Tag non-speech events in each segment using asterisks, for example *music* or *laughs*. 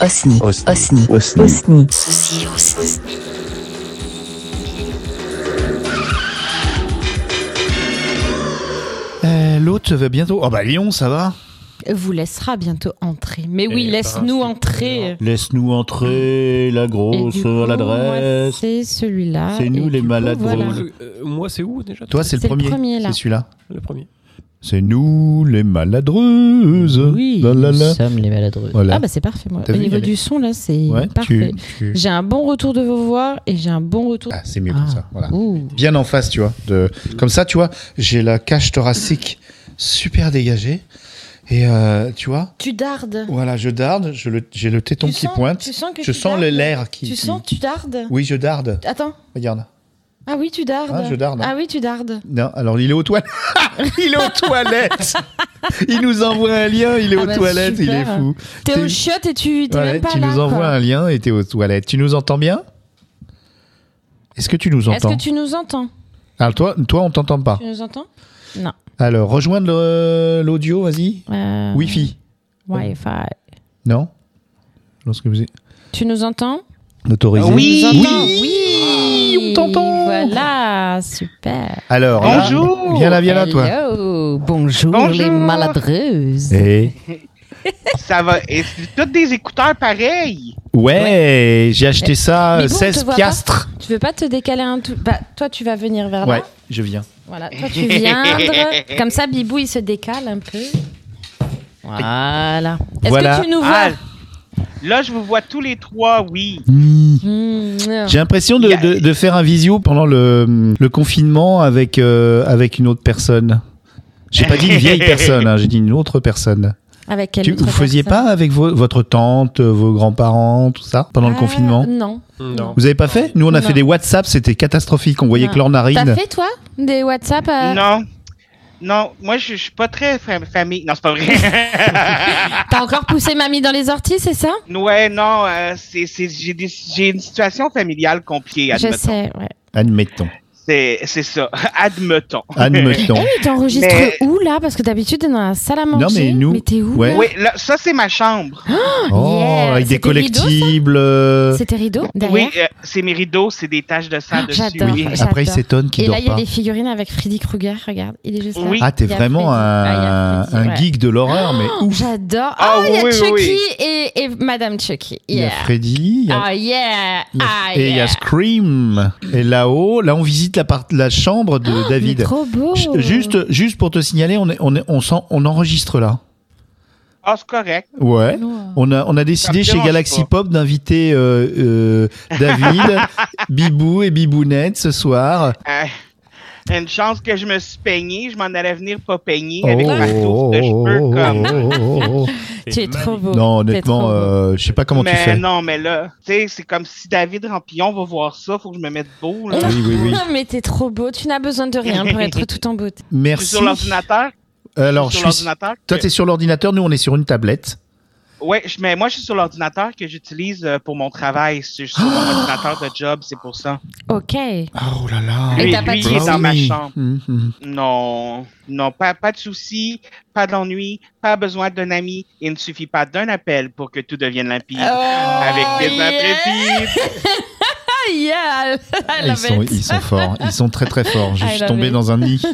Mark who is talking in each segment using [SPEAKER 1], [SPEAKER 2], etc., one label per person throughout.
[SPEAKER 1] Osni.
[SPEAKER 2] Osni.
[SPEAKER 1] Osni.
[SPEAKER 3] Osni.
[SPEAKER 1] Osni. Ceci est Osni.
[SPEAKER 4] Euh, L'hôte va bientôt. Oh bah Lyon, ça va
[SPEAKER 5] Vous laissera bientôt entrer. Mais oui,
[SPEAKER 4] Eh ben,
[SPEAKER 5] laisse-nous
[SPEAKER 4] c'est
[SPEAKER 5] entrer.
[SPEAKER 4] Laisse-nous entrer, la
[SPEAKER 5] Mm. Et
[SPEAKER 4] grosse
[SPEAKER 5] du
[SPEAKER 4] à
[SPEAKER 5] coup, moi,
[SPEAKER 4] Oh, l'adresse.
[SPEAKER 5] C'est celui-là.
[SPEAKER 4] C'est nous,
[SPEAKER 5] Et
[SPEAKER 4] les
[SPEAKER 5] du coup,
[SPEAKER 4] malades
[SPEAKER 5] voilà.
[SPEAKER 4] drôles.
[SPEAKER 2] Euh, moi, c'est où déjà
[SPEAKER 4] Toi, c'est le
[SPEAKER 5] C'est le
[SPEAKER 4] premier.
[SPEAKER 5] premier, là.
[SPEAKER 4] C'est celui-là.
[SPEAKER 2] Le premier.
[SPEAKER 4] C'est nous, les maladreuses.
[SPEAKER 1] Oui,
[SPEAKER 4] La, la, la.
[SPEAKER 1] nous sommes les maladreux.
[SPEAKER 4] Voilà.
[SPEAKER 5] Ah bah c'est parfait moi.
[SPEAKER 4] T'as
[SPEAKER 5] Au
[SPEAKER 4] vu,
[SPEAKER 5] niveau
[SPEAKER 4] il y avait-
[SPEAKER 5] du son là, c'est
[SPEAKER 4] Ouais,
[SPEAKER 5] parfait.
[SPEAKER 4] tu, tu-
[SPEAKER 5] J'ai un bon retour de vos voix et j'ai un bon retour.
[SPEAKER 4] Ah, c'est mieux comme
[SPEAKER 5] Ah.
[SPEAKER 4] ça. Voilà.
[SPEAKER 5] Ouh.
[SPEAKER 4] Bien en face, tu vois. De... Comme ça, tu vois, j'ai la cage thoracique super dégagée. Et euh, tu vois,
[SPEAKER 5] Tu dardes.
[SPEAKER 4] voilà, je darde, je le- j'ai le téton
[SPEAKER 5] Tu
[SPEAKER 4] qui
[SPEAKER 5] sens-
[SPEAKER 4] pointe.
[SPEAKER 5] tu sens que
[SPEAKER 4] je
[SPEAKER 5] tu
[SPEAKER 4] sens
[SPEAKER 5] dardes.
[SPEAKER 4] le- l'air qui.
[SPEAKER 5] Tu
[SPEAKER 4] qui-
[SPEAKER 5] sens tu dardes
[SPEAKER 4] Oui, je darde.
[SPEAKER 5] Attends.
[SPEAKER 4] Regarde.
[SPEAKER 5] Ah oui, tu dardes.
[SPEAKER 4] Ah, je darde.
[SPEAKER 5] Ah oui, tu dardes.
[SPEAKER 4] Non, alors il est aux toilettes. *laughs* il est aux toilettes. Il nous envoie un lien, il est
[SPEAKER 5] Ah
[SPEAKER 4] aux
[SPEAKER 5] bah,
[SPEAKER 4] toilettes, il est
[SPEAKER 5] super.
[SPEAKER 4] fou.
[SPEAKER 5] T'es
[SPEAKER 4] T'es-
[SPEAKER 5] au shot et tu t'es
[SPEAKER 4] Voilà,
[SPEAKER 5] même pas
[SPEAKER 4] tu
[SPEAKER 5] là.
[SPEAKER 4] nous envoies
[SPEAKER 5] quoi.
[SPEAKER 4] un lien et t'es aux toilettes. Tu nous entends bien Est-ce que tu nous
[SPEAKER 5] Est-ce
[SPEAKER 4] entends
[SPEAKER 5] que tu nous entends
[SPEAKER 4] Alors toi, toi on t'entend pas.
[SPEAKER 5] Tu nous entends
[SPEAKER 4] Alors rejoindre euh, l'audio, vas-y.
[SPEAKER 5] Euh,
[SPEAKER 4] Wi-Fi.
[SPEAKER 5] Wi-Fi.
[SPEAKER 4] Non Lorsque vous êtes
[SPEAKER 5] Tu nous entends
[SPEAKER 4] autorisé.
[SPEAKER 5] Ah Oui, Ah.
[SPEAKER 4] oui,
[SPEAKER 5] oui,
[SPEAKER 4] on t'entend.
[SPEAKER 5] Voilà, super.
[SPEAKER 4] Alors, là-
[SPEAKER 1] Bonjour.
[SPEAKER 4] viens là, viens là, toi.
[SPEAKER 1] Hello. Bonjour,
[SPEAKER 6] Bonjour.
[SPEAKER 1] les maladreuses.
[SPEAKER 4] Eh,
[SPEAKER 6] Ça va. Et c'est tous des écouteurs pareils.
[SPEAKER 4] ouais, j'ai acheté ça
[SPEAKER 5] Mais
[SPEAKER 4] euh,
[SPEAKER 5] bon, on te
[SPEAKER 4] 16
[SPEAKER 5] voit pas.
[SPEAKER 4] piastres.
[SPEAKER 5] Tu veux pas te décaler un tout Bah, toi, tu vas venir vers
[SPEAKER 4] Ouais,
[SPEAKER 5] là.
[SPEAKER 4] je viens.
[SPEAKER 5] Voilà, toi, tu
[SPEAKER 6] *laughs*
[SPEAKER 5] viendres. Comme ça, Bibou, il se décale un peu.
[SPEAKER 1] Voilà.
[SPEAKER 5] Est-ce
[SPEAKER 4] Voilà.
[SPEAKER 5] que tu nous vois
[SPEAKER 6] Ah, là, je vous vois tous les trois, oui.
[SPEAKER 5] Mmh.
[SPEAKER 4] J'ai l'impression de,
[SPEAKER 6] Il y a-
[SPEAKER 4] de- de faire un visio pendant le, le confinement avec, euh, avec une autre personne. J'ai pas dit une vieille personne, hein, j'ai dit une autre personne.
[SPEAKER 5] Avec quelle
[SPEAKER 4] Tu,
[SPEAKER 5] autre
[SPEAKER 4] vous faisiez
[SPEAKER 5] personne
[SPEAKER 4] pas avec vo- votre tante, euh, vos grands-parents, tout ça, pendant le
[SPEAKER 5] Ah,
[SPEAKER 4] confinement
[SPEAKER 5] Non.
[SPEAKER 2] Non.
[SPEAKER 4] Vous avez pas fait Nous, on a
[SPEAKER 5] Non.
[SPEAKER 4] fait des WhatsApp, c'était catastrophique. On voyait
[SPEAKER 5] Non.
[SPEAKER 4] que leur narine.
[SPEAKER 5] T'as fait, toi, des WhatsApp euh, à-
[SPEAKER 6] Non. Non, moi, je, je suis pas très fa- famille. Non, c'est pas
[SPEAKER 5] *laughs*
[SPEAKER 6] vrai.
[SPEAKER 5] T'as encore poussé mamie dans les orties, c'est ça
[SPEAKER 6] ouais, non, euh, c'est, c'est, j'ai, des- j'ai une situation familiale compliquée,
[SPEAKER 5] Je
[SPEAKER 6] admettons.
[SPEAKER 5] sais, ouais. *laughs*
[SPEAKER 4] Admettons.
[SPEAKER 6] C'est, c'est ça, *laughs* admettons.
[SPEAKER 5] Eh,
[SPEAKER 4] Admettons.
[SPEAKER 5] mais t'enregistres
[SPEAKER 6] Mais-
[SPEAKER 5] où, là Parce que d'habitude, t'es dans la salle à manger.
[SPEAKER 4] mais nous-
[SPEAKER 5] t'es où
[SPEAKER 4] Ouais.
[SPEAKER 5] là
[SPEAKER 6] *laughs* Oui, là, ça, c'est ma chambre.
[SPEAKER 5] Ah,
[SPEAKER 4] Oh,
[SPEAKER 5] Yeah,
[SPEAKER 4] avec des
[SPEAKER 5] Eh c'était
[SPEAKER 4] collectibles. euh,
[SPEAKER 5] C'était rideau
[SPEAKER 6] oui,
[SPEAKER 5] derrière. Ah,
[SPEAKER 6] euh, c'est mes rideaux, c'est des taches de sang dessus.
[SPEAKER 5] j'adore.
[SPEAKER 6] oui.
[SPEAKER 5] j'adore.
[SPEAKER 4] Après, il s'étonne qu'il
[SPEAKER 5] Et
[SPEAKER 4] dort
[SPEAKER 5] là, il y a
[SPEAKER 4] pas.
[SPEAKER 5] des figurines avec Freddy Krueger. Regarde, il est juste là.
[SPEAKER 6] Oui.
[SPEAKER 4] Ah, t'es
[SPEAKER 5] Il y a
[SPEAKER 4] vraiment
[SPEAKER 5] Freddy.
[SPEAKER 4] un,
[SPEAKER 5] Ah, il y a Freddy,
[SPEAKER 4] un
[SPEAKER 5] ouais.
[SPEAKER 4] geek de l'horreur, mais ouf.
[SPEAKER 5] J'adore.
[SPEAKER 6] Ah,
[SPEAKER 5] oh, il y a
[SPEAKER 6] oui, oui,
[SPEAKER 5] Chucky
[SPEAKER 6] oui.
[SPEAKER 5] Et, et Madame Chucky.
[SPEAKER 4] Il y a
[SPEAKER 5] Yeah.
[SPEAKER 4] Freddy, il y a
[SPEAKER 5] Ah yeah.
[SPEAKER 4] Il y a-
[SPEAKER 5] Ah
[SPEAKER 4] et il y
[SPEAKER 5] yeah.
[SPEAKER 4] a Scream. Et là-haut, là, on visite la, part- la chambre de
[SPEAKER 5] Ah, Mais
[SPEAKER 4] David.
[SPEAKER 5] trop beau.
[SPEAKER 4] Ch- Juste, juste pour te signaler, on, est- on, est- on, s'en- on enregistre là.
[SPEAKER 6] Ah, c'est correct.
[SPEAKER 4] Ouais.
[SPEAKER 5] Wow.
[SPEAKER 4] On a, on a décidé
[SPEAKER 6] me
[SPEAKER 4] chez
[SPEAKER 6] dérange
[SPEAKER 4] Galaxy
[SPEAKER 6] pas.
[SPEAKER 4] Pop d'inviter euh, euh,
[SPEAKER 6] *laughs*
[SPEAKER 4] David, Bibou et Bibounette ce soir.
[SPEAKER 6] Euh, une chance que je me suis peigné, je m'en allais venir pas peigné
[SPEAKER 4] Oh,
[SPEAKER 6] avec ma touffe de cheveux
[SPEAKER 4] oh,
[SPEAKER 6] comme.
[SPEAKER 4] oh, oh, oh, oh.
[SPEAKER 5] Tu es trop beau.
[SPEAKER 4] Non,
[SPEAKER 5] T'es trop
[SPEAKER 4] honnêtement,
[SPEAKER 5] beau.
[SPEAKER 4] euh, je sais pas comment tu
[SPEAKER 6] mais
[SPEAKER 4] fais.
[SPEAKER 6] non, mais là, tu sais, c'est comme si David Rampillon va voir ça, faut que je me mette beau. Là.
[SPEAKER 4] Oui, oui, oui.
[SPEAKER 5] *laughs* Mais t'es trop beau. Tu n'as besoin de rien
[SPEAKER 4] *laughs*
[SPEAKER 5] pour être tout en beauté.
[SPEAKER 6] Je suis
[SPEAKER 4] Merci.
[SPEAKER 6] sur l'ordinateur.
[SPEAKER 4] Alors,
[SPEAKER 6] je suis
[SPEAKER 4] je
[SPEAKER 6] sur
[SPEAKER 4] suis...
[SPEAKER 6] l'ordinateur.
[SPEAKER 4] toi, t'es sur l'ordinateur, nous, on est sur une tablette.
[SPEAKER 6] Ouais, je- mais moi, je suis sur l'ordinateur que j'utilise euh, pour mon travail. Je suis
[SPEAKER 4] *gasps*
[SPEAKER 6] sur mon ordinateur de job, c'est pour ça.
[SPEAKER 5] Ok.
[SPEAKER 4] Oh là là.
[SPEAKER 5] Et
[SPEAKER 6] Lui,
[SPEAKER 5] t'as pas
[SPEAKER 6] lui,
[SPEAKER 5] de
[SPEAKER 6] il est dans ma
[SPEAKER 4] Brownie.
[SPEAKER 6] chambre.
[SPEAKER 4] Mhm.
[SPEAKER 6] Non, non, pas, pas de soucis, pas d'ennui, pas besoin d'un ami. Il ne suffit pas d'un appel pour que tout devienne limpide.
[SPEAKER 5] Oh,
[SPEAKER 6] Avec des
[SPEAKER 4] Hmm.
[SPEAKER 6] imprévus.
[SPEAKER 5] Ah yeah. *laughs* I
[SPEAKER 4] Ils
[SPEAKER 5] love
[SPEAKER 4] sont,
[SPEAKER 5] it.
[SPEAKER 4] ils sont forts, ils sont très très forts. Je
[SPEAKER 5] I
[SPEAKER 4] suis
[SPEAKER 5] love
[SPEAKER 4] tombé
[SPEAKER 5] it.
[SPEAKER 4] dans un nid.
[SPEAKER 5] *laughs*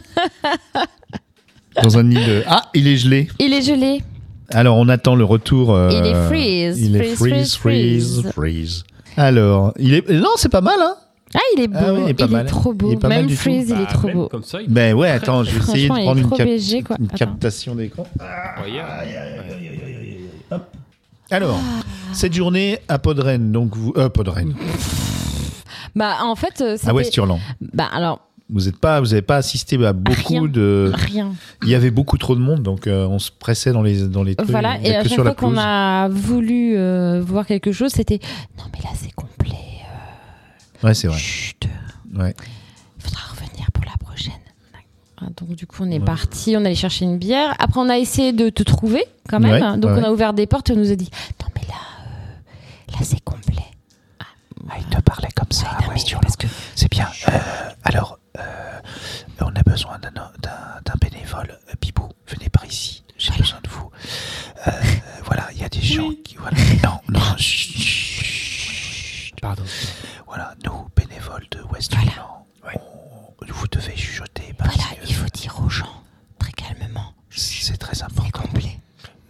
[SPEAKER 4] Dans un nid de. Ah, il est gelé.
[SPEAKER 5] Il est gelé.
[SPEAKER 4] Alors on attend le retour. euh,
[SPEAKER 5] Il est freeze,
[SPEAKER 4] Il est freeze,
[SPEAKER 5] freeze,
[SPEAKER 4] freeze,
[SPEAKER 5] freeze,
[SPEAKER 4] freeze. Alors, il est. Non, c'est pas mal, hein
[SPEAKER 5] Ah, il est beau.
[SPEAKER 4] Ah oui, il est
[SPEAKER 5] il,
[SPEAKER 4] pas
[SPEAKER 5] est
[SPEAKER 4] mal.
[SPEAKER 5] trop beau.
[SPEAKER 4] Il est pas mal
[SPEAKER 5] Même
[SPEAKER 4] du tout. Ah,
[SPEAKER 5] Freeze, il est
[SPEAKER 2] Bah,
[SPEAKER 5] trop
[SPEAKER 2] même
[SPEAKER 5] beau.
[SPEAKER 2] Comme ça, il
[SPEAKER 4] Ben ouais, attends, je vais essayer de
[SPEAKER 5] Franchement, il est
[SPEAKER 4] prendre une,
[SPEAKER 5] trop
[SPEAKER 4] cap-
[SPEAKER 5] BG, quoi.
[SPEAKER 4] une
[SPEAKER 5] Attends.
[SPEAKER 4] captation d'écran.
[SPEAKER 2] est
[SPEAKER 3] Euh,
[SPEAKER 2] incroyable.
[SPEAKER 4] Alors, cette journée à Podren, donc vous. Euh, Podren.
[SPEAKER 5] Bah, en fait, euh, c'était.
[SPEAKER 4] À West-Hurland.
[SPEAKER 5] bah, alors,
[SPEAKER 4] Vous n'avez pas, vous avez pas assisté à beaucoup
[SPEAKER 5] Rien.
[SPEAKER 4] de.
[SPEAKER 5] rien.
[SPEAKER 4] Il y avait beaucoup trop de monde, donc euh, on se pressait dans les, dans les trucs.
[SPEAKER 5] Voilà,
[SPEAKER 4] on
[SPEAKER 5] et
[SPEAKER 4] était
[SPEAKER 5] à
[SPEAKER 4] que
[SPEAKER 5] chaque
[SPEAKER 4] sur la
[SPEAKER 5] fois qu'on
[SPEAKER 4] pelouse.
[SPEAKER 5] a voulu euh, voir quelque chose, c'était non, mais là c'est complet. euh,
[SPEAKER 4] Ouais, c'est vrai.
[SPEAKER 5] Chut,
[SPEAKER 4] Ouais.
[SPEAKER 5] faudra revenir pour la prochaine. Ah, Donc, du coup, on est parti, on allait chercher une bière. Après, on a essayé de te trouver quand même.
[SPEAKER 4] Ouais,
[SPEAKER 5] hein. Donc,
[SPEAKER 4] ouais.
[SPEAKER 5] on a ouvert des portes et on nous a dit non, mais là, euh, là c'est complet.
[SPEAKER 7] Ah, Il te parlait comme ça.
[SPEAKER 1] Ah,
[SPEAKER 5] Non,
[SPEAKER 7] ouais,
[SPEAKER 5] mais
[SPEAKER 7] sur le-
[SPEAKER 5] parce que
[SPEAKER 7] C'est bien. Euh, alors, euh, on a besoin d'un d'un- d'un bénévole. Euh, Bibou, euh, venez par ici. J'ai besoin de vous. Euh, voilà, il y a des gens qui. Voilà. Non, non, je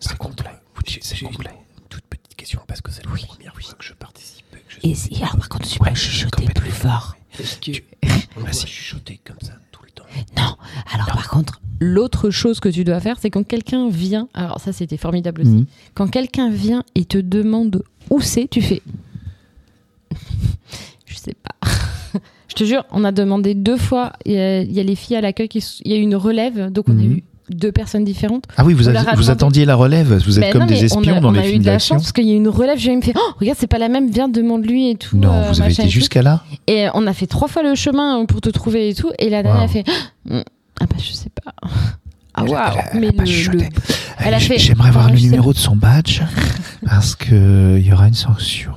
[SPEAKER 7] c'est complet.
[SPEAKER 3] Toute petite question, parce que c'est la première fois que je participe. Que je
[SPEAKER 5] Et si- alors, par contre, tu peux chuchoter
[SPEAKER 7] complètement.
[SPEAKER 5] plus fort.
[SPEAKER 3] Est-ce que
[SPEAKER 7] *laughs*
[SPEAKER 3] on va chuchoter comme ça tout le temps
[SPEAKER 7] Ah,
[SPEAKER 5] Non. Alors, par contre, l'autre chose que tu dois faire, c'est quand quelqu'un vient. Alors, ça, c'était formidable aussi.
[SPEAKER 4] Mhm.
[SPEAKER 5] Quand quelqu'un vient et te demande où c'est, tu fais. *laughs* Je sais pas. *laughs* Je te jure, on a demandé deux fois. Il y a, il y a les filles à l'accueil qui. s- Il y a eu une relève, donc on a
[SPEAKER 4] Mhm.
[SPEAKER 5] eu deux personnes différentes.
[SPEAKER 4] Ah oui, vous,
[SPEAKER 5] On
[SPEAKER 4] avez-
[SPEAKER 5] leur a
[SPEAKER 4] vous
[SPEAKER 5] demandé-
[SPEAKER 4] attendiez la relève. Vous êtes
[SPEAKER 5] Ben
[SPEAKER 4] comme
[SPEAKER 5] non, mais
[SPEAKER 4] des espions
[SPEAKER 5] on a,
[SPEAKER 4] dans
[SPEAKER 5] on
[SPEAKER 4] les
[SPEAKER 5] a eu
[SPEAKER 4] films
[SPEAKER 5] de la
[SPEAKER 4] d'action.
[SPEAKER 5] chance parce qu'il y a eu une relève. J'ai même fait Oh, regarde, c'est pas la même, viens, demande-lui et tout.
[SPEAKER 4] Non,
[SPEAKER 5] euh,
[SPEAKER 4] vous avez été
[SPEAKER 5] machin et tout.
[SPEAKER 4] jusqu'à là.
[SPEAKER 5] Et on a fait trois fois le chemin euh, pour te trouver et tout. Et la dernière
[SPEAKER 4] Wow.
[SPEAKER 5] a fait Ah Ah bah je sais pas.
[SPEAKER 7] Elle a-
[SPEAKER 5] Ah waouh
[SPEAKER 7] elle a- elle a
[SPEAKER 5] Mais
[SPEAKER 7] pas
[SPEAKER 5] le-
[SPEAKER 7] chuchoté.
[SPEAKER 5] le- Elle
[SPEAKER 7] Euh,
[SPEAKER 5] a
[SPEAKER 7] j-
[SPEAKER 5] fait-
[SPEAKER 7] J'aimerais avoir
[SPEAKER 5] Ouais,
[SPEAKER 7] le
[SPEAKER 5] je sais.
[SPEAKER 7] numéro de son
[SPEAKER 3] *laughs*
[SPEAKER 7] badge parce que euh, il y aura une sanction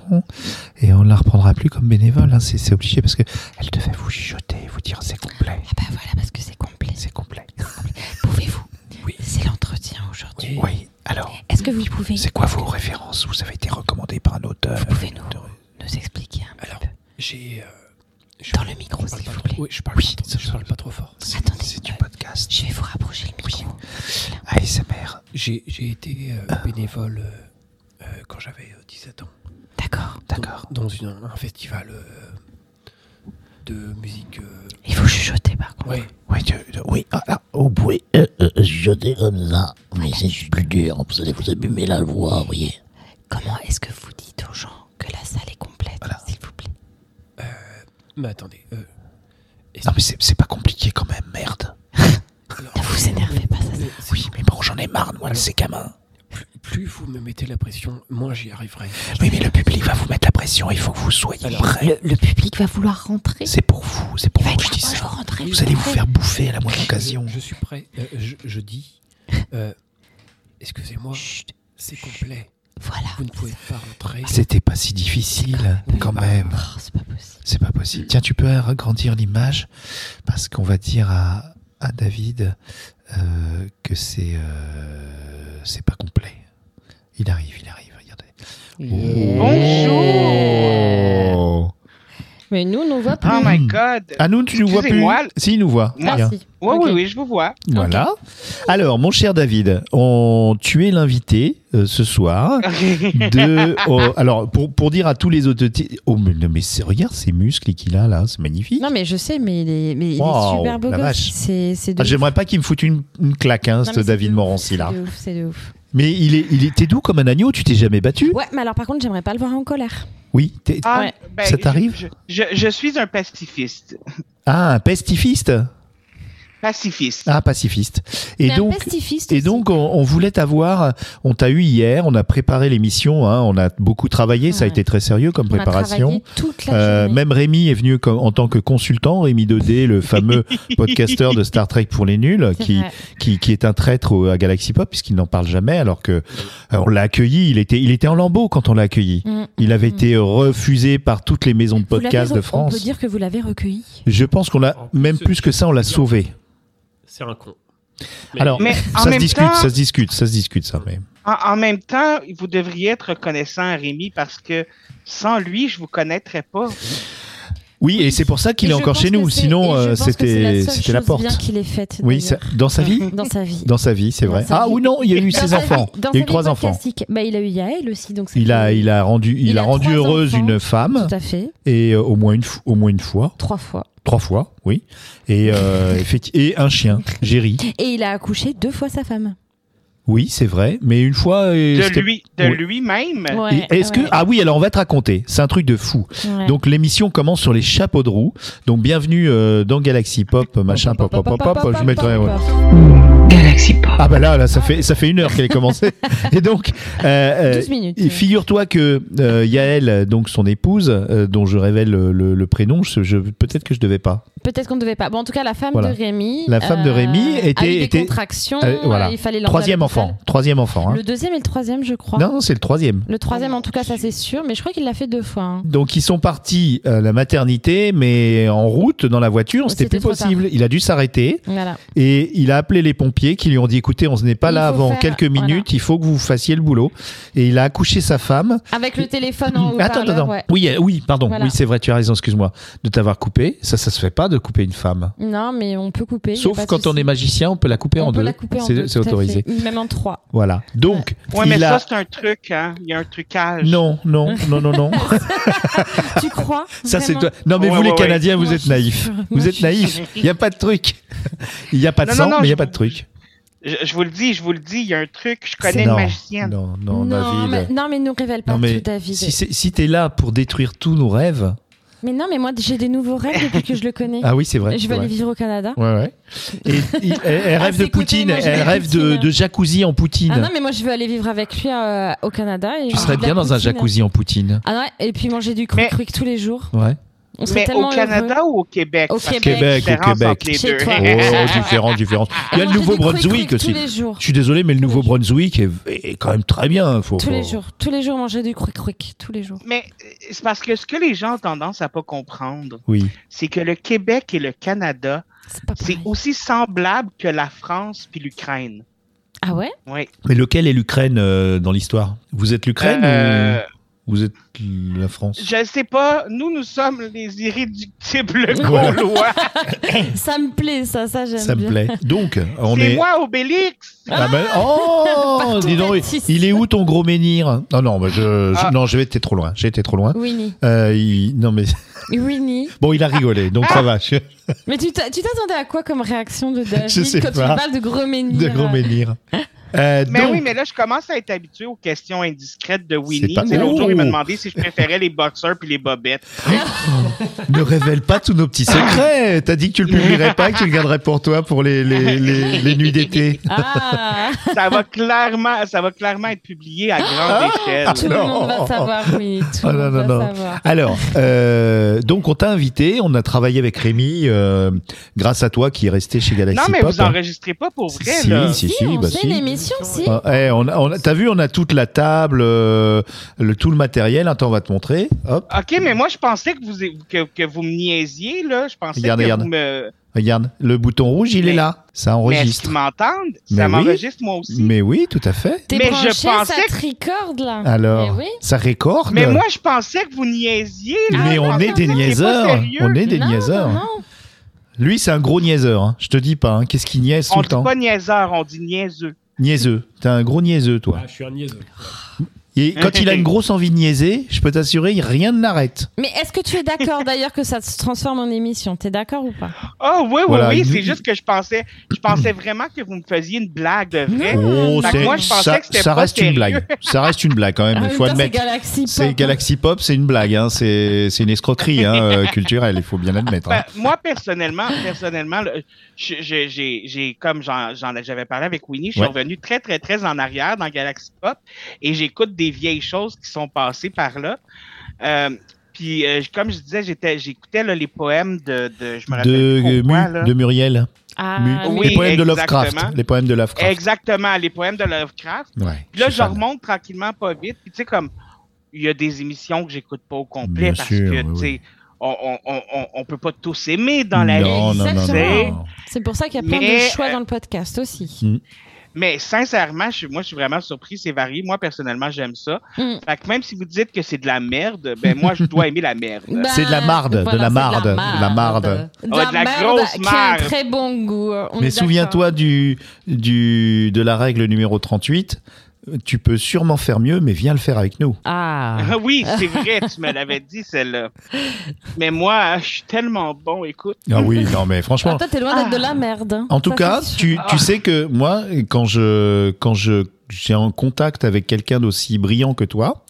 [SPEAKER 7] et on ne la reprendra plus comme bénévole. hein, c'est c'est obligé parce que elle devait vous chuchoter, vous dire c'est complet,
[SPEAKER 5] Ah bah voilà parce que c'est complet.
[SPEAKER 7] c'est complet.
[SPEAKER 5] Pouvez-vous
[SPEAKER 3] Oui.
[SPEAKER 5] C'est l'entretien aujourd'hui.
[SPEAKER 7] Oui. Alors,
[SPEAKER 5] Est-ce que vous pouvez
[SPEAKER 7] c'est quoi vos références Vous avez été recommandé par un auteur.
[SPEAKER 5] Vous pouvez nous, nous expliquer un
[SPEAKER 3] Alors,
[SPEAKER 5] peu
[SPEAKER 3] j'ai. euh, je
[SPEAKER 5] dans
[SPEAKER 3] parle-
[SPEAKER 5] le micro
[SPEAKER 3] je parle
[SPEAKER 5] s'il
[SPEAKER 3] pas
[SPEAKER 5] vous
[SPEAKER 3] trop-
[SPEAKER 5] plaît
[SPEAKER 3] Oui, je parle,
[SPEAKER 7] Oui,
[SPEAKER 3] pas, trop- je parle pas trop fort.
[SPEAKER 7] C'est-
[SPEAKER 5] Attendez,
[SPEAKER 7] C'est du
[SPEAKER 5] euh,
[SPEAKER 7] podcast.
[SPEAKER 5] Je vais vous rapprocher le micro.
[SPEAKER 7] ASMR.
[SPEAKER 3] J'ai j'ai été
[SPEAKER 5] Ah.
[SPEAKER 3] euh, bénévole euh, euh, quand j'avais euh, 17 ans.
[SPEAKER 5] D'accord.
[SPEAKER 7] D'accord.
[SPEAKER 3] Dans, dans une- un festival euh, de musique. euh,
[SPEAKER 5] Il faut chuchoter par contre.
[SPEAKER 3] ouais.
[SPEAKER 7] Oui, tu- tu- oui. Ah, ah,
[SPEAKER 8] Oh, vous pouvez euh, euh, jeter comme ça, mais c'est plus dur, vous allez vous abîmer la voix, vous voyez.
[SPEAKER 5] Comment est-ce que vous dites aux gens que la salle est complète s'il vous plaît
[SPEAKER 3] Mais attendez. euh, est-ce-
[SPEAKER 7] Non mais c'est c'est pas compliqué quand même, merde.
[SPEAKER 3] alors,
[SPEAKER 5] Ne vous énervez pas ça.
[SPEAKER 3] mais
[SPEAKER 5] ça-
[SPEAKER 3] c'est-
[SPEAKER 7] Oui, mais bon, j'en ai marre, moi, de ces gamins.
[SPEAKER 3] plus, plus vous me mettez la pression, moins j'y arriverai.
[SPEAKER 7] Oui, mais le public va vous mettre la pression, il faut que vous soyez
[SPEAKER 3] Alors,
[SPEAKER 7] prêts.
[SPEAKER 5] Le public va vouloir rentrer.
[SPEAKER 7] C'est pour vous, c'est pour
[SPEAKER 5] Il va
[SPEAKER 7] vous que
[SPEAKER 5] être
[SPEAKER 7] je
[SPEAKER 5] là,
[SPEAKER 7] dis
[SPEAKER 5] moi, je
[SPEAKER 7] ça.
[SPEAKER 5] veux rentrer.
[SPEAKER 7] Vous allez vous faire bouffer à la moindre
[SPEAKER 3] Je-
[SPEAKER 7] occasion.
[SPEAKER 3] Je, suis prêt. Euh, je, je dis. euh, Excusez-moi,
[SPEAKER 5] Chut,
[SPEAKER 3] c'est complet.
[SPEAKER 5] voilà.
[SPEAKER 3] Vous ne pouvez pas rentrer.
[SPEAKER 7] C'était pas si difficile, quand même.
[SPEAKER 5] Oh, c'est pas possible.
[SPEAKER 7] C'est pas possible. Tiens, tu peux agrandir l'image, parce qu'on va dire à, à David euh, que c'est euh, c'est pas complet. Il arrive, il arrive, regardez.
[SPEAKER 4] Oh.
[SPEAKER 7] Oh.
[SPEAKER 4] Bonjour.
[SPEAKER 5] Mais nous, on nous voit
[SPEAKER 6] Oh my god.
[SPEAKER 4] Ah nous, tu nous vois plus.
[SPEAKER 6] Excusez-moi.
[SPEAKER 4] Si, il nous voit.
[SPEAKER 6] Moi,
[SPEAKER 4] Bien.
[SPEAKER 6] Oui,
[SPEAKER 5] Ah, ok.
[SPEAKER 6] oui, oui, je vous vois.
[SPEAKER 4] Voilà. Alors, mon cher David, on, tu es l'invité euh, ce soir de. oh, alors, pour, pour dire à tous les autres. Oh, mais, non, mais c'est- regarde ces muscles qu'il a là, c'est magnifique.
[SPEAKER 5] Non, mais je sais, mais il est, mais il est
[SPEAKER 4] Wow,
[SPEAKER 5] super beau
[SPEAKER 4] la
[SPEAKER 5] gosse.
[SPEAKER 4] vache.
[SPEAKER 5] C'est c'est de
[SPEAKER 4] Ah, J'aimerais pas qu'il me foute une, une claque, hein,
[SPEAKER 5] Non,
[SPEAKER 4] ce
[SPEAKER 5] mais c'est
[SPEAKER 4] David
[SPEAKER 5] de ouf,
[SPEAKER 4] Morancy là.
[SPEAKER 5] C'est de ouf, c'est de ouf.
[SPEAKER 4] Mais il est, il est, t'es doux comme un agneau, tu t'es jamais battu
[SPEAKER 5] Ouais, mais alors par contre, j'aimerais pas le voir en colère.
[SPEAKER 4] Oui. t'es-
[SPEAKER 6] Ah,
[SPEAKER 5] Ouais.
[SPEAKER 6] ben,
[SPEAKER 4] Ça
[SPEAKER 6] je-
[SPEAKER 4] t'arrive
[SPEAKER 6] je, je, je suis un pacifiste.
[SPEAKER 4] Ah, un pestifiste
[SPEAKER 6] Pacifiste.
[SPEAKER 4] Ah, pacifiste. Et
[SPEAKER 5] C'est
[SPEAKER 4] donc.
[SPEAKER 5] un pestifiste.
[SPEAKER 4] Et
[SPEAKER 5] Ben, aussi.
[SPEAKER 4] donc, on, on voulait t'avoir, on t'a eu hier, on a préparé l'émission, hein, on a beaucoup travaillé, ça a
[SPEAKER 5] Ouais.
[SPEAKER 4] été très sérieux comme
[SPEAKER 5] On a
[SPEAKER 4] préparation.
[SPEAKER 5] travaillé toute la
[SPEAKER 4] Euh,
[SPEAKER 5] journée.
[SPEAKER 4] même Rémi est venu comme, en tant que consultant, Rémi 2D, le
[SPEAKER 5] *laughs*
[SPEAKER 4] fameux podcasteur de Star Trek pour les nuls,
[SPEAKER 5] C'est
[SPEAKER 4] qui,
[SPEAKER 5] vrai.
[SPEAKER 4] qui, qui est un traître au- à Galaxy Pop, puisqu'il n'en parle jamais, alors que euh, on l'a accueilli, il était, il était en lambeau quand on l'a accueilli.
[SPEAKER 5] Mm.
[SPEAKER 4] Il avait
[SPEAKER 5] Mm.
[SPEAKER 4] été refusé par toutes les maisons de
[SPEAKER 5] Vous l'avez
[SPEAKER 4] podcast
[SPEAKER 5] re-
[SPEAKER 4] de
[SPEAKER 5] On peut
[SPEAKER 4] France.
[SPEAKER 5] dire que vous l'avez recueilli.
[SPEAKER 4] Je pense qu'on l'a,
[SPEAKER 3] En plus,
[SPEAKER 4] même plus que ça, on l'a
[SPEAKER 3] c'est-
[SPEAKER 4] sauvé.
[SPEAKER 3] C'est un con.
[SPEAKER 4] Alors,
[SPEAKER 6] Mais en
[SPEAKER 4] ça se
[SPEAKER 6] même
[SPEAKER 4] discute,
[SPEAKER 6] temps-
[SPEAKER 4] ça se discute, ça se discute, ça. Mais...
[SPEAKER 6] En, en même temps, vous devriez être reconnaissant à Rémi parce que sans lui, je vous connaîtrais pas.
[SPEAKER 4] Oui, et c'est pour ça qu'il
[SPEAKER 5] Et
[SPEAKER 4] est
[SPEAKER 5] je
[SPEAKER 4] encore
[SPEAKER 5] pense
[SPEAKER 4] chez
[SPEAKER 5] que
[SPEAKER 4] nous.
[SPEAKER 5] c'est-
[SPEAKER 4] Sinon,
[SPEAKER 5] et je
[SPEAKER 4] euh,
[SPEAKER 5] pense que c'est
[SPEAKER 4] c'était,
[SPEAKER 5] seule
[SPEAKER 4] c'était la
[SPEAKER 5] chose
[SPEAKER 4] porte.
[SPEAKER 5] bien qu'il ait faite.
[SPEAKER 4] Oui,
[SPEAKER 5] d'ailleurs.
[SPEAKER 4] ça- dans sa vie,
[SPEAKER 5] Dans sa vie.
[SPEAKER 4] dans sa vie, c'est
[SPEAKER 5] Dans
[SPEAKER 4] vrai.
[SPEAKER 5] sa
[SPEAKER 4] Ah
[SPEAKER 5] vie.
[SPEAKER 4] ou non, il y a eu
[SPEAKER 5] Dans
[SPEAKER 4] ses
[SPEAKER 5] sa
[SPEAKER 4] enfants.
[SPEAKER 5] vie- dans
[SPEAKER 4] Il y a
[SPEAKER 5] sa
[SPEAKER 4] eu trois
[SPEAKER 5] vie
[SPEAKER 4] enfants.
[SPEAKER 5] podcastique. Bah, il a eu Yael aussi, donc c'est
[SPEAKER 4] Il a,
[SPEAKER 5] que-
[SPEAKER 4] il a rendu, il,
[SPEAKER 5] Il
[SPEAKER 4] a,
[SPEAKER 5] a
[SPEAKER 4] rendu
[SPEAKER 5] trois
[SPEAKER 4] heureuse
[SPEAKER 5] enfants.
[SPEAKER 4] une femme
[SPEAKER 5] Tout à fait.
[SPEAKER 4] et euh, au moins une, f- au moins une fois,
[SPEAKER 5] Trois fois.
[SPEAKER 4] trois fois, oui. Et
[SPEAKER 5] *laughs*
[SPEAKER 4] euh, effecti- et un chien, Jerry.
[SPEAKER 5] Et il a accouché deux fois sa femme.
[SPEAKER 4] Oui, c'est vrai, mais une fois. euh,
[SPEAKER 6] De
[SPEAKER 4] c'était-
[SPEAKER 6] lui, de
[SPEAKER 4] Ouais.
[SPEAKER 6] lui-même.
[SPEAKER 5] Ouais,
[SPEAKER 4] Et Est-ce que
[SPEAKER 5] ouais,
[SPEAKER 4] ah oui alors on va te raconter c'est un truc de fou
[SPEAKER 5] ouais.
[SPEAKER 4] donc l'émission commence sur les chapeaux de roue donc bienvenue euh, dans Galaxy Pop machin pop pop pop pop, je mettrai ouais.
[SPEAKER 1] Galaxy Pop.
[SPEAKER 4] Ah bah là, là ça fait ça fait une heure qu'elle est commencée. Et donc, euh, euh,
[SPEAKER 5] 12 minutes.
[SPEAKER 4] et figure-toi que euh, Yael, donc son épouse, euh, dont je révèle le, le- le prénom, je, je- peut-être que je devais pas.
[SPEAKER 5] Peut-être qu'on ne devait pas. Bon, en tout cas, la femme
[SPEAKER 4] Voilà.
[SPEAKER 5] de Rémi. euh,
[SPEAKER 4] La femme de Rémi était-
[SPEAKER 5] a eu des
[SPEAKER 4] était-
[SPEAKER 5] contractions.
[SPEAKER 4] Euh, voilà.
[SPEAKER 5] euh, Il fallait l'emmener
[SPEAKER 4] Troisième
[SPEAKER 5] à l'hôpital.
[SPEAKER 4] enfant, troisième enfant. hein.
[SPEAKER 5] Le deuxième et le troisième, je crois.
[SPEAKER 4] Non, non, c'est le troisième.
[SPEAKER 5] Le troisième, en tout cas, ça c'est sûr. Mais je crois qu'il l'a fait deux fois. hein.
[SPEAKER 4] Donc ils sont partis à la maternité, mais en route dans la voiture, c'était
[SPEAKER 5] C'était
[SPEAKER 4] plus
[SPEAKER 5] trop tard.
[SPEAKER 4] possible. Il a dû s'arrêter
[SPEAKER 5] Voilà.
[SPEAKER 4] et il a appelé les pompiers qui lui ont dit écoutez, on n'est pas
[SPEAKER 5] Il
[SPEAKER 4] là
[SPEAKER 5] faut
[SPEAKER 4] avant
[SPEAKER 5] faire-
[SPEAKER 4] quelques minutes,
[SPEAKER 5] voilà.
[SPEAKER 4] il faut que vous fassiez le boulot. Et il a accouché sa femme.
[SPEAKER 5] Avec le téléphone en haut.
[SPEAKER 4] attends, attends.
[SPEAKER 5] Ouais.
[SPEAKER 4] Oui, euh, oui, pardon.
[SPEAKER 5] Voilà.
[SPEAKER 4] Oui, c'est vrai, tu as raison, excuse-moi de t'avoir coupé. Ça, ça se fait pas de couper une femme.
[SPEAKER 5] Non, mais on peut couper. y a pas
[SPEAKER 4] Sauf
[SPEAKER 5] de
[SPEAKER 4] quand on
[SPEAKER 5] souci.
[SPEAKER 4] est magicien, on peut la couper
[SPEAKER 5] on
[SPEAKER 4] en
[SPEAKER 5] peut
[SPEAKER 4] deux.
[SPEAKER 5] la couper en
[SPEAKER 4] C'est-
[SPEAKER 5] deux.
[SPEAKER 4] C'est
[SPEAKER 5] tout à
[SPEAKER 4] autorisé.
[SPEAKER 5] fait. Même
[SPEAKER 4] *laughs*
[SPEAKER 5] en trois.
[SPEAKER 4] Voilà. Donc,
[SPEAKER 6] Ouais, mais
[SPEAKER 4] il a-
[SPEAKER 6] ça, c'est un truc, hein. Il y a un trucage.
[SPEAKER 4] non, non, non, non,
[SPEAKER 5] *laughs*
[SPEAKER 4] non.
[SPEAKER 5] tu crois
[SPEAKER 4] Ça, c'est
[SPEAKER 5] vraiment
[SPEAKER 4] toi. Non, mais
[SPEAKER 6] Ouais,
[SPEAKER 4] vous,
[SPEAKER 6] ouais,
[SPEAKER 4] les
[SPEAKER 6] ouais.
[SPEAKER 4] Canadiens, vous
[SPEAKER 5] Moi,
[SPEAKER 4] êtes
[SPEAKER 5] je-
[SPEAKER 4] naïfs.
[SPEAKER 5] Moi,
[SPEAKER 4] Vous
[SPEAKER 5] je
[SPEAKER 4] êtes naïfs. Il n'y a pas de truc. *laughs* Il n'y a pas de
[SPEAKER 6] Non,
[SPEAKER 4] sang,
[SPEAKER 6] non, non,
[SPEAKER 4] mais il n'y a
[SPEAKER 6] je-
[SPEAKER 4] pas de truc.
[SPEAKER 6] Je, je vous le dis, je vous le dis, il y a un truc. Je
[SPEAKER 5] C'est-
[SPEAKER 6] connais une
[SPEAKER 4] Non,
[SPEAKER 6] magicienne.
[SPEAKER 4] non, non,
[SPEAKER 5] non, mais,
[SPEAKER 4] David.
[SPEAKER 5] non, mais ne révèle pas
[SPEAKER 4] Non, mais
[SPEAKER 5] tout, David.
[SPEAKER 4] Si, c'est- si t'es là pour détruire tous nos rêves.
[SPEAKER 5] Mais non, mais moi, j'ai des nouveaux rêves depuis que je le connais.
[SPEAKER 4] Ah oui, c'est vrai.
[SPEAKER 5] je vais
[SPEAKER 4] c'est
[SPEAKER 5] aller
[SPEAKER 4] vrai.
[SPEAKER 5] vivre au Canada.
[SPEAKER 4] Ouais, ouais. Et, il- elle, elle
[SPEAKER 5] À
[SPEAKER 4] rêve
[SPEAKER 5] ses
[SPEAKER 4] de
[SPEAKER 5] côtés,
[SPEAKER 4] Poutine.
[SPEAKER 5] moi, j'ai
[SPEAKER 4] elle
[SPEAKER 5] la
[SPEAKER 4] rêve de,
[SPEAKER 5] Poutine.
[SPEAKER 4] de jacuzzi en Poutine.
[SPEAKER 5] Ah non, mais moi, je veux aller vivre avec lui euh, au Canada. Et
[SPEAKER 4] tu
[SPEAKER 5] je
[SPEAKER 4] serais
[SPEAKER 5] veux de la
[SPEAKER 4] bien dans un
[SPEAKER 5] poutine.
[SPEAKER 4] jacuzzi en Poutine.
[SPEAKER 5] Ah non, et puis manger du cru
[SPEAKER 6] Mais-
[SPEAKER 5] cru tous les jours.
[SPEAKER 4] Ouais.
[SPEAKER 5] On serait
[SPEAKER 6] Mais au
[SPEAKER 5] tellement
[SPEAKER 6] Canada
[SPEAKER 5] heureux.
[SPEAKER 6] ou au Québec?
[SPEAKER 5] Au
[SPEAKER 6] Parce qu'il y a
[SPEAKER 4] Québec,
[SPEAKER 6] une
[SPEAKER 4] au
[SPEAKER 6] différence entre
[SPEAKER 4] Québec.
[SPEAKER 6] les
[SPEAKER 5] Chez
[SPEAKER 6] deux.
[SPEAKER 5] toi.
[SPEAKER 6] *laughs*
[SPEAKER 4] Oh, différent, différent. Il y a le
[SPEAKER 5] Manger du
[SPEAKER 4] Nouveau-Brunswick
[SPEAKER 5] cruic-cruic
[SPEAKER 4] aussi.
[SPEAKER 5] Tous les jours.
[SPEAKER 4] Je suis désolé, mais le Nouveau-Brunswick est, est quand même très bien. Faut,
[SPEAKER 5] Tous les
[SPEAKER 4] faut-
[SPEAKER 5] jours. Tous les jours, manger du cruic-cruic. Tous les jours.
[SPEAKER 6] Mais euh, c'est parce que ce que les gens ont tendance à pas comprendre,
[SPEAKER 4] Oui.
[SPEAKER 6] c'est que le Québec et le Canada,
[SPEAKER 5] C'est pas
[SPEAKER 6] c'est
[SPEAKER 5] pareil.
[SPEAKER 6] aussi semblable que la France puis l'Ukraine.
[SPEAKER 5] Ah ouais
[SPEAKER 6] Oui.
[SPEAKER 4] Mais lequel est l'Ukraine euh, dans l'histoire Vous êtes l'Ukraine
[SPEAKER 6] Euh,
[SPEAKER 4] ou vous êtes la France
[SPEAKER 6] Je sais pas, nous, nous sommes les irréductibles
[SPEAKER 4] Voilà.
[SPEAKER 6] Gaulois.
[SPEAKER 5] Ça me plaît, ça, ça j'aime
[SPEAKER 4] Ça me
[SPEAKER 5] bien.
[SPEAKER 4] plaît. Donc, on
[SPEAKER 6] C'est
[SPEAKER 4] est.
[SPEAKER 6] moi, Obélix!
[SPEAKER 4] Ah ben- oh,
[SPEAKER 5] Partout
[SPEAKER 4] dis donc,
[SPEAKER 5] Baptiste.
[SPEAKER 4] il est où ton gros menhir Non, non, mais je, je-
[SPEAKER 6] Ah.
[SPEAKER 4] non, j'ai été trop loin. J'ai été trop loin.
[SPEAKER 5] Winnie.
[SPEAKER 4] Euh, il- non mais *laughs*
[SPEAKER 5] Winnie.
[SPEAKER 4] bon, il a rigolé, donc
[SPEAKER 6] Ah.
[SPEAKER 4] ça va. je-
[SPEAKER 5] Mais tu t'a- tu t'attendais à quoi comme réaction de David
[SPEAKER 4] Je sais
[SPEAKER 5] quand
[SPEAKER 4] pas.
[SPEAKER 5] tu parles de gros menhir
[SPEAKER 4] de gros menhir. Euh,
[SPEAKER 6] Mais
[SPEAKER 4] donc,
[SPEAKER 6] oui, mais là, je commence à être habitué aux questions indiscrètes de Winnie.
[SPEAKER 4] pas
[SPEAKER 6] Tu sais, L'autre jour, il m'a
[SPEAKER 4] Oh.
[SPEAKER 6] demandé si je préférais les boxeurs puis les bobettes.
[SPEAKER 4] ne révèle pas tous nos petits secrets. T'as dit que tu le publierais pas, que tu le garderais pour toi pour les les, les, les nuits d'été. *laughs*
[SPEAKER 5] Ah
[SPEAKER 6] Ça va clairement, ça va clairement être publié à grande échelle.
[SPEAKER 5] Tout le monde va savoir,
[SPEAKER 4] *laughs*
[SPEAKER 5] Winnie. Tout
[SPEAKER 4] Ah,
[SPEAKER 5] le
[SPEAKER 4] non,
[SPEAKER 5] monde
[SPEAKER 4] non,
[SPEAKER 5] va
[SPEAKER 4] non.
[SPEAKER 5] savoir.
[SPEAKER 4] Alors, euh, donc on t'a invité, on a travaillé avec Rémi, euh, grâce à toi qui est resté chez Galaxy
[SPEAKER 6] Non, mais
[SPEAKER 4] Pop. hein.
[SPEAKER 6] vous enregistrez pas pour vrai,
[SPEAKER 4] Si,
[SPEAKER 6] là.
[SPEAKER 4] si, si,
[SPEAKER 5] Si, on
[SPEAKER 4] bah
[SPEAKER 5] fait
[SPEAKER 4] si.
[SPEAKER 5] une émission, si.
[SPEAKER 4] Ah, eh, on a- on a- T'as vu, on a toute la table, euh, le, tout le matériel. Attends, on va te montrer. Hop,
[SPEAKER 6] OK, mais moi, je pensais que vous, que, que vous me niaisiez, là. Je pensais
[SPEAKER 4] Regarde,
[SPEAKER 6] que
[SPEAKER 4] regarde.
[SPEAKER 6] vous me...
[SPEAKER 4] regarde, le bouton rouge, il
[SPEAKER 6] Mais-
[SPEAKER 4] est là. Ça
[SPEAKER 6] Mais est-ce
[SPEAKER 4] enregistre.
[SPEAKER 6] qu'ils m'entendent?
[SPEAKER 4] Mais
[SPEAKER 6] Ça
[SPEAKER 4] oui.
[SPEAKER 6] m'enregistre, moi aussi.
[SPEAKER 4] Mais oui, tout à fait.
[SPEAKER 5] T'es
[SPEAKER 6] Mais je
[SPEAKER 5] branché, ça
[SPEAKER 6] pensais que-
[SPEAKER 5] tricorde, là.
[SPEAKER 4] Alors,
[SPEAKER 5] Mais oui.
[SPEAKER 4] ça récorde.
[SPEAKER 6] Mais moi, ah, je pensais que vous niaisiez, là.
[SPEAKER 4] Mais
[SPEAKER 6] Je
[SPEAKER 4] on
[SPEAKER 6] pensais
[SPEAKER 4] est
[SPEAKER 6] que
[SPEAKER 4] des
[SPEAKER 6] vous étiez pas
[SPEAKER 4] niaiseurs.
[SPEAKER 6] sérieux.
[SPEAKER 4] On est des
[SPEAKER 5] Non,
[SPEAKER 4] niaiseurs.
[SPEAKER 5] non, non.
[SPEAKER 4] Lui, c'est un gros niaiseur. hein. Je te dis pas. hein. Qu'est-ce qu'il niaise tout
[SPEAKER 6] On
[SPEAKER 4] le
[SPEAKER 6] dit
[SPEAKER 4] temps
[SPEAKER 6] pas niaiseur, on dit niaiseux.
[SPEAKER 4] Niaiseux. T'es un gros niaiseux, toi.
[SPEAKER 2] Ah, je suis un niaiseux.
[SPEAKER 4] Et quand il a
[SPEAKER 6] *laughs*
[SPEAKER 4] une grosse envie de niaiser, je peux t'assurer, rien ne l'arrête.
[SPEAKER 5] Mais est-ce que tu
[SPEAKER 4] *laughs*
[SPEAKER 5] es d'accord d'ailleurs que ça se transforme en émission T'es d'accord ou
[SPEAKER 4] Ah,
[SPEAKER 5] pas
[SPEAKER 6] Oh, oui, oui,
[SPEAKER 4] Voilà,
[SPEAKER 6] oui.
[SPEAKER 4] nous-
[SPEAKER 6] C'est juste que je pensais, je pensais vraiment que vous me faisiez une blague de vrai.
[SPEAKER 5] Non,
[SPEAKER 4] Oh,
[SPEAKER 5] Bah,
[SPEAKER 4] c'est-
[SPEAKER 5] moi, je
[SPEAKER 6] pensais
[SPEAKER 4] ça,
[SPEAKER 6] que c'était
[SPEAKER 4] ça
[SPEAKER 6] pas
[SPEAKER 4] reste une
[SPEAKER 6] sérieux.
[SPEAKER 4] blague. Ça reste une blague quand même.
[SPEAKER 5] En
[SPEAKER 4] Il
[SPEAKER 5] même
[SPEAKER 4] faut
[SPEAKER 5] temps, c'est
[SPEAKER 4] admettre.
[SPEAKER 5] Galaxy
[SPEAKER 4] Ah, C'est
[SPEAKER 5] Pop.
[SPEAKER 4] Galaxy Pop, hein. c'est une blague, hein. c'est c'est une escroquerie hein, euh, culturelle, il faut bien l'admettre. hein.
[SPEAKER 6] Ben, moi, personnellement, personnellement, là, je- je- j'ai, j'ai, comme j'en, j'en- j'avais parlé avec Winnie, je suis
[SPEAKER 4] Ouais.
[SPEAKER 6] revenu très, très, très en arrière dans Galaxy Pop et j'écoute des vieilles choses qui sont passées par là. Euh, puis, euh, comme je disais, j'étais, j'écoutais là, les poèmes de, de je me rappelle
[SPEAKER 4] De,
[SPEAKER 6] plus
[SPEAKER 4] euh,
[SPEAKER 6] pourquoi,
[SPEAKER 4] Mu-
[SPEAKER 6] là.
[SPEAKER 4] de Muriel,
[SPEAKER 5] Ah,
[SPEAKER 4] Mu.
[SPEAKER 5] mais-
[SPEAKER 6] Oui,
[SPEAKER 4] les poèmes de
[SPEAKER 6] exactement.
[SPEAKER 4] Lovecraft. Les poèmes de Lovecraft.
[SPEAKER 6] Exactement, les poèmes de Lovecraft.
[SPEAKER 4] Ouais,
[SPEAKER 6] Puis là,
[SPEAKER 4] je
[SPEAKER 6] je
[SPEAKER 4] suis fan.
[SPEAKER 6] remonte tranquillement, pas vite. Puis tu sais, comme, il y a des émissions que j'écoute pas au complet
[SPEAKER 4] Bien
[SPEAKER 6] parce
[SPEAKER 4] sûr,
[SPEAKER 6] que,
[SPEAKER 4] oui,
[SPEAKER 6] tu
[SPEAKER 4] oui.
[SPEAKER 6] sais, on, on, on- on, on peut pas tous aimer dans la vie.
[SPEAKER 4] non, non, non, non,
[SPEAKER 5] Exactement.
[SPEAKER 4] non.
[SPEAKER 5] C'est pour ça qu'il y a plein
[SPEAKER 6] Mais,
[SPEAKER 5] de choix
[SPEAKER 6] euh,
[SPEAKER 5] dans le podcast aussi.
[SPEAKER 6] Mais sincèrement, je suis, moi, je suis vraiment surpris. C'est varié. Moi, personnellement, j'aime ça.
[SPEAKER 5] Mm.
[SPEAKER 6] Fait que même si vous dites que c'est de la merde, ben moi, je dois aimer
[SPEAKER 5] *laughs*
[SPEAKER 6] la merde.
[SPEAKER 5] Bah.
[SPEAKER 4] Bah, C'est de la marde, de la marde, de la marde.
[SPEAKER 6] Oh, de la grosse
[SPEAKER 5] qui a un
[SPEAKER 6] marde.
[SPEAKER 5] très bon goût. on est
[SPEAKER 4] Mais
[SPEAKER 5] d'accord.
[SPEAKER 4] souviens-toi du, du, de la règle numéro 38. Tu peux sûrement faire mieux, mais viens le faire avec nous.
[SPEAKER 5] Ah.
[SPEAKER 6] *laughs* oui, c'est vrai, tu me l'avais dit, celle-là. Mais moi, je suis tellement bon, écoute.
[SPEAKER 4] Ah oui, non, mais franchement.
[SPEAKER 5] Ah, toi, t'es loin d'être de la merde. hein. Ah.
[SPEAKER 4] En tout
[SPEAKER 5] Ça,
[SPEAKER 4] cas,
[SPEAKER 5] c'est sûr.
[SPEAKER 4] tu, tu sais que moi, quand je quand je j'ai un contact avec quelqu'un d'aussi brillant que toi,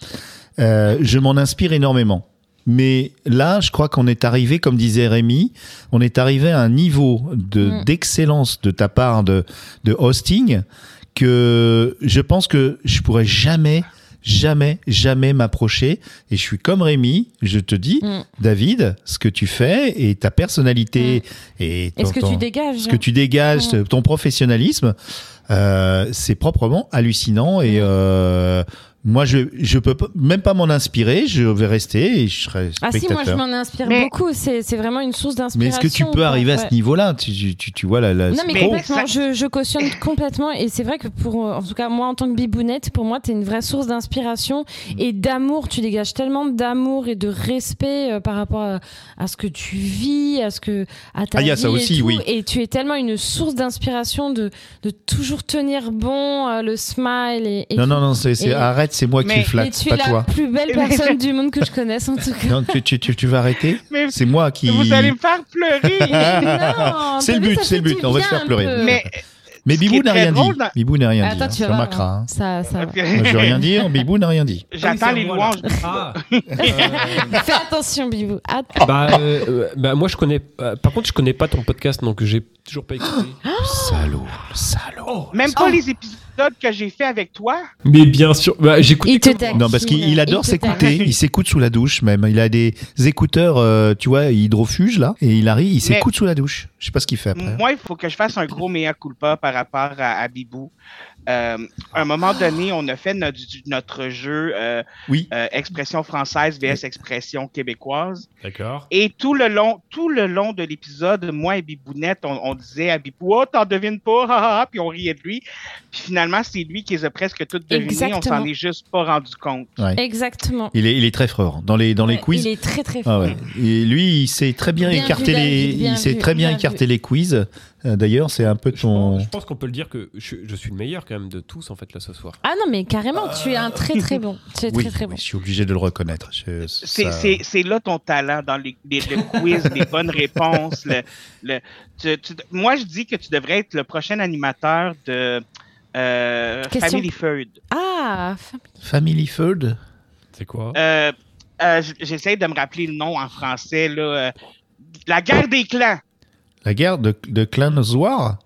[SPEAKER 4] euh, je m'en inspire énormément. Mais là, je crois qu'on est arrivé, comme disait Rémi, on est arrivé à un niveau de
[SPEAKER 5] Mm.
[SPEAKER 4] d'excellence de ta part de de hosting que je pense que je pourrais jamais jamais jamais m'approcher et je suis comme Rémi je te dis
[SPEAKER 5] Mm.
[SPEAKER 4] David ce que tu fais et ta personnalité et
[SPEAKER 5] Mm. Est-ce
[SPEAKER 4] ton-
[SPEAKER 5] que
[SPEAKER 4] ton-
[SPEAKER 5] tu dégages
[SPEAKER 4] ce que tu dégages,
[SPEAKER 5] Mm.
[SPEAKER 4] ton professionnalisme, euh, c'est proprement hallucinant et euh, Moi, je je peux pas- même pas m'en inspirer. Je vais rester et je serai
[SPEAKER 5] Ah si,
[SPEAKER 4] spectateur.
[SPEAKER 5] moi je m'en inspire
[SPEAKER 6] Mais-
[SPEAKER 5] beaucoup. C'est c'est vraiment une source
[SPEAKER 4] mais
[SPEAKER 5] d'inspiration.
[SPEAKER 4] est-ce que tu peux
[SPEAKER 5] quoi,
[SPEAKER 4] arriver à
[SPEAKER 5] ouais.
[SPEAKER 4] ce niveau-là tu, tu, tu- tu vois la, la-
[SPEAKER 5] Non, mais,
[SPEAKER 6] Mais
[SPEAKER 5] complètement,
[SPEAKER 6] ça-
[SPEAKER 5] je, je
[SPEAKER 4] *laughs*
[SPEAKER 5] cautionne complètement. Et c'est vrai que pour, euh, en tout cas, moi, en tant que bibounette, pour moi, t'es une vraie source d'inspiration et d'amour. Tu dégages tellement d'amour et de respect euh, par rapport à, à ce que tu vis, à ce que, à ta
[SPEAKER 4] Ah, il
[SPEAKER 5] vie.
[SPEAKER 4] y a ça
[SPEAKER 5] et
[SPEAKER 4] aussi,
[SPEAKER 5] tout.
[SPEAKER 4] oui.
[SPEAKER 5] Et tu es tellement une source d'inspiration de, de toujours tenir bon, euh, le smile et, et
[SPEAKER 4] non,
[SPEAKER 5] tout.
[SPEAKER 4] non, non, c'est, c'est-
[SPEAKER 5] Et-
[SPEAKER 4] arrête, c'est moi qui
[SPEAKER 6] Mais-
[SPEAKER 4] le flatte,
[SPEAKER 5] Et tu
[SPEAKER 4] c'est
[SPEAKER 5] es
[SPEAKER 4] pas
[SPEAKER 5] la
[SPEAKER 4] toi.
[SPEAKER 5] plus belle personne du monde que je connaisse, en
[SPEAKER 4] *laughs*
[SPEAKER 5] tout cas.
[SPEAKER 4] Non, tu, tu, tu, tu vas arrêter
[SPEAKER 6] Mais
[SPEAKER 4] C'est moi qui.
[SPEAKER 6] vous allez me faire
[SPEAKER 4] *laughs*
[SPEAKER 6] pleurer.
[SPEAKER 5] Non,
[SPEAKER 4] C'est
[SPEAKER 5] t'as
[SPEAKER 4] le
[SPEAKER 5] vu,
[SPEAKER 4] but,
[SPEAKER 5] ça
[SPEAKER 4] c'est le
[SPEAKER 5] fait
[SPEAKER 4] but,
[SPEAKER 5] du
[SPEAKER 4] on va te
[SPEAKER 5] bien
[SPEAKER 4] faire
[SPEAKER 5] un
[SPEAKER 4] pleurer.
[SPEAKER 5] peu.
[SPEAKER 6] mais
[SPEAKER 4] Mais
[SPEAKER 6] Ce qui
[SPEAKER 4] Bibou
[SPEAKER 6] est
[SPEAKER 4] n'a
[SPEAKER 6] très
[SPEAKER 4] rien dit.
[SPEAKER 6] drôle dans-
[SPEAKER 4] Bibou n'a rien dit.
[SPEAKER 5] Attends,
[SPEAKER 4] hein,
[SPEAKER 5] tu
[SPEAKER 4] ça
[SPEAKER 5] vas voir.
[SPEAKER 4] marquera, hein.
[SPEAKER 5] Ça, ça va.
[SPEAKER 4] Moi, je vais
[SPEAKER 5] *laughs*
[SPEAKER 4] rien dire, Bibou n'a rien dit.
[SPEAKER 6] euh, J'attends les
[SPEAKER 2] voilà.
[SPEAKER 6] louanges. *laughs*
[SPEAKER 2] Ah,
[SPEAKER 5] *laughs* Fais attention, Bibou. Attends.
[SPEAKER 2] bah, euh, euh, bah, moi je connais. euh, par contre, je connais pas ton podcast, donc j'ai toujours pas écouté.
[SPEAKER 4] Salaud,
[SPEAKER 5] Oh.
[SPEAKER 4] salaud.
[SPEAKER 6] Même pas les épisodes que j'ai fait avec toi.
[SPEAKER 2] *gasps* Mais bien sûr, bah, j'écoute.
[SPEAKER 5] Il te taquine.
[SPEAKER 4] Non, parce qu'il il adore
[SPEAKER 5] te
[SPEAKER 4] s'écouter,
[SPEAKER 5] taquine.
[SPEAKER 4] il s'écoute sous la douche même. Il a des écouteurs, euh, tu vois, hydrofuges là, et il arrive, il s'écoute sous la douche. Je sais pas ce qu'il fait après.
[SPEAKER 6] Moi, il faut que je fasse un gros mea culpa par rapport à, à Bibou. Euh, à un moment donné, on a fait notre, notre jeu euh,
[SPEAKER 4] Oui.
[SPEAKER 6] euh, expression française vs expression québécoise.
[SPEAKER 2] D'accord.
[SPEAKER 6] Et tout le long, tout le long de l'épisode, moi et Bibounette, on, on disait à Bibou, oh, t'en devines pas, ah, ah, ah, puis on riait de lui. Puis finalement, c'est lui qui les a presque toutes devinées, on
[SPEAKER 5] Exactement.
[SPEAKER 6] s'en est juste pas rendu compte.
[SPEAKER 5] Exactement.
[SPEAKER 4] Il est, il est très fort hein. dans les dans les quiz.
[SPEAKER 5] Il est très très fort.
[SPEAKER 4] Ah ouais. Et lui, il sait très bien,
[SPEAKER 5] Bien
[SPEAKER 4] écarter
[SPEAKER 5] vu,
[SPEAKER 4] les,
[SPEAKER 5] David, bien
[SPEAKER 4] il sait
[SPEAKER 5] vu,
[SPEAKER 4] très bien,
[SPEAKER 5] bien
[SPEAKER 4] écarter les quiz. Euh, D'ailleurs, c'est un peu
[SPEAKER 2] Je pense,
[SPEAKER 4] ton.
[SPEAKER 2] je pense qu'on peut le dire que je, je suis le meilleur quand même de tous en fait là ce soir.
[SPEAKER 5] Ah non, mais carrément, tu es un très très bon. Tu es
[SPEAKER 4] Oui,
[SPEAKER 5] très très bon.
[SPEAKER 4] oui, je suis obligé de le reconnaître. Je-
[SPEAKER 6] C'est-
[SPEAKER 4] ça-
[SPEAKER 6] C'est c'est là ton talent dans les, les- le quiz,
[SPEAKER 4] *laughs*
[SPEAKER 6] les bonnes réponses. Le, le- tu- tu- moi, je dis que tu devrais être le prochain animateur de euh,
[SPEAKER 5] Question-
[SPEAKER 6] Family Feud.
[SPEAKER 5] Ah, f-
[SPEAKER 4] Family Feud.
[SPEAKER 2] C'est quoi
[SPEAKER 6] Euh, euh, j- J'essaie de me rappeler le nom en français. Là, euh, la guerre des clans.
[SPEAKER 4] La guerre de, de Clan War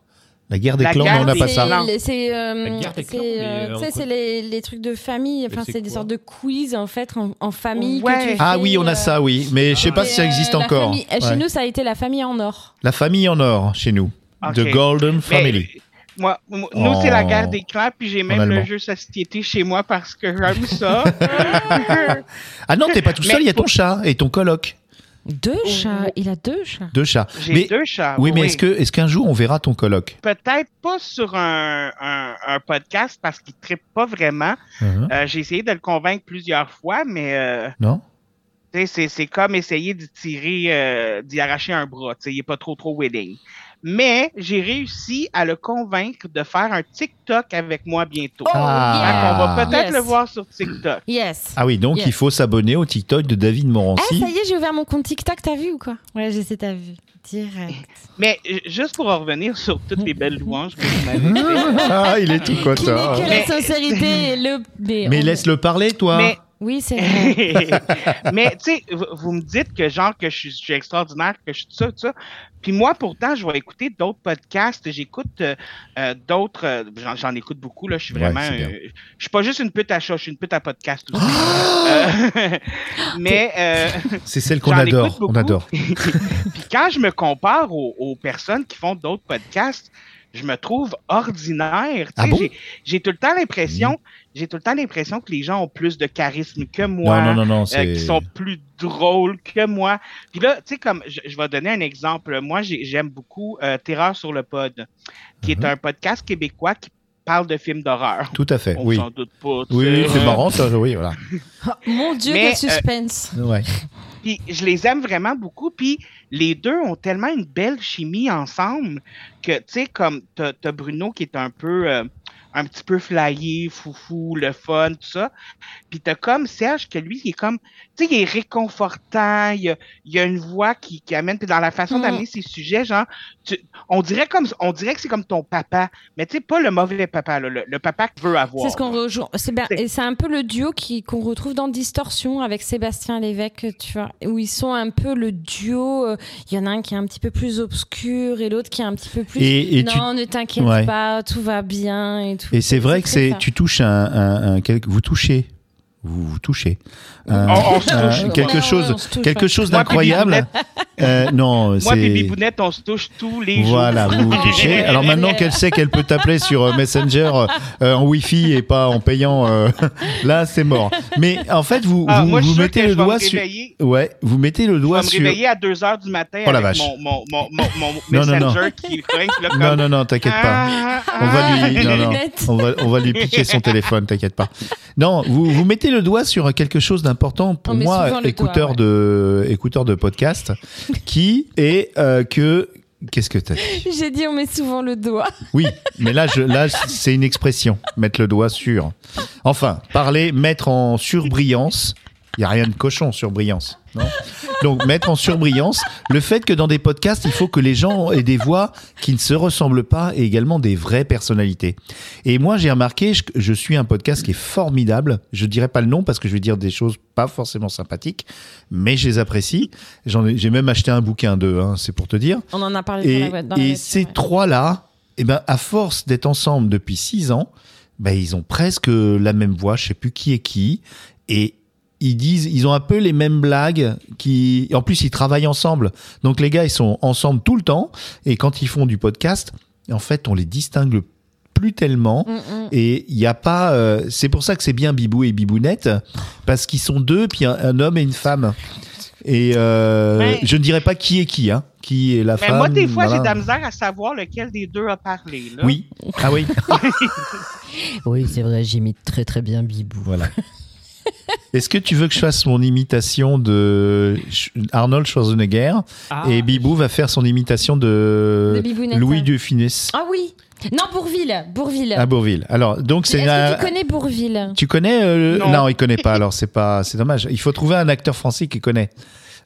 [SPEAKER 4] La guerre des
[SPEAKER 6] La
[SPEAKER 4] clans,
[SPEAKER 6] guerre
[SPEAKER 4] non, on n'a
[SPEAKER 5] c'est-
[SPEAKER 4] pas ça.
[SPEAKER 5] les- C'est
[SPEAKER 2] La
[SPEAKER 5] euh,
[SPEAKER 2] guerre des clans,
[SPEAKER 5] c'est, euh,
[SPEAKER 2] mais, euh,
[SPEAKER 5] tu sais,
[SPEAKER 2] on
[SPEAKER 5] c'est les, les trucs de famille. Enfin,
[SPEAKER 2] c'est
[SPEAKER 5] c'est des
[SPEAKER 2] quoi
[SPEAKER 5] sortes de quiz en fait en, en famille. que
[SPEAKER 6] Ouais.
[SPEAKER 5] tu
[SPEAKER 4] Ah
[SPEAKER 5] fais,
[SPEAKER 4] oui, on
[SPEAKER 5] euh,
[SPEAKER 4] a ça, oui. Mais je sais pas
[SPEAKER 5] et,
[SPEAKER 4] si ça
[SPEAKER 5] euh,
[SPEAKER 4] existe
[SPEAKER 5] la
[SPEAKER 4] encore.
[SPEAKER 5] famille- Chez
[SPEAKER 4] Ouais.
[SPEAKER 5] nous, ça a été la famille en or.
[SPEAKER 4] La famille en or, chez nous.
[SPEAKER 6] Ok.
[SPEAKER 4] The Golden
[SPEAKER 6] Mais,
[SPEAKER 4] Family. Oh.
[SPEAKER 6] euh, Moi, moi- nous, c'est la guerre des clans, puis j'ai même
[SPEAKER 4] allemand.
[SPEAKER 6] le jeu Société chez moi parce que
[SPEAKER 4] *laughs*
[SPEAKER 6] j'aime ça. *laughs*
[SPEAKER 4] Ah non, t'es pas tout
[SPEAKER 6] mais-
[SPEAKER 4] seul, il y a ton chat et ton coloc.
[SPEAKER 5] Deux chats. Il a deux chats.
[SPEAKER 4] Deux chats.
[SPEAKER 6] J'ai
[SPEAKER 4] Mais,
[SPEAKER 6] deux chats.
[SPEAKER 4] oui, mais est-ce que- est-ce qu'un jour on verra ton coloc
[SPEAKER 6] Peut-être pas sur un, un- un podcast parce qu'il ne trippe pas vraiment.
[SPEAKER 4] Mhm.
[SPEAKER 6] Euh, j'ai essayé de le convaincre plusieurs fois, mais euh,
[SPEAKER 4] Non
[SPEAKER 6] tu sais, c'est, c'est comme essayer d'y tirer, euh, d'y arracher un bras. tu sais, Il n'est pas trop, trop willing. Mais j'ai réussi à le convaincre de faire un TikTok avec moi bientôt.
[SPEAKER 4] Ah.
[SPEAKER 6] Fait qu'on va peut-être
[SPEAKER 5] Yes.
[SPEAKER 6] le voir sur TikTok.
[SPEAKER 5] Yes.
[SPEAKER 4] Ah oui, donc
[SPEAKER 5] Yes.
[SPEAKER 4] il faut s'abonner au TikTok de David
[SPEAKER 5] Eh,
[SPEAKER 4] Morancy.
[SPEAKER 5] ça y est, j'ai ouvert mon compte TikTok. T'as vu ou quoi Ouais, j'ai sais, t'as vu. Direct.
[SPEAKER 6] Mais euh, juste pour en revenir sur toutes les belles louanges que vous m'avez faites,
[SPEAKER 4] *laughs* ah, il est tout
[SPEAKER 5] Qui n'est
[SPEAKER 4] content.
[SPEAKER 5] que la
[SPEAKER 6] Mais-
[SPEAKER 5] sincérité et le.
[SPEAKER 4] Mais
[SPEAKER 5] on-
[SPEAKER 4] laisse-le parler, toi.
[SPEAKER 6] Mais-
[SPEAKER 5] Oui, c'est vrai.
[SPEAKER 6] *laughs* mais tu sais, vous, vous me dites que genre que je suis, je suis extraordinaire, que je suis tout ça, tout ça. Puis moi, pourtant, je vais écouter d'autres podcasts. J'écoute euh, euh, d'autres. euh, j'en, j'en écoute beaucoup là. Je suis
[SPEAKER 4] Ouais,
[SPEAKER 6] vraiment.
[SPEAKER 4] c'est bien.
[SPEAKER 6] euh, je suis pas juste une pute à chat. Je suis une pute à podcast
[SPEAKER 4] *gasps*
[SPEAKER 6] aussi. Euh, *laughs* mais euh,
[SPEAKER 4] C'est celle qu'on
[SPEAKER 6] j'en
[SPEAKER 4] adore.
[SPEAKER 6] écoute
[SPEAKER 4] On
[SPEAKER 6] beaucoup.
[SPEAKER 4] adore.
[SPEAKER 6] puis quand je me compare aux, aux personnes qui font d'autres podcasts, je me trouve ordinaire. Tu
[SPEAKER 4] Ah
[SPEAKER 6] sais,
[SPEAKER 4] bon? Mmh.
[SPEAKER 6] j'ai, j'ai tout le temps l'impression, j'ai tout le temps l'impression que les gens ont plus de charisme que moi.
[SPEAKER 4] non, non, non, non.
[SPEAKER 6] Euh,
[SPEAKER 4] c'est-
[SPEAKER 6] qui sont plus drôles que moi. Puis là, tu sais, comme je, je vais donner un exemple. Moi, j'ai- j'aime beaucoup euh, Terreur sur le pod, qui
[SPEAKER 4] Mhm.
[SPEAKER 6] est un podcast québécois qui parle de films d'horreur.
[SPEAKER 4] Tout à fait,
[SPEAKER 6] On
[SPEAKER 4] oui.
[SPEAKER 6] s'en doute pas. tu
[SPEAKER 4] Oui,
[SPEAKER 6] sais.
[SPEAKER 4] oui, c'est marrant, ça. Oui, voilà.
[SPEAKER 5] *laughs* Mon Dieu,
[SPEAKER 6] Mais,
[SPEAKER 4] euh,
[SPEAKER 5] quel suspense.
[SPEAKER 4] Ouais.
[SPEAKER 6] Puis je les aime vraiment beaucoup. Puis les deux ont tellement une belle chimie ensemble que, tu sais, comme t'as t'as Bruno qui est un peu, euh, un petit peu flyé, foufou, le fun, tout ça. Puis t'as comme Serge que lui, il est comme, tu sais, il est réconfortant, il a, il a une voix qui, qui amène. Puis dans la façon
[SPEAKER 5] Mm.
[SPEAKER 6] d'amener ses sujets, genre, tu- on dirait comme, on dirait que c'est comme ton papa, mais tu sais, pas le mauvais papa, là, le, le papa que veut avoir.
[SPEAKER 5] C'est ce qu'on rejoint. C'est bien-
[SPEAKER 6] C'est-
[SPEAKER 5] et c'est un peu le duo qui qu'on retrouve dans Distorsion avec Sébastien Lévesque, tu vois, où ils sont un peu le duo. euh, Il y en a un qui est un petit peu plus obscur et l'autre qui est un petit peu plus.
[SPEAKER 4] Et, et
[SPEAKER 5] non,
[SPEAKER 4] tu
[SPEAKER 5] ne t'inquiète
[SPEAKER 4] Ouais.
[SPEAKER 5] pas, tout va bien et tout.
[SPEAKER 4] Et c'est vrai que
[SPEAKER 5] très
[SPEAKER 4] c'est
[SPEAKER 5] ça.
[SPEAKER 4] tu touches un, un- un- quel- vous touchez vous vous touchez. Euh,
[SPEAKER 6] On- on se touche, ouais.
[SPEAKER 4] quelque
[SPEAKER 5] Ouais, ouais,
[SPEAKER 4] chose,
[SPEAKER 5] on se touche,
[SPEAKER 4] quelque
[SPEAKER 5] ouais.
[SPEAKER 4] chose
[SPEAKER 6] Moi, puis
[SPEAKER 4] d'incroyable. Euh, non,
[SPEAKER 6] Moi, Bibi
[SPEAKER 4] c'est
[SPEAKER 6] Bounette, on se touche tous les jours.
[SPEAKER 4] voilà, vous vous touchez. Alors
[SPEAKER 6] *laughs*
[SPEAKER 4] maintenant qu'elle sait qu'elle peut t'appeler sur euh, Messenger euh, en Wi-Fi et pas en payant, euh, *laughs* là c'est mort. Mais en fait, vous
[SPEAKER 6] Ah,
[SPEAKER 4] vous,
[SPEAKER 6] moi, je
[SPEAKER 4] vous
[SPEAKER 6] suis sûr
[SPEAKER 4] mettez
[SPEAKER 6] que
[SPEAKER 4] le
[SPEAKER 6] je vais
[SPEAKER 4] doigt
[SPEAKER 6] me
[SPEAKER 4] sur,
[SPEAKER 6] réveiller-
[SPEAKER 4] ouais, vous mettez le
[SPEAKER 6] Je vais
[SPEAKER 4] doigt
[SPEAKER 6] me
[SPEAKER 4] sur.
[SPEAKER 6] réveiller à 2h du matin
[SPEAKER 4] Oh, la
[SPEAKER 6] avec
[SPEAKER 4] vache.
[SPEAKER 6] mon, mon, mon, mon, mon
[SPEAKER 4] *laughs* Non, non,
[SPEAKER 6] messenger
[SPEAKER 4] non.
[SPEAKER 6] qui grince là, comme...
[SPEAKER 4] Non, non, non, t'inquiète pas.
[SPEAKER 6] Ah, ah,
[SPEAKER 4] On va lui,
[SPEAKER 5] Ah,
[SPEAKER 4] non, non,
[SPEAKER 5] lunette.
[SPEAKER 4] on va, on va lui piquer son téléphone, t'inquiète pas. Non, vous, vous mettez le doigt sur quelque chose d'important pour
[SPEAKER 5] On met
[SPEAKER 4] moi,
[SPEAKER 5] souvent le
[SPEAKER 4] écouteur, de, écouteur de podcast, qui est euh, que. Qu'est-ce que t'as dit
[SPEAKER 5] J'ai dit on met souvent le doigt.
[SPEAKER 4] Oui, mais là, je, là c'est une expression, mettre le doigt sur. Enfin, parler, mettre en surbrillance. Il n'y a rien de cochon sur brillance. Non Donc, mettre en surbrillance le fait que dans des podcasts, il faut que les gens aient des voix qui ne se ressemblent pas et également des vraies personnalités. Et moi, j'ai remarqué, je, je suis un podcast qui est formidable. Je ne dirai pas le nom parce que je vais dire des choses pas forcément sympathiques, mais je les apprécie. J'en ai- J'ai même acheté un bouquin d'eux, hein, c'est pour te dire.
[SPEAKER 5] On en a parlé dans
[SPEAKER 4] Et,
[SPEAKER 5] la boîte. dans la
[SPEAKER 4] et
[SPEAKER 5] lettre,
[SPEAKER 4] ces
[SPEAKER 5] ouais.
[SPEAKER 4] trois-là, eh ben, à force d'être ensemble depuis six ans, ben, ils ont presque la même voix, je sais plus qui est qui, et ils disent, ils ont un peu les mêmes blagues qui, en plus, ils travaillent ensemble. Donc, les gars, ils sont ensemble tout le temps, et quand ils font du podcast, en fait, on les distingue plus tellement.
[SPEAKER 5] Mm, mm.
[SPEAKER 4] Et il n'y a pas. euh, c'est pour ça que c'est bien Bibou et Bibounette, parce qu'ils sont deux, puis un, un homme et une femme. Et euh,
[SPEAKER 6] Ouais.
[SPEAKER 4] je ne dirais pas qui est qui, hein. Qui est la
[SPEAKER 6] Mais
[SPEAKER 4] femme.
[SPEAKER 6] moi, des fois,
[SPEAKER 4] voilà.
[SPEAKER 6] j'ai de la misère à savoir lequel des deux a parlé. Là.
[SPEAKER 4] Oui. Ah oui.
[SPEAKER 9] Oui, c'est vrai, j'imite très très bien Bibou.
[SPEAKER 4] voilà. Est-ce que tu veux que je fasse mon imitation de Sch- Arnold Schwarzenegger et ben, Bibou va faire son imitation
[SPEAKER 5] Ah. De
[SPEAKER 4] de
[SPEAKER 5] Bibounette.
[SPEAKER 4] Euh, Louis de Funès
[SPEAKER 5] Ah oui. Non, Bourville. Bourville.
[SPEAKER 4] à Ah, Bourville. Alors donc
[SPEAKER 5] Est-ce
[SPEAKER 4] c'est
[SPEAKER 5] que
[SPEAKER 4] un-
[SPEAKER 5] tu connais Bourville
[SPEAKER 4] Tu connais euh,
[SPEAKER 6] Non.
[SPEAKER 4] non. il connaît pas. Alors c'est pas, c'est dommage. Il faut trouver un acteur français qui connaît.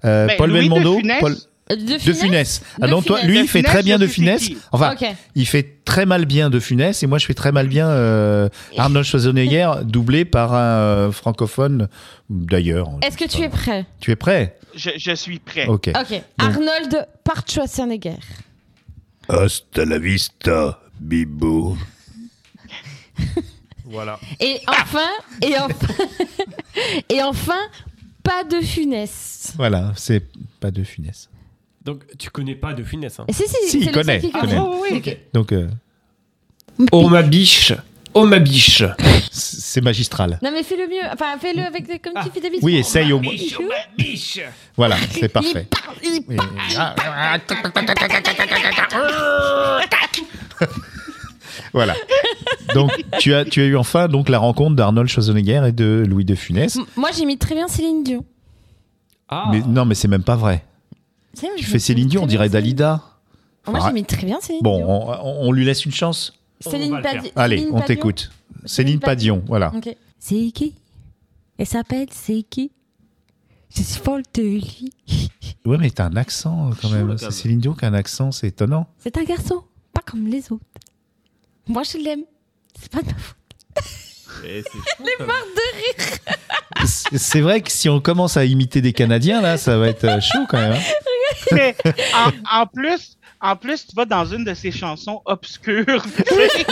[SPEAKER 4] Euh,
[SPEAKER 6] Ben,
[SPEAKER 4] Paul
[SPEAKER 6] Louis de
[SPEAKER 4] Belmondo,
[SPEAKER 6] Funès.
[SPEAKER 4] Paul
[SPEAKER 5] Euh, De
[SPEAKER 4] de
[SPEAKER 5] Funès.
[SPEAKER 4] Funès. Ah
[SPEAKER 5] De
[SPEAKER 4] non, toi,
[SPEAKER 5] Funès.
[SPEAKER 4] lui,
[SPEAKER 6] De
[SPEAKER 4] il fait
[SPEAKER 6] Funès,
[SPEAKER 4] très bien
[SPEAKER 6] je
[SPEAKER 4] de
[SPEAKER 6] sais
[SPEAKER 4] Funès.
[SPEAKER 6] qui.
[SPEAKER 4] Enfin,
[SPEAKER 5] Ok.
[SPEAKER 4] il fait très mal bien de Funès et moi, je fais très mal bien euh, Arnold Schwarzenegger,
[SPEAKER 5] *laughs*
[SPEAKER 4] doublé par un euh, francophone d'ailleurs. hein,
[SPEAKER 5] Est-ce que tu es prêt
[SPEAKER 4] Tu es prêt
[SPEAKER 6] Je, je suis prêt.
[SPEAKER 4] Ok.
[SPEAKER 5] Ok. Arnold par Schwarzenegger.
[SPEAKER 7] Hasta la vista, Bibo.
[SPEAKER 5] Et
[SPEAKER 4] Ah.
[SPEAKER 5] enfin, et
[SPEAKER 4] *laughs*
[SPEAKER 5] enfin, et enfin, pas de Funès.
[SPEAKER 4] Voilà, c'est pas de Funès.
[SPEAKER 2] Donc, tu connais pas de finesse. Hein.
[SPEAKER 5] Si, si,
[SPEAKER 4] Si, il
[SPEAKER 5] c'est le
[SPEAKER 4] connaît,
[SPEAKER 5] seul qui
[SPEAKER 4] il connaît.
[SPEAKER 5] connaît.
[SPEAKER 4] Donc, euh,
[SPEAKER 2] Oh ma biche Oh ma biche
[SPEAKER 4] c'est c'est magistral.
[SPEAKER 5] Non, mais fais le mieux. Enfin, fais-le avec des- comme tu fais d'habitude.
[SPEAKER 4] Ah. Oui, essaye au moins.
[SPEAKER 5] Chou.
[SPEAKER 4] Voilà, c'est parfait.
[SPEAKER 5] Il-
[SPEAKER 4] Oui, Ah, oui.
[SPEAKER 5] *laughs*
[SPEAKER 4] voilà. Donc tu as tu as eu enfin donc la rencontre d'Arnold Schwarzenegger et de Louis de Funès.
[SPEAKER 5] M- Moi, j'imite très bien Céline Dion.
[SPEAKER 2] Ah
[SPEAKER 4] Mais non mais c'est même pas vrai.
[SPEAKER 5] C'est vrai,
[SPEAKER 4] Tu
[SPEAKER 5] j'imite
[SPEAKER 4] fais Céline Dion, on
[SPEAKER 5] très
[SPEAKER 4] dirait
[SPEAKER 5] bien Céline-
[SPEAKER 4] Dalida.
[SPEAKER 5] Moi,
[SPEAKER 4] Ah,
[SPEAKER 5] j'imite très bien Céline
[SPEAKER 4] Bon,
[SPEAKER 5] Dion.
[SPEAKER 4] on, on- on lui laisse une chance.
[SPEAKER 2] On va
[SPEAKER 5] Céline
[SPEAKER 2] le faire.
[SPEAKER 5] Padi-
[SPEAKER 4] Allez,
[SPEAKER 5] Céline
[SPEAKER 4] on
[SPEAKER 5] Padion.
[SPEAKER 4] t'écoute.
[SPEAKER 5] Céline
[SPEAKER 4] Céline Padion, voilà.
[SPEAKER 5] Ok. C'est qui Elle s'appelle C'est qui Je suis folle de lui.
[SPEAKER 4] Ouais, mais t'as un accent quand
[SPEAKER 2] Chaud,
[SPEAKER 4] même.
[SPEAKER 2] là,
[SPEAKER 4] C'est
[SPEAKER 2] quand
[SPEAKER 4] Céline Dion qui a un accent, c'est étonnant.
[SPEAKER 5] C'est un garçon, pas comme les autres. Moi, je l'aime. C'est pas de ma faute.
[SPEAKER 4] C'est c'est vrai que si on commence à imiter des Canadiens là, ça va être euh, chaud quand même. hein. *laughs*
[SPEAKER 6] Mais en, en plus, en plus, tu vas dans une de ces chansons obscures. *laughs* tu sais.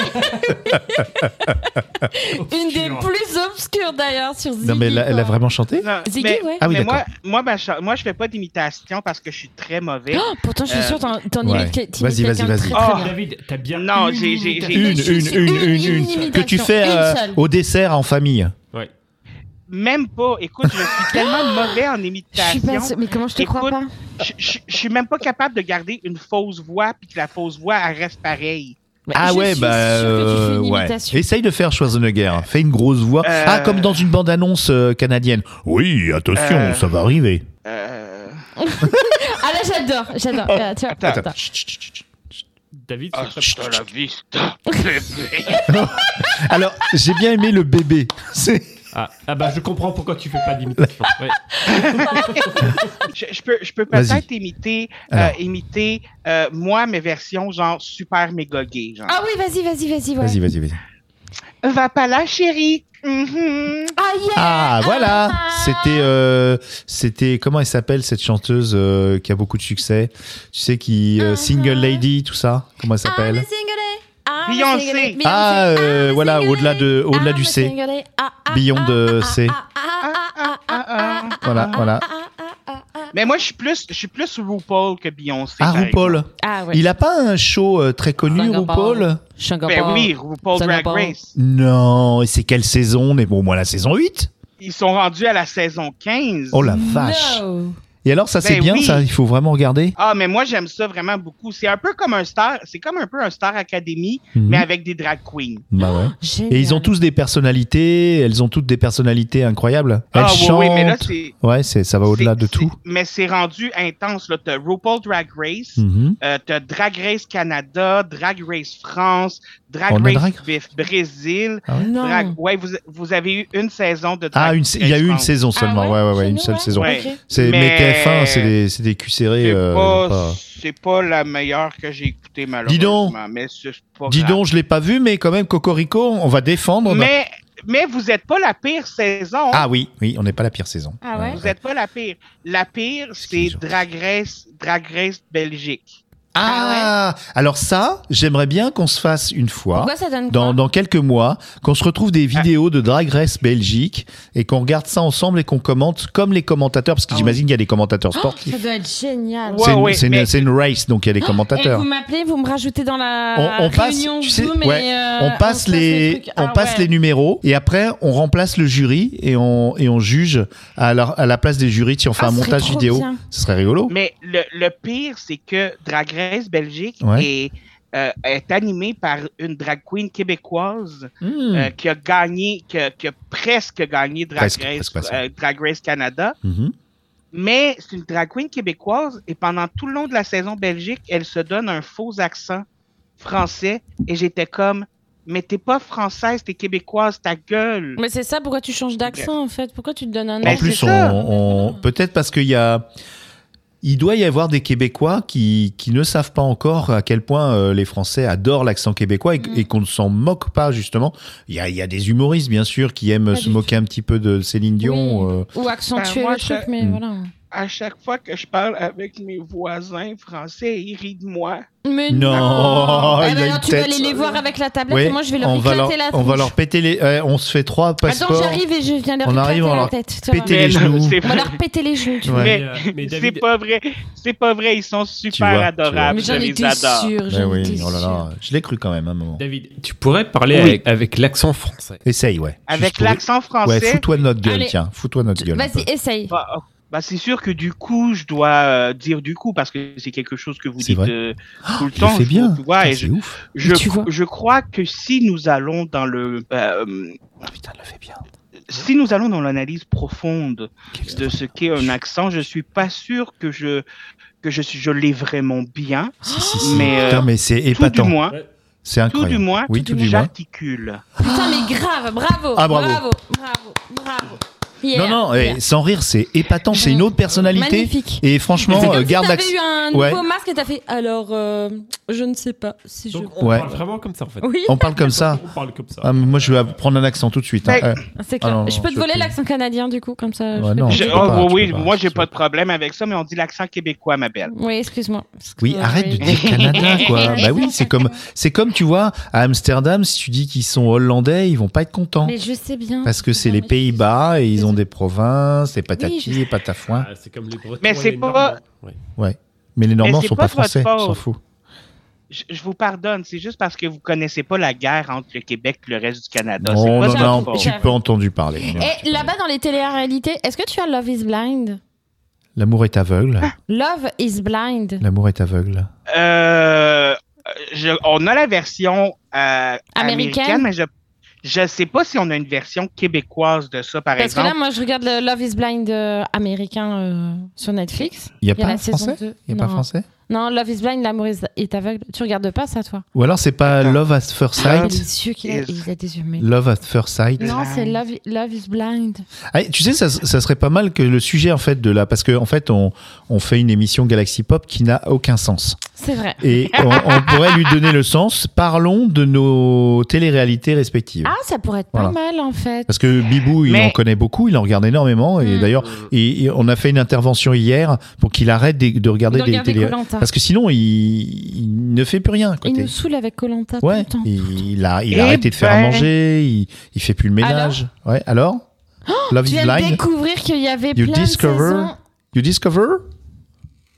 [SPEAKER 5] Une des plus obscures d'ailleurs sur Ziggy.
[SPEAKER 4] Non mais elle, a- elle a
[SPEAKER 5] quoi.
[SPEAKER 4] vraiment chanté
[SPEAKER 6] Non,
[SPEAKER 5] Ziggy,
[SPEAKER 6] mais
[SPEAKER 5] ouais.
[SPEAKER 4] Ah oui,
[SPEAKER 6] mais moi,
[SPEAKER 4] d'accord.
[SPEAKER 6] moi, ma cha- moi, je fais pas d'imitation parce que je suis très mauvais.
[SPEAKER 5] *gasps* Oh, pourtant, je suis
[SPEAKER 6] Euh,
[SPEAKER 5] sûre, t'en, t'en
[SPEAKER 4] ouais.
[SPEAKER 5] imites que- t'imites
[SPEAKER 4] Vas-y, vas-y,
[SPEAKER 5] quelqu'un de
[SPEAKER 4] vas-y.
[SPEAKER 5] très, très
[SPEAKER 6] Oh.
[SPEAKER 5] bien.
[SPEAKER 2] David, t'as bien.
[SPEAKER 6] Non, j'ai- j'ai- j'ai-
[SPEAKER 4] Une,
[SPEAKER 5] Je
[SPEAKER 4] une,
[SPEAKER 5] suis-
[SPEAKER 4] une,
[SPEAKER 5] une,
[SPEAKER 4] une,
[SPEAKER 5] une
[SPEAKER 4] une, que tu
[SPEAKER 5] imitation,
[SPEAKER 4] fais
[SPEAKER 5] une
[SPEAKER 4] euh,
[SPEAKER 5] seule. Bah,
[SPEAKER 4] au dessert en famille.
[SPEAKER 2] Ouais.
[SPEAKER 6] Même pas. Écoute, je suis
[SPEAKER 5] *gasps*
[SPEAKER 6] tellement mauvais en
[SPEAKER 5] Je suis
[SPEAKER 6] imitation.
[SPEAKER 5] pas sûre- Mais comment je te crois
[SPEAKER 6] Écoute,
[SPEAKER 5] pas
[SPEAKER 6] Je- je je suis même pas capable de garder une fausse voix puis que la fausse voix elle reste pareille.
[SPEAKER 4] Ah ouais, bah euh, ouais. Essaye de faire Schwarzenegger. hein. Fais une grosse voix.
[SPEAKER 6] Euh.
[SPEAKER 4] Ah, comme dans une bande-annonce euh, canadienne. Oui, attention,
[SPEAKER 6] Euh.
[SPEAKER 4] ça va arriver.
[SPEAKER 6] Euh,
[SPEAKER 5] Ah là, j'adore, j'adore.
[SPEAKER 4] Oh.
[SPEAKER 5] Euh, tu vois,
[SPEAKER 4] Attends.
[SPEAKER 5] attends.
[SPEAKER 4] Chut, chut, chut, chut.
[SPEAKER 2] David,
[SPEAKER 4] Ah,
[SPEAKER 2] c'est
[SPEAKER 6] hasta la vista, bébé.
[SPEAKER 4] Alors, j'ai bien aimé le bébé. *laughs* C'est-
[SPEAKER 2] ah, ah bah je comprends pourquoi tu fais pas d'imitation. Ouais.
[SPEAKER 6] *laughs* je, je peux, je peux
[SPEAKER 4] Vas-y.
[SPEAKER 6] peut-être imiter, euh,
[SPEAKER 4] Alors.
[SPEAKER 6] imiter euh, moi mes versions genre super méga gay. Genre.
[SPEAKER 5] Ah oui, vas-y, vas-y, vas-y. ouais.
[SPEAKER 4] Vas-y, vas-y, vas-y.
[SPEAKER 6] Va pas là, chérie. Mhm.
[SPEAKER 5] Ah yeah
[SPEAKER 4] Ah, voilà C'était, euh, c'était comment elle s'appelle cette chanteuse euh, qui a beaucoup de succès Tu sais qui euh,
[SPEAKER 5] Ah.
[SPEAKER 4] Single Lady, tout ça Comment elle
[SPEAKER 5] I'm
[SPEAKER 4] s'appelle
[SPEAKER 5] a single day, I'm a
[SPEAKER 6] Beyoncé.
[SPEAKER 5] single day, Ah, Beyoncé,
[SPEAKER 4] Ah, euh,
[SPEAKER 5] I'm a
[SPEAKER 4] voilà,
[SPEAKER 5] single
[SPEAKER 4] au-delà
[SPEAKER 5] day,
[SPEAKER 4] de, au-delà
[SPEAKER 5] I'm
[SPEAKER 4] du
[SPEAKER 5] a
[SPEAKER 4] C.
[SPEAKER 5] single day. Ah, ah,
[SPEAKER 4] Beyond
[SPEAKER 5] ah,
[SPEAKER 4] the
[SPEAKER 5] ah,
[SPEAKER 4] C.
[SPEAKER 5] ah, ah,
[SPEAKER 4] Voilà, voilà.
[SPEAKER 6] ah, Mais moi, je suis plus, je suis plus RuPaul que Beyoncé.
[SPEAKER 4] Ah,
[SPEAKER 6] par
[SPEAKER 4] RuPaul.
[SPEAKER 5] Ah ouais.
[SPEAKER 4] Il a pas un show euh, très connu,
[SPEAKER 9] Singapour.
[SPEAKER 4] RuPaul
[SPEAKER 6] exemple.
[SPEAKER 9] Singapore.
[SPEAKER 6] Ben oui, RuPaul
[SPEAKER 9] Ça
[SPEAKER 6] Drag
[SPEAKER 9] n'a pas-
[SPEAKER 6] Race.
[SPEAKER 4] Non, et c'est quelle saison On est bon, moi, la saison 8
[SPEAKER 6] Ils sont rendus à la saison 15.
[SPEAKER 4] Oh la vache
[SPEAKER 5] No.
[SPEAKER 4] Et alors, ça, c'est
[SPEAKER 6] Ben
[SPEAKER 4] bien,
[SPEAKER 6] oui.
[SPEAKER 4] ça Il faut vraiment regarder
[SPEAKER 6] Ah, mais moi, j'aime ça vraiment beaucoup. C'est un peu comme un Star, c'est comme un peu un Star Academy,
[SPEAKER 4] Mhm.
[SPEAKER 6] mais avec des drag queens.
[SPEAKER 4] Bah ouais.
[SPEAKER 5] Génial.
[SPEAKER 4] Et ils ont tous des personnalités, elles ont toutes des personnalités incroyables. Elles
[SPEAKER 6] ah,
[SPEAKER 4] chantent.
[SPEAKER 6] oui, oui, mais là, c'est.
[SPEAKER 4] ouais, c'est- ça va au-delà
[SPEAKER 6] c'est-
[SPEAKER 4] de tout.
[SPEAKER 6] c'est- Mais c'est rendu intense, là. T'as RuPaul Drag Race,
[SPEAKER 4] Mhm.
[SPEAKER 6] euh, t'as Drag Race Canada, Drag Race France, Drag
[SPEAKER 4] On a
[SPEAKER 6] Race
[SPEAKER 4] Drag-
[SPEAKER 6] Bif- Brésil.
[SPEAKER 5] Non.
[SPEAKER 6] Drag... Ouais, vous, vous avez eu une saison de Drag
[SPEAKER 4] Ah, une,
[SPEAKER 6] Race
[SPEAKER 4] il y a eu une
[SPEAKER 6] France.
[SPEAKER 4] saison
[SPEAKER 5] Ah
[SPEAKER 4] seulement, ouais, ouais, ouais,
[SPEAKER 5] chez
[SPEAKER 4] une
[SPEAKER 5] nous,
[SPEAKER 4] seule
[SPEAKER 5] ouais.
[SPEAKER 4] saison.
[SPEAKER 6] Ouais.
[SPEAKER 5] Ok.
[SPEAKER 4] C'est
[SPEAKER 6] Mais-
[SPEAKER 4] mais TF1, c'est des, c'est des cul serrés.
[SPEAKER 6] C'est
[SPEAKER 4] euh,
[SPEAKER 6] pas,
[SPEAKER 4] pas-
[SPEAKER 6] c'est pas la meilleure que j'ai écoutée,
[SPEAKER 4] Dis
[SPEAKER 6] malheureusement.
[SPEAKER 4] donc.
[SPEAKER 6] mais c'est pas
[SPEAKER 4] Dis
[SPEAKER 6] grave.
[SPEAKER 4] donc, je l'ai pas vu, mais quand même, Cocorico, on va défendre.
[SPEAKER 6] Mais, mais vous n'êtes pas la pire saison.
[SPEAKER 4] Ah oui, oui, on n'est pas la pire saison.
[SPEAKER 5] Ah ouais
[SPEAKER 6] Vous n'êtes pas la pire. La pire, c'est
[SPEAKER 4] Excuse-moi.
[SPEAKER 6] Drag Race, Drag Race Belgique.
[SPEAKER 4] Ah, alors ça, j'aimerais bien qu'on se fasse une fois.
[SPEAKER 5] Pourquoi ça donne
[SPEAKER 4] dans,
[SPEAKER 5] quoi
[SPEAKER 4] dans quelques mois, qu'on se retrouve des vidéos de Drag Race Belgique et qu'on regarde ça ensemble et qu'on commente comme les commentateurs, parce que
[SPEAKER 5] Ah
[SPEAKER 4] j'imagine qu'il y a des commentateurs
[SPEAKER 5] Oh,
[SPEAKER 4] sportifs.
[SPEAKER 5] Ça doit être génial.
[SPEAKER 6] Ouais,
[SPEAKER 4] c'est une,
[SPEAKER 6] ouais,
[SPEAKER 4] c'est une-
[SPEAKER 6] mais-
[SPEAKER 4] c'est une race, donc il y a des
[SPEAKER 5] Et
[SPEAKER 4] commentateurs.
[SPEAKER 5] vous m'appelez, vous me rajoutez dans la
[SPEAKER 4] On- on passe,
[SPEAKER 5] réunion
[SPEAKER 4] tu sais,
[SPEAKER 5] Zoom et,
[SPEAKER 4] ouais,
[SPEAKER 5] euh,
[SPEAKER 4] on passe
[SPEAKER 5] se
[SPEAKER 4] les,
[SPEAKER 5] trucs.
[SPEAKER 4] on
[SPEAKER 5] Ah
[SPEAKER 4] passe
[SPEAKER 5] ouais.
[SPEAKER 4] les numéros et après on remplace le jury et on et on juge à la, à la place des jurys si on fait
[SPEAKER 5] Ah,
[SPEAKER 4] un
[SPEAKER 5] ce serait
[SPEAKER 4] montage
[SPEAKER 5] trop
[SPEAKER 4] vidéo.
[SPEAKER 5] bien.
[SPEAKER 4] Ce serait rigolo.
[SPEAKER 6] Mais le, le pire, c'est que Drag Race Belgique
[SPEAKER 4] Ouais.
[SPEAKER 6] est, euh, est animée par une drag queen québécoise
[SPEAKER 4] Hmm.
[SPEAKER 6] euh, qui a gagné, qui a, qui a presque gagné Drag,
[SPEAKER 4] Presque,
[SPEAKER 6] Race,
[SPEAKER 4] presque, presque.
[SPEAKER 6] euh, Drag Race Canada.
[SPEAKER 4] Mhm.
[SPEAKER 6] Mais c'est une drag queen québécoise et pendant tout le long de la saison Belgique, elle se donne un faux accent français et j'étais comme, mais t'es pas française, t'es québécoise, ta gueule.
[SPEAKER 5] Mais c'est ça, pourquoi tu changes d'accent en fait Pourquoi tu te donnes un
[SPEAKER 6] Ben,
[SPEAKER 4] En
[SPEAKER 5] nom
[SPEAKER 4] plus,
[SPEAKER 6] c'est
[SPEAKER 4] on,
[SPEAKER 6] ça.
[SPEAKER 4] on- peut-être parce qu'il y a, il doit y avoir des Québécois qui, qui ne savent pas encore à quel point euh, les Français adorent l'accent québécois et,
[SPEAKER 5] Mm.
[SPEAKER 4] et qu'on ne s'en moque pas justement. Il y a, il y a des humoristes bien sûr qui aiment
[SPEAKER 5] Pas
[SPEAKER 4] se
[SPEAKER 5] du
[SPEAKER 4] moquer un petit peu de Céline Dion. euh,
[SPEAKER 5] Ou accentuer
[SPEAKER 6] Ben, moi,
[SPEAKER 5] le truc,
[SPEAKER 6] je-
[SPEAKER 5] mais
[SPEAKER 4] Mm.
[SPEAKER 5] voilà.
[SPEAKER 6] à chaque fois que je parle avec mes voisins français, ils rient de moi.
[SPEAKER 4] Non,
[SPEAKER 5] Mais Eh
[SPEAKER 4] il
[SPEAKER 5] ben
[SPEAKER 4] a
[SPEAKER 5] alors,
[SPEAKER 4] une
[SPEAKER 5] tu vas
[SPEAKER 4] tête.
[SPEAKER 5] aller les voir avec la tablette
[SPEAKER 4] ouais,
[SPEAKER 5] et moi je vais leur
[SPEAKER 4] on va
[SPEAKER 5] éclater
[SPEAKER 4] leur,
[SPEAKER 5] la tête.
[SPEAKER 4] on va leur péter les, ouais, on se fait trois passeports.
[SPEAKER 5] Attends, j'arrive et je viens leur
[SPEAKER 4] On
[SPEAKER 5] éclater
[SPEAKER 4] arrive, on
[SPEAKER 5] la
[SPEAKER 4] leur
[SPEAKER 5] tête. tu vas
[SPEAKER 4] péter
[SPEAKER 5] voir.
[SPEAKER 4] les
[SPEAKER 6] Mais non,
[SPEAKER 4] genoux.
[SPEAKER 6] c'est
[SPEAKER 5] On va
[SPEAKER 6] vrai.
[SPEAKER 5] leur péter les genoux, tu vois.
[SPEAKER 4] Ouais.
[SPEAKER 6] Mais,
[SPEAKER 2] euh, mais
[SPEAKER 6] *laughs* c'est
[SPEAKER 2] David-
[SPEAKER 6] pas vrai. C'est pas vrai. Ils sont super
[SPEAKER 4] vois, tu vois.
[SPEAKER 6] adorables.
[SPEAKER 5] Mais
[SPEAKER 6] Je
[SPEAKER 5] j'en
[SPEAKER 6] les
[SPEAKER 5] étais
[SPEAKER 6] adore.
[SPEAKER 5] sûre,
[SPEAKER 4] Mais
[SPEAKER 5] j'en
[SPEAKER 4] oui,
[SPEAKER 5] étais
[SPEAKER 4] oh là
[SPEAKER 5] sûre.
[SPEAKER 4] là, je l'ai cru quand même un moment.
[SPEAKER 2] David, tu pourrais parler
[SPEAKER 6] Oui.
[SPEAKER 2] avec, avec l'accent français.
[SPEAKER 4] Essaye, ouais. Juste
[SPEAKER 6] Avec
[SPEAKER 4] pour-
[SPEAKER 6] l'accent
[SPEAKER 4] Ouais,
[SPEAKER 6] français,
[SPEAKER 4] fous-toi de notre gueule,
[SPEAKER 5] Allez.
[SPEAKER 4] tiens, fous-toi de notre gueule. un peu.
[SPEAKER 5] Vas-y, essaye.
[SPEAKER 6] bah, oh, bah, c'est sûr que du coup, je dois euh, dire du coup parce que c'est quelque chose que vous
[SPEAKER 4] C'est
[SPEAKER 6] dites
[SPEAKER 4] vrai. Ah,
[SPEAKER 6] euh, tout le
[SPEAKER 4] Il
[SPEAKER 6] temps.
[SPEAKER 4] fait
[SPEAKER 6] je-
[SPEAKER 4] bien.
[SPEAKER 6] tu vois,
[SPEAKER 4] Putain,
[SPEAKER 6] et
[SPEAKER 4] c'est
[SPEAKER 6] je,
[SPEAKER 4] ouf.
[SPEAKER 6] je,
[SPEAKER 5] Tu vois.
[SPEAKER 6] je crois que si nous allons dans le euh,
[SPEAKER 4] Ah, putain, elle le fait bien.
[SPEAKER 6] si nous allons dans l'analyse profonde de ce qu'est un accent, je suis pas sûr que je que je suis je l'ai vraiment bien,
[SPEAKER 5] Oh.
[SPEAKER 4] Si, si, si.
[SPEAKER 6] Mais, euh,
[SPEAKER 4] Putain, mais c'est
[SPEAKER 6] tout du
[SPEAKER 4] épatant.
[SPEAKER 6] moins.
[SPEAKER 4] C'est
[SPEAKER 6] Tout
[SPEAKER 4] incroyable.
[SPEAKER 6] du moins,
[SPEAKER 4] Oui, tout du moins.
[SPEAKER 6] j'articule.
[SPEAKER 5] Putain, mais grave, bravo.
[SPEAKER 4] Ah, bravo.
[SPEAKER 5] Bravo, bravo, bravo. Yeah,
[SPEAKER 4] Non, non,
[SPEAKER 5] yeah.
[SPEAKER 4] eh, sans rire, c'est épatant. C'est une autre personnalité.
[SPEAKER 5] euh, Magnifique.
[SPEAKER 4] Et
[SPEAKER 5] C'est
[SPEAKER 4] franchement,
[SPEAKER 5] comme
[SPEAKER 4] euh,
[SPEAKER 5] si
[SPEAKER 4] garde
[SPEAKER 5] t'avais eu
[SPEAKER 4] l'accent.
[SPEAKER 5] un
[SPEAKER 4] Ouais.
[SPEAKER 5] nouveau masque et t'as fait alors euh, je ne sais pas si je.
[SPEAKER 2] Donc, on
[SPEAKER 4] Ouais.
[SPEAKER 2] parle vraiment comme ça en fait.
[SPEAKER 5] Oui,
[SPEAKER 4] On parle comme ça.
[SPEAKER 2] On parle comme ça.
[SPEAKER 4] Ah, mais moi, je vais prendre un accent tout de suite. hein.
[SPEAKER 6] Ben,
[SPEAKER 4] Euh,
[SPEAKER 5] c'est clair.
[SPEAKER 4] Ah non,
[SPEAKER 5] je peux te
[SPEAKER 4] je
[SPEAKER 5] voler
[SPEAKER 4] peux.
[SPEAKER 5] l'accent canadien du coup comme ça. je
[SPEAKER 4] Ouais,
[SPEAKER 5] peux
[SPEAKER 4] non.
[SPEAKER 5] te-
[SPEAKER 6] Je-
[SPEAKER 4] tu peux
[SPEAKER 6] oh,
[SPEAKER 4] pas,
[SPEAKER 6] oui,
[SPEAKER 4] tu
[SPEAKER 6] oui,
[SPEAKER 4] peux pas,
[SPEAKER 6] moi,
[SPEAKER 4] tu
[SPEAKER 6] j'ai
[SPEAKER 4] peux
[SPEAKER 6] pas de
[SPEAKER 4] pas.
[SPEAKER 6] problème avec ça, mais on dit l'accent québécois, ma belle.
[SPEAKER 5] Oui, excuse-moi. Parce que- euh,
[SPEAKER 4] Oui,
[SPEAKER 6] euh,
[SPEAKER 4] arrête de dire Canada,
[SPEAKER 6] *laughs*
[SPEAKER 4] quoi. bah oui, c'est comme, c'est comme, tu vois, à Amsterdam, si tu dis qu'ils sont hollandais, ils vont pas être contents.
[SPEAKER 5] Mais je sais bien.
[SPEAKER 4] Parce que c'est
[SPEAKER 5] Non,
[SPEAKER 4] les
[SPEAKER 5] mais-
[SPEAKER 4] Pays-Bas et ils ont des provinces, des
[SPEAKER 5] Oui,
[SPEAKER 4] patati,
[SPEAKER 5] je-
[SPEAKER 4] des patafouins.
[SPEAKER 2] Ah, c'est comme les Bretons.
[SPEAKER 6] Mais
[SPEAKER 2] et
[SPEAKER 6] c'est
[SPEAKER 2] les
[SPEAKER 6] pas-
[SPEAKER 2] Normands. Ouais.
[SPEAKER 4] Mais les Normands
[SPEAKER 6] c'est
[SPEAKER 4] sont
[SPEAKER 6] pas
[SPEAKER 4] pas
[SPEAKER 6] de votre
[SPEAKER 4] français, on s'en fout.
[SPEAKER 6] faute. Je, je vous pardonne, c'est juste parce que vous connaissez pas la guerre entre le Québec et le reste du Canada. C'est
[SPEAKER 4] On
[SPEAKER 6] pas
[SPEAKER 4] en
[SPEAKER 6] de
[SPEAKER 4] a un
[SPEAKER 6] votre
[SPEAKER 5] non,
[SPEAKER 6] faute.
[SPEAKER 4] petit peu entendu parler.
[SPEAKER 5] Et Eh, là-bas dans les téléréalités, est-ce que tu as Love is Blind
[SPEAKER 4] L'amour est aveugle.
[SPEAKER 5] Ah. Love is Blind
[SPEAKER 4] L'amour est aveugle.
[SPEAKER 6] Euh, je- on a la version euh,
[SPEAKER 5] Américaine.
[SPEAKER 6] américaine. mais je je sais pas si on a une version québécoise de ça, par
[SPEAKER 5] Parce que
[SPEAKER 6] exemple.
[SPEAKER 5] là, moi, je regarde le Love is Blind euh, américain euh, sur Netflix.
[SPEAKER 4] Il n'y a
[SPEAKER 5] Il y a
[SPEAKER 4] pas
[SPEAKER 5] la saison
[SPEAKER 4] français
[SPEAKER 5] 2.
[SPEAKER 4] Il n'y a
[SPEAKER 5] non.
[SPEAKER 4] pas français
[SPEAKER 5] Non, Love is Blind, l'amour is- est aveugle. Tu regardes pas ça, toi
[SPEAKER 4] Ou alors c'est pas
[SPEAKER 6] Attends.
[SPEAKER 4] Love at First
[SPEAKER 5] Il a
[SPEAKER 4] Sight
[SPEAKER 5] des yeux qu'il a,
[SPEAKER 6] Yes.
[SPEAKER 5] il a des yeux, mais...
[SPEAKER 4] Love at First Sight.
[SPEAKER 5] Non, c'est Love, Love is Blind.
[SPEAKER 4] Ah, tu sais, ça, ça serait pas mal que le sujet en fait de la, parce que en fait on, on fait une émission Galaxy Pop qui n'a aucun sens
[SPEAKER 5] C'est vrai. *laughs*
[SPEAKER 4] et on, on pourrait lui donner le sens. Parlons de nos téléréalités respectives.
[SPEAKER 5] Ah, ça pourrait être pas mal, en fait.
[SPEAKER 4] Parce que Bibou, il
[SPEAKER 6] Mais-
[SPEAKER 4] en connaît beaucoup, il en regarde énormément. Et
[SPEAKER 5] Mm.
[SPEAKER 4] d'ailleurs, et, et on a fait une intervention hier pour qu'il arrête de, de regarder
[SPEAKER 5] De
[SPEAKER 4] des
[SPEAKER 5] regarder
[SPEAKER 4] télé.
[SPEAKER 5] Koh-Lanta.
[SPEAKER 4] Parce que sinon, il, il ne fait plus rien. à
[SPEAKER 5] Il
[SPEAKER 4] Côté.
[SPEAKER 5] nous saoule avec Colanta
[SPEAKER 4] Ouais,
[SPEAKER 5] tout le temps.
[SPEAKER 4] il a, il a
[SPEAKER 6] Eh
[SPEAKER 4] arrêté de faire à
[SPEAKER 6] ben.
[SPEAKER 4] manger, il, il fait plus le ménage. ouais, alors Love
[SPEAKER 5] Oh, Tu
[SPEAKER 4] is
[SPEAKER 5] viens de
[SPEAKER 4] Blind.
[SPEAKER 5] découvrir qu'il y avait
[SPEAKER 4] You
[SPEAKER 5] plein de
[SPEAKER 4] discover
[SPEAKER 5] saisons.
[SPEAKER 4] You discover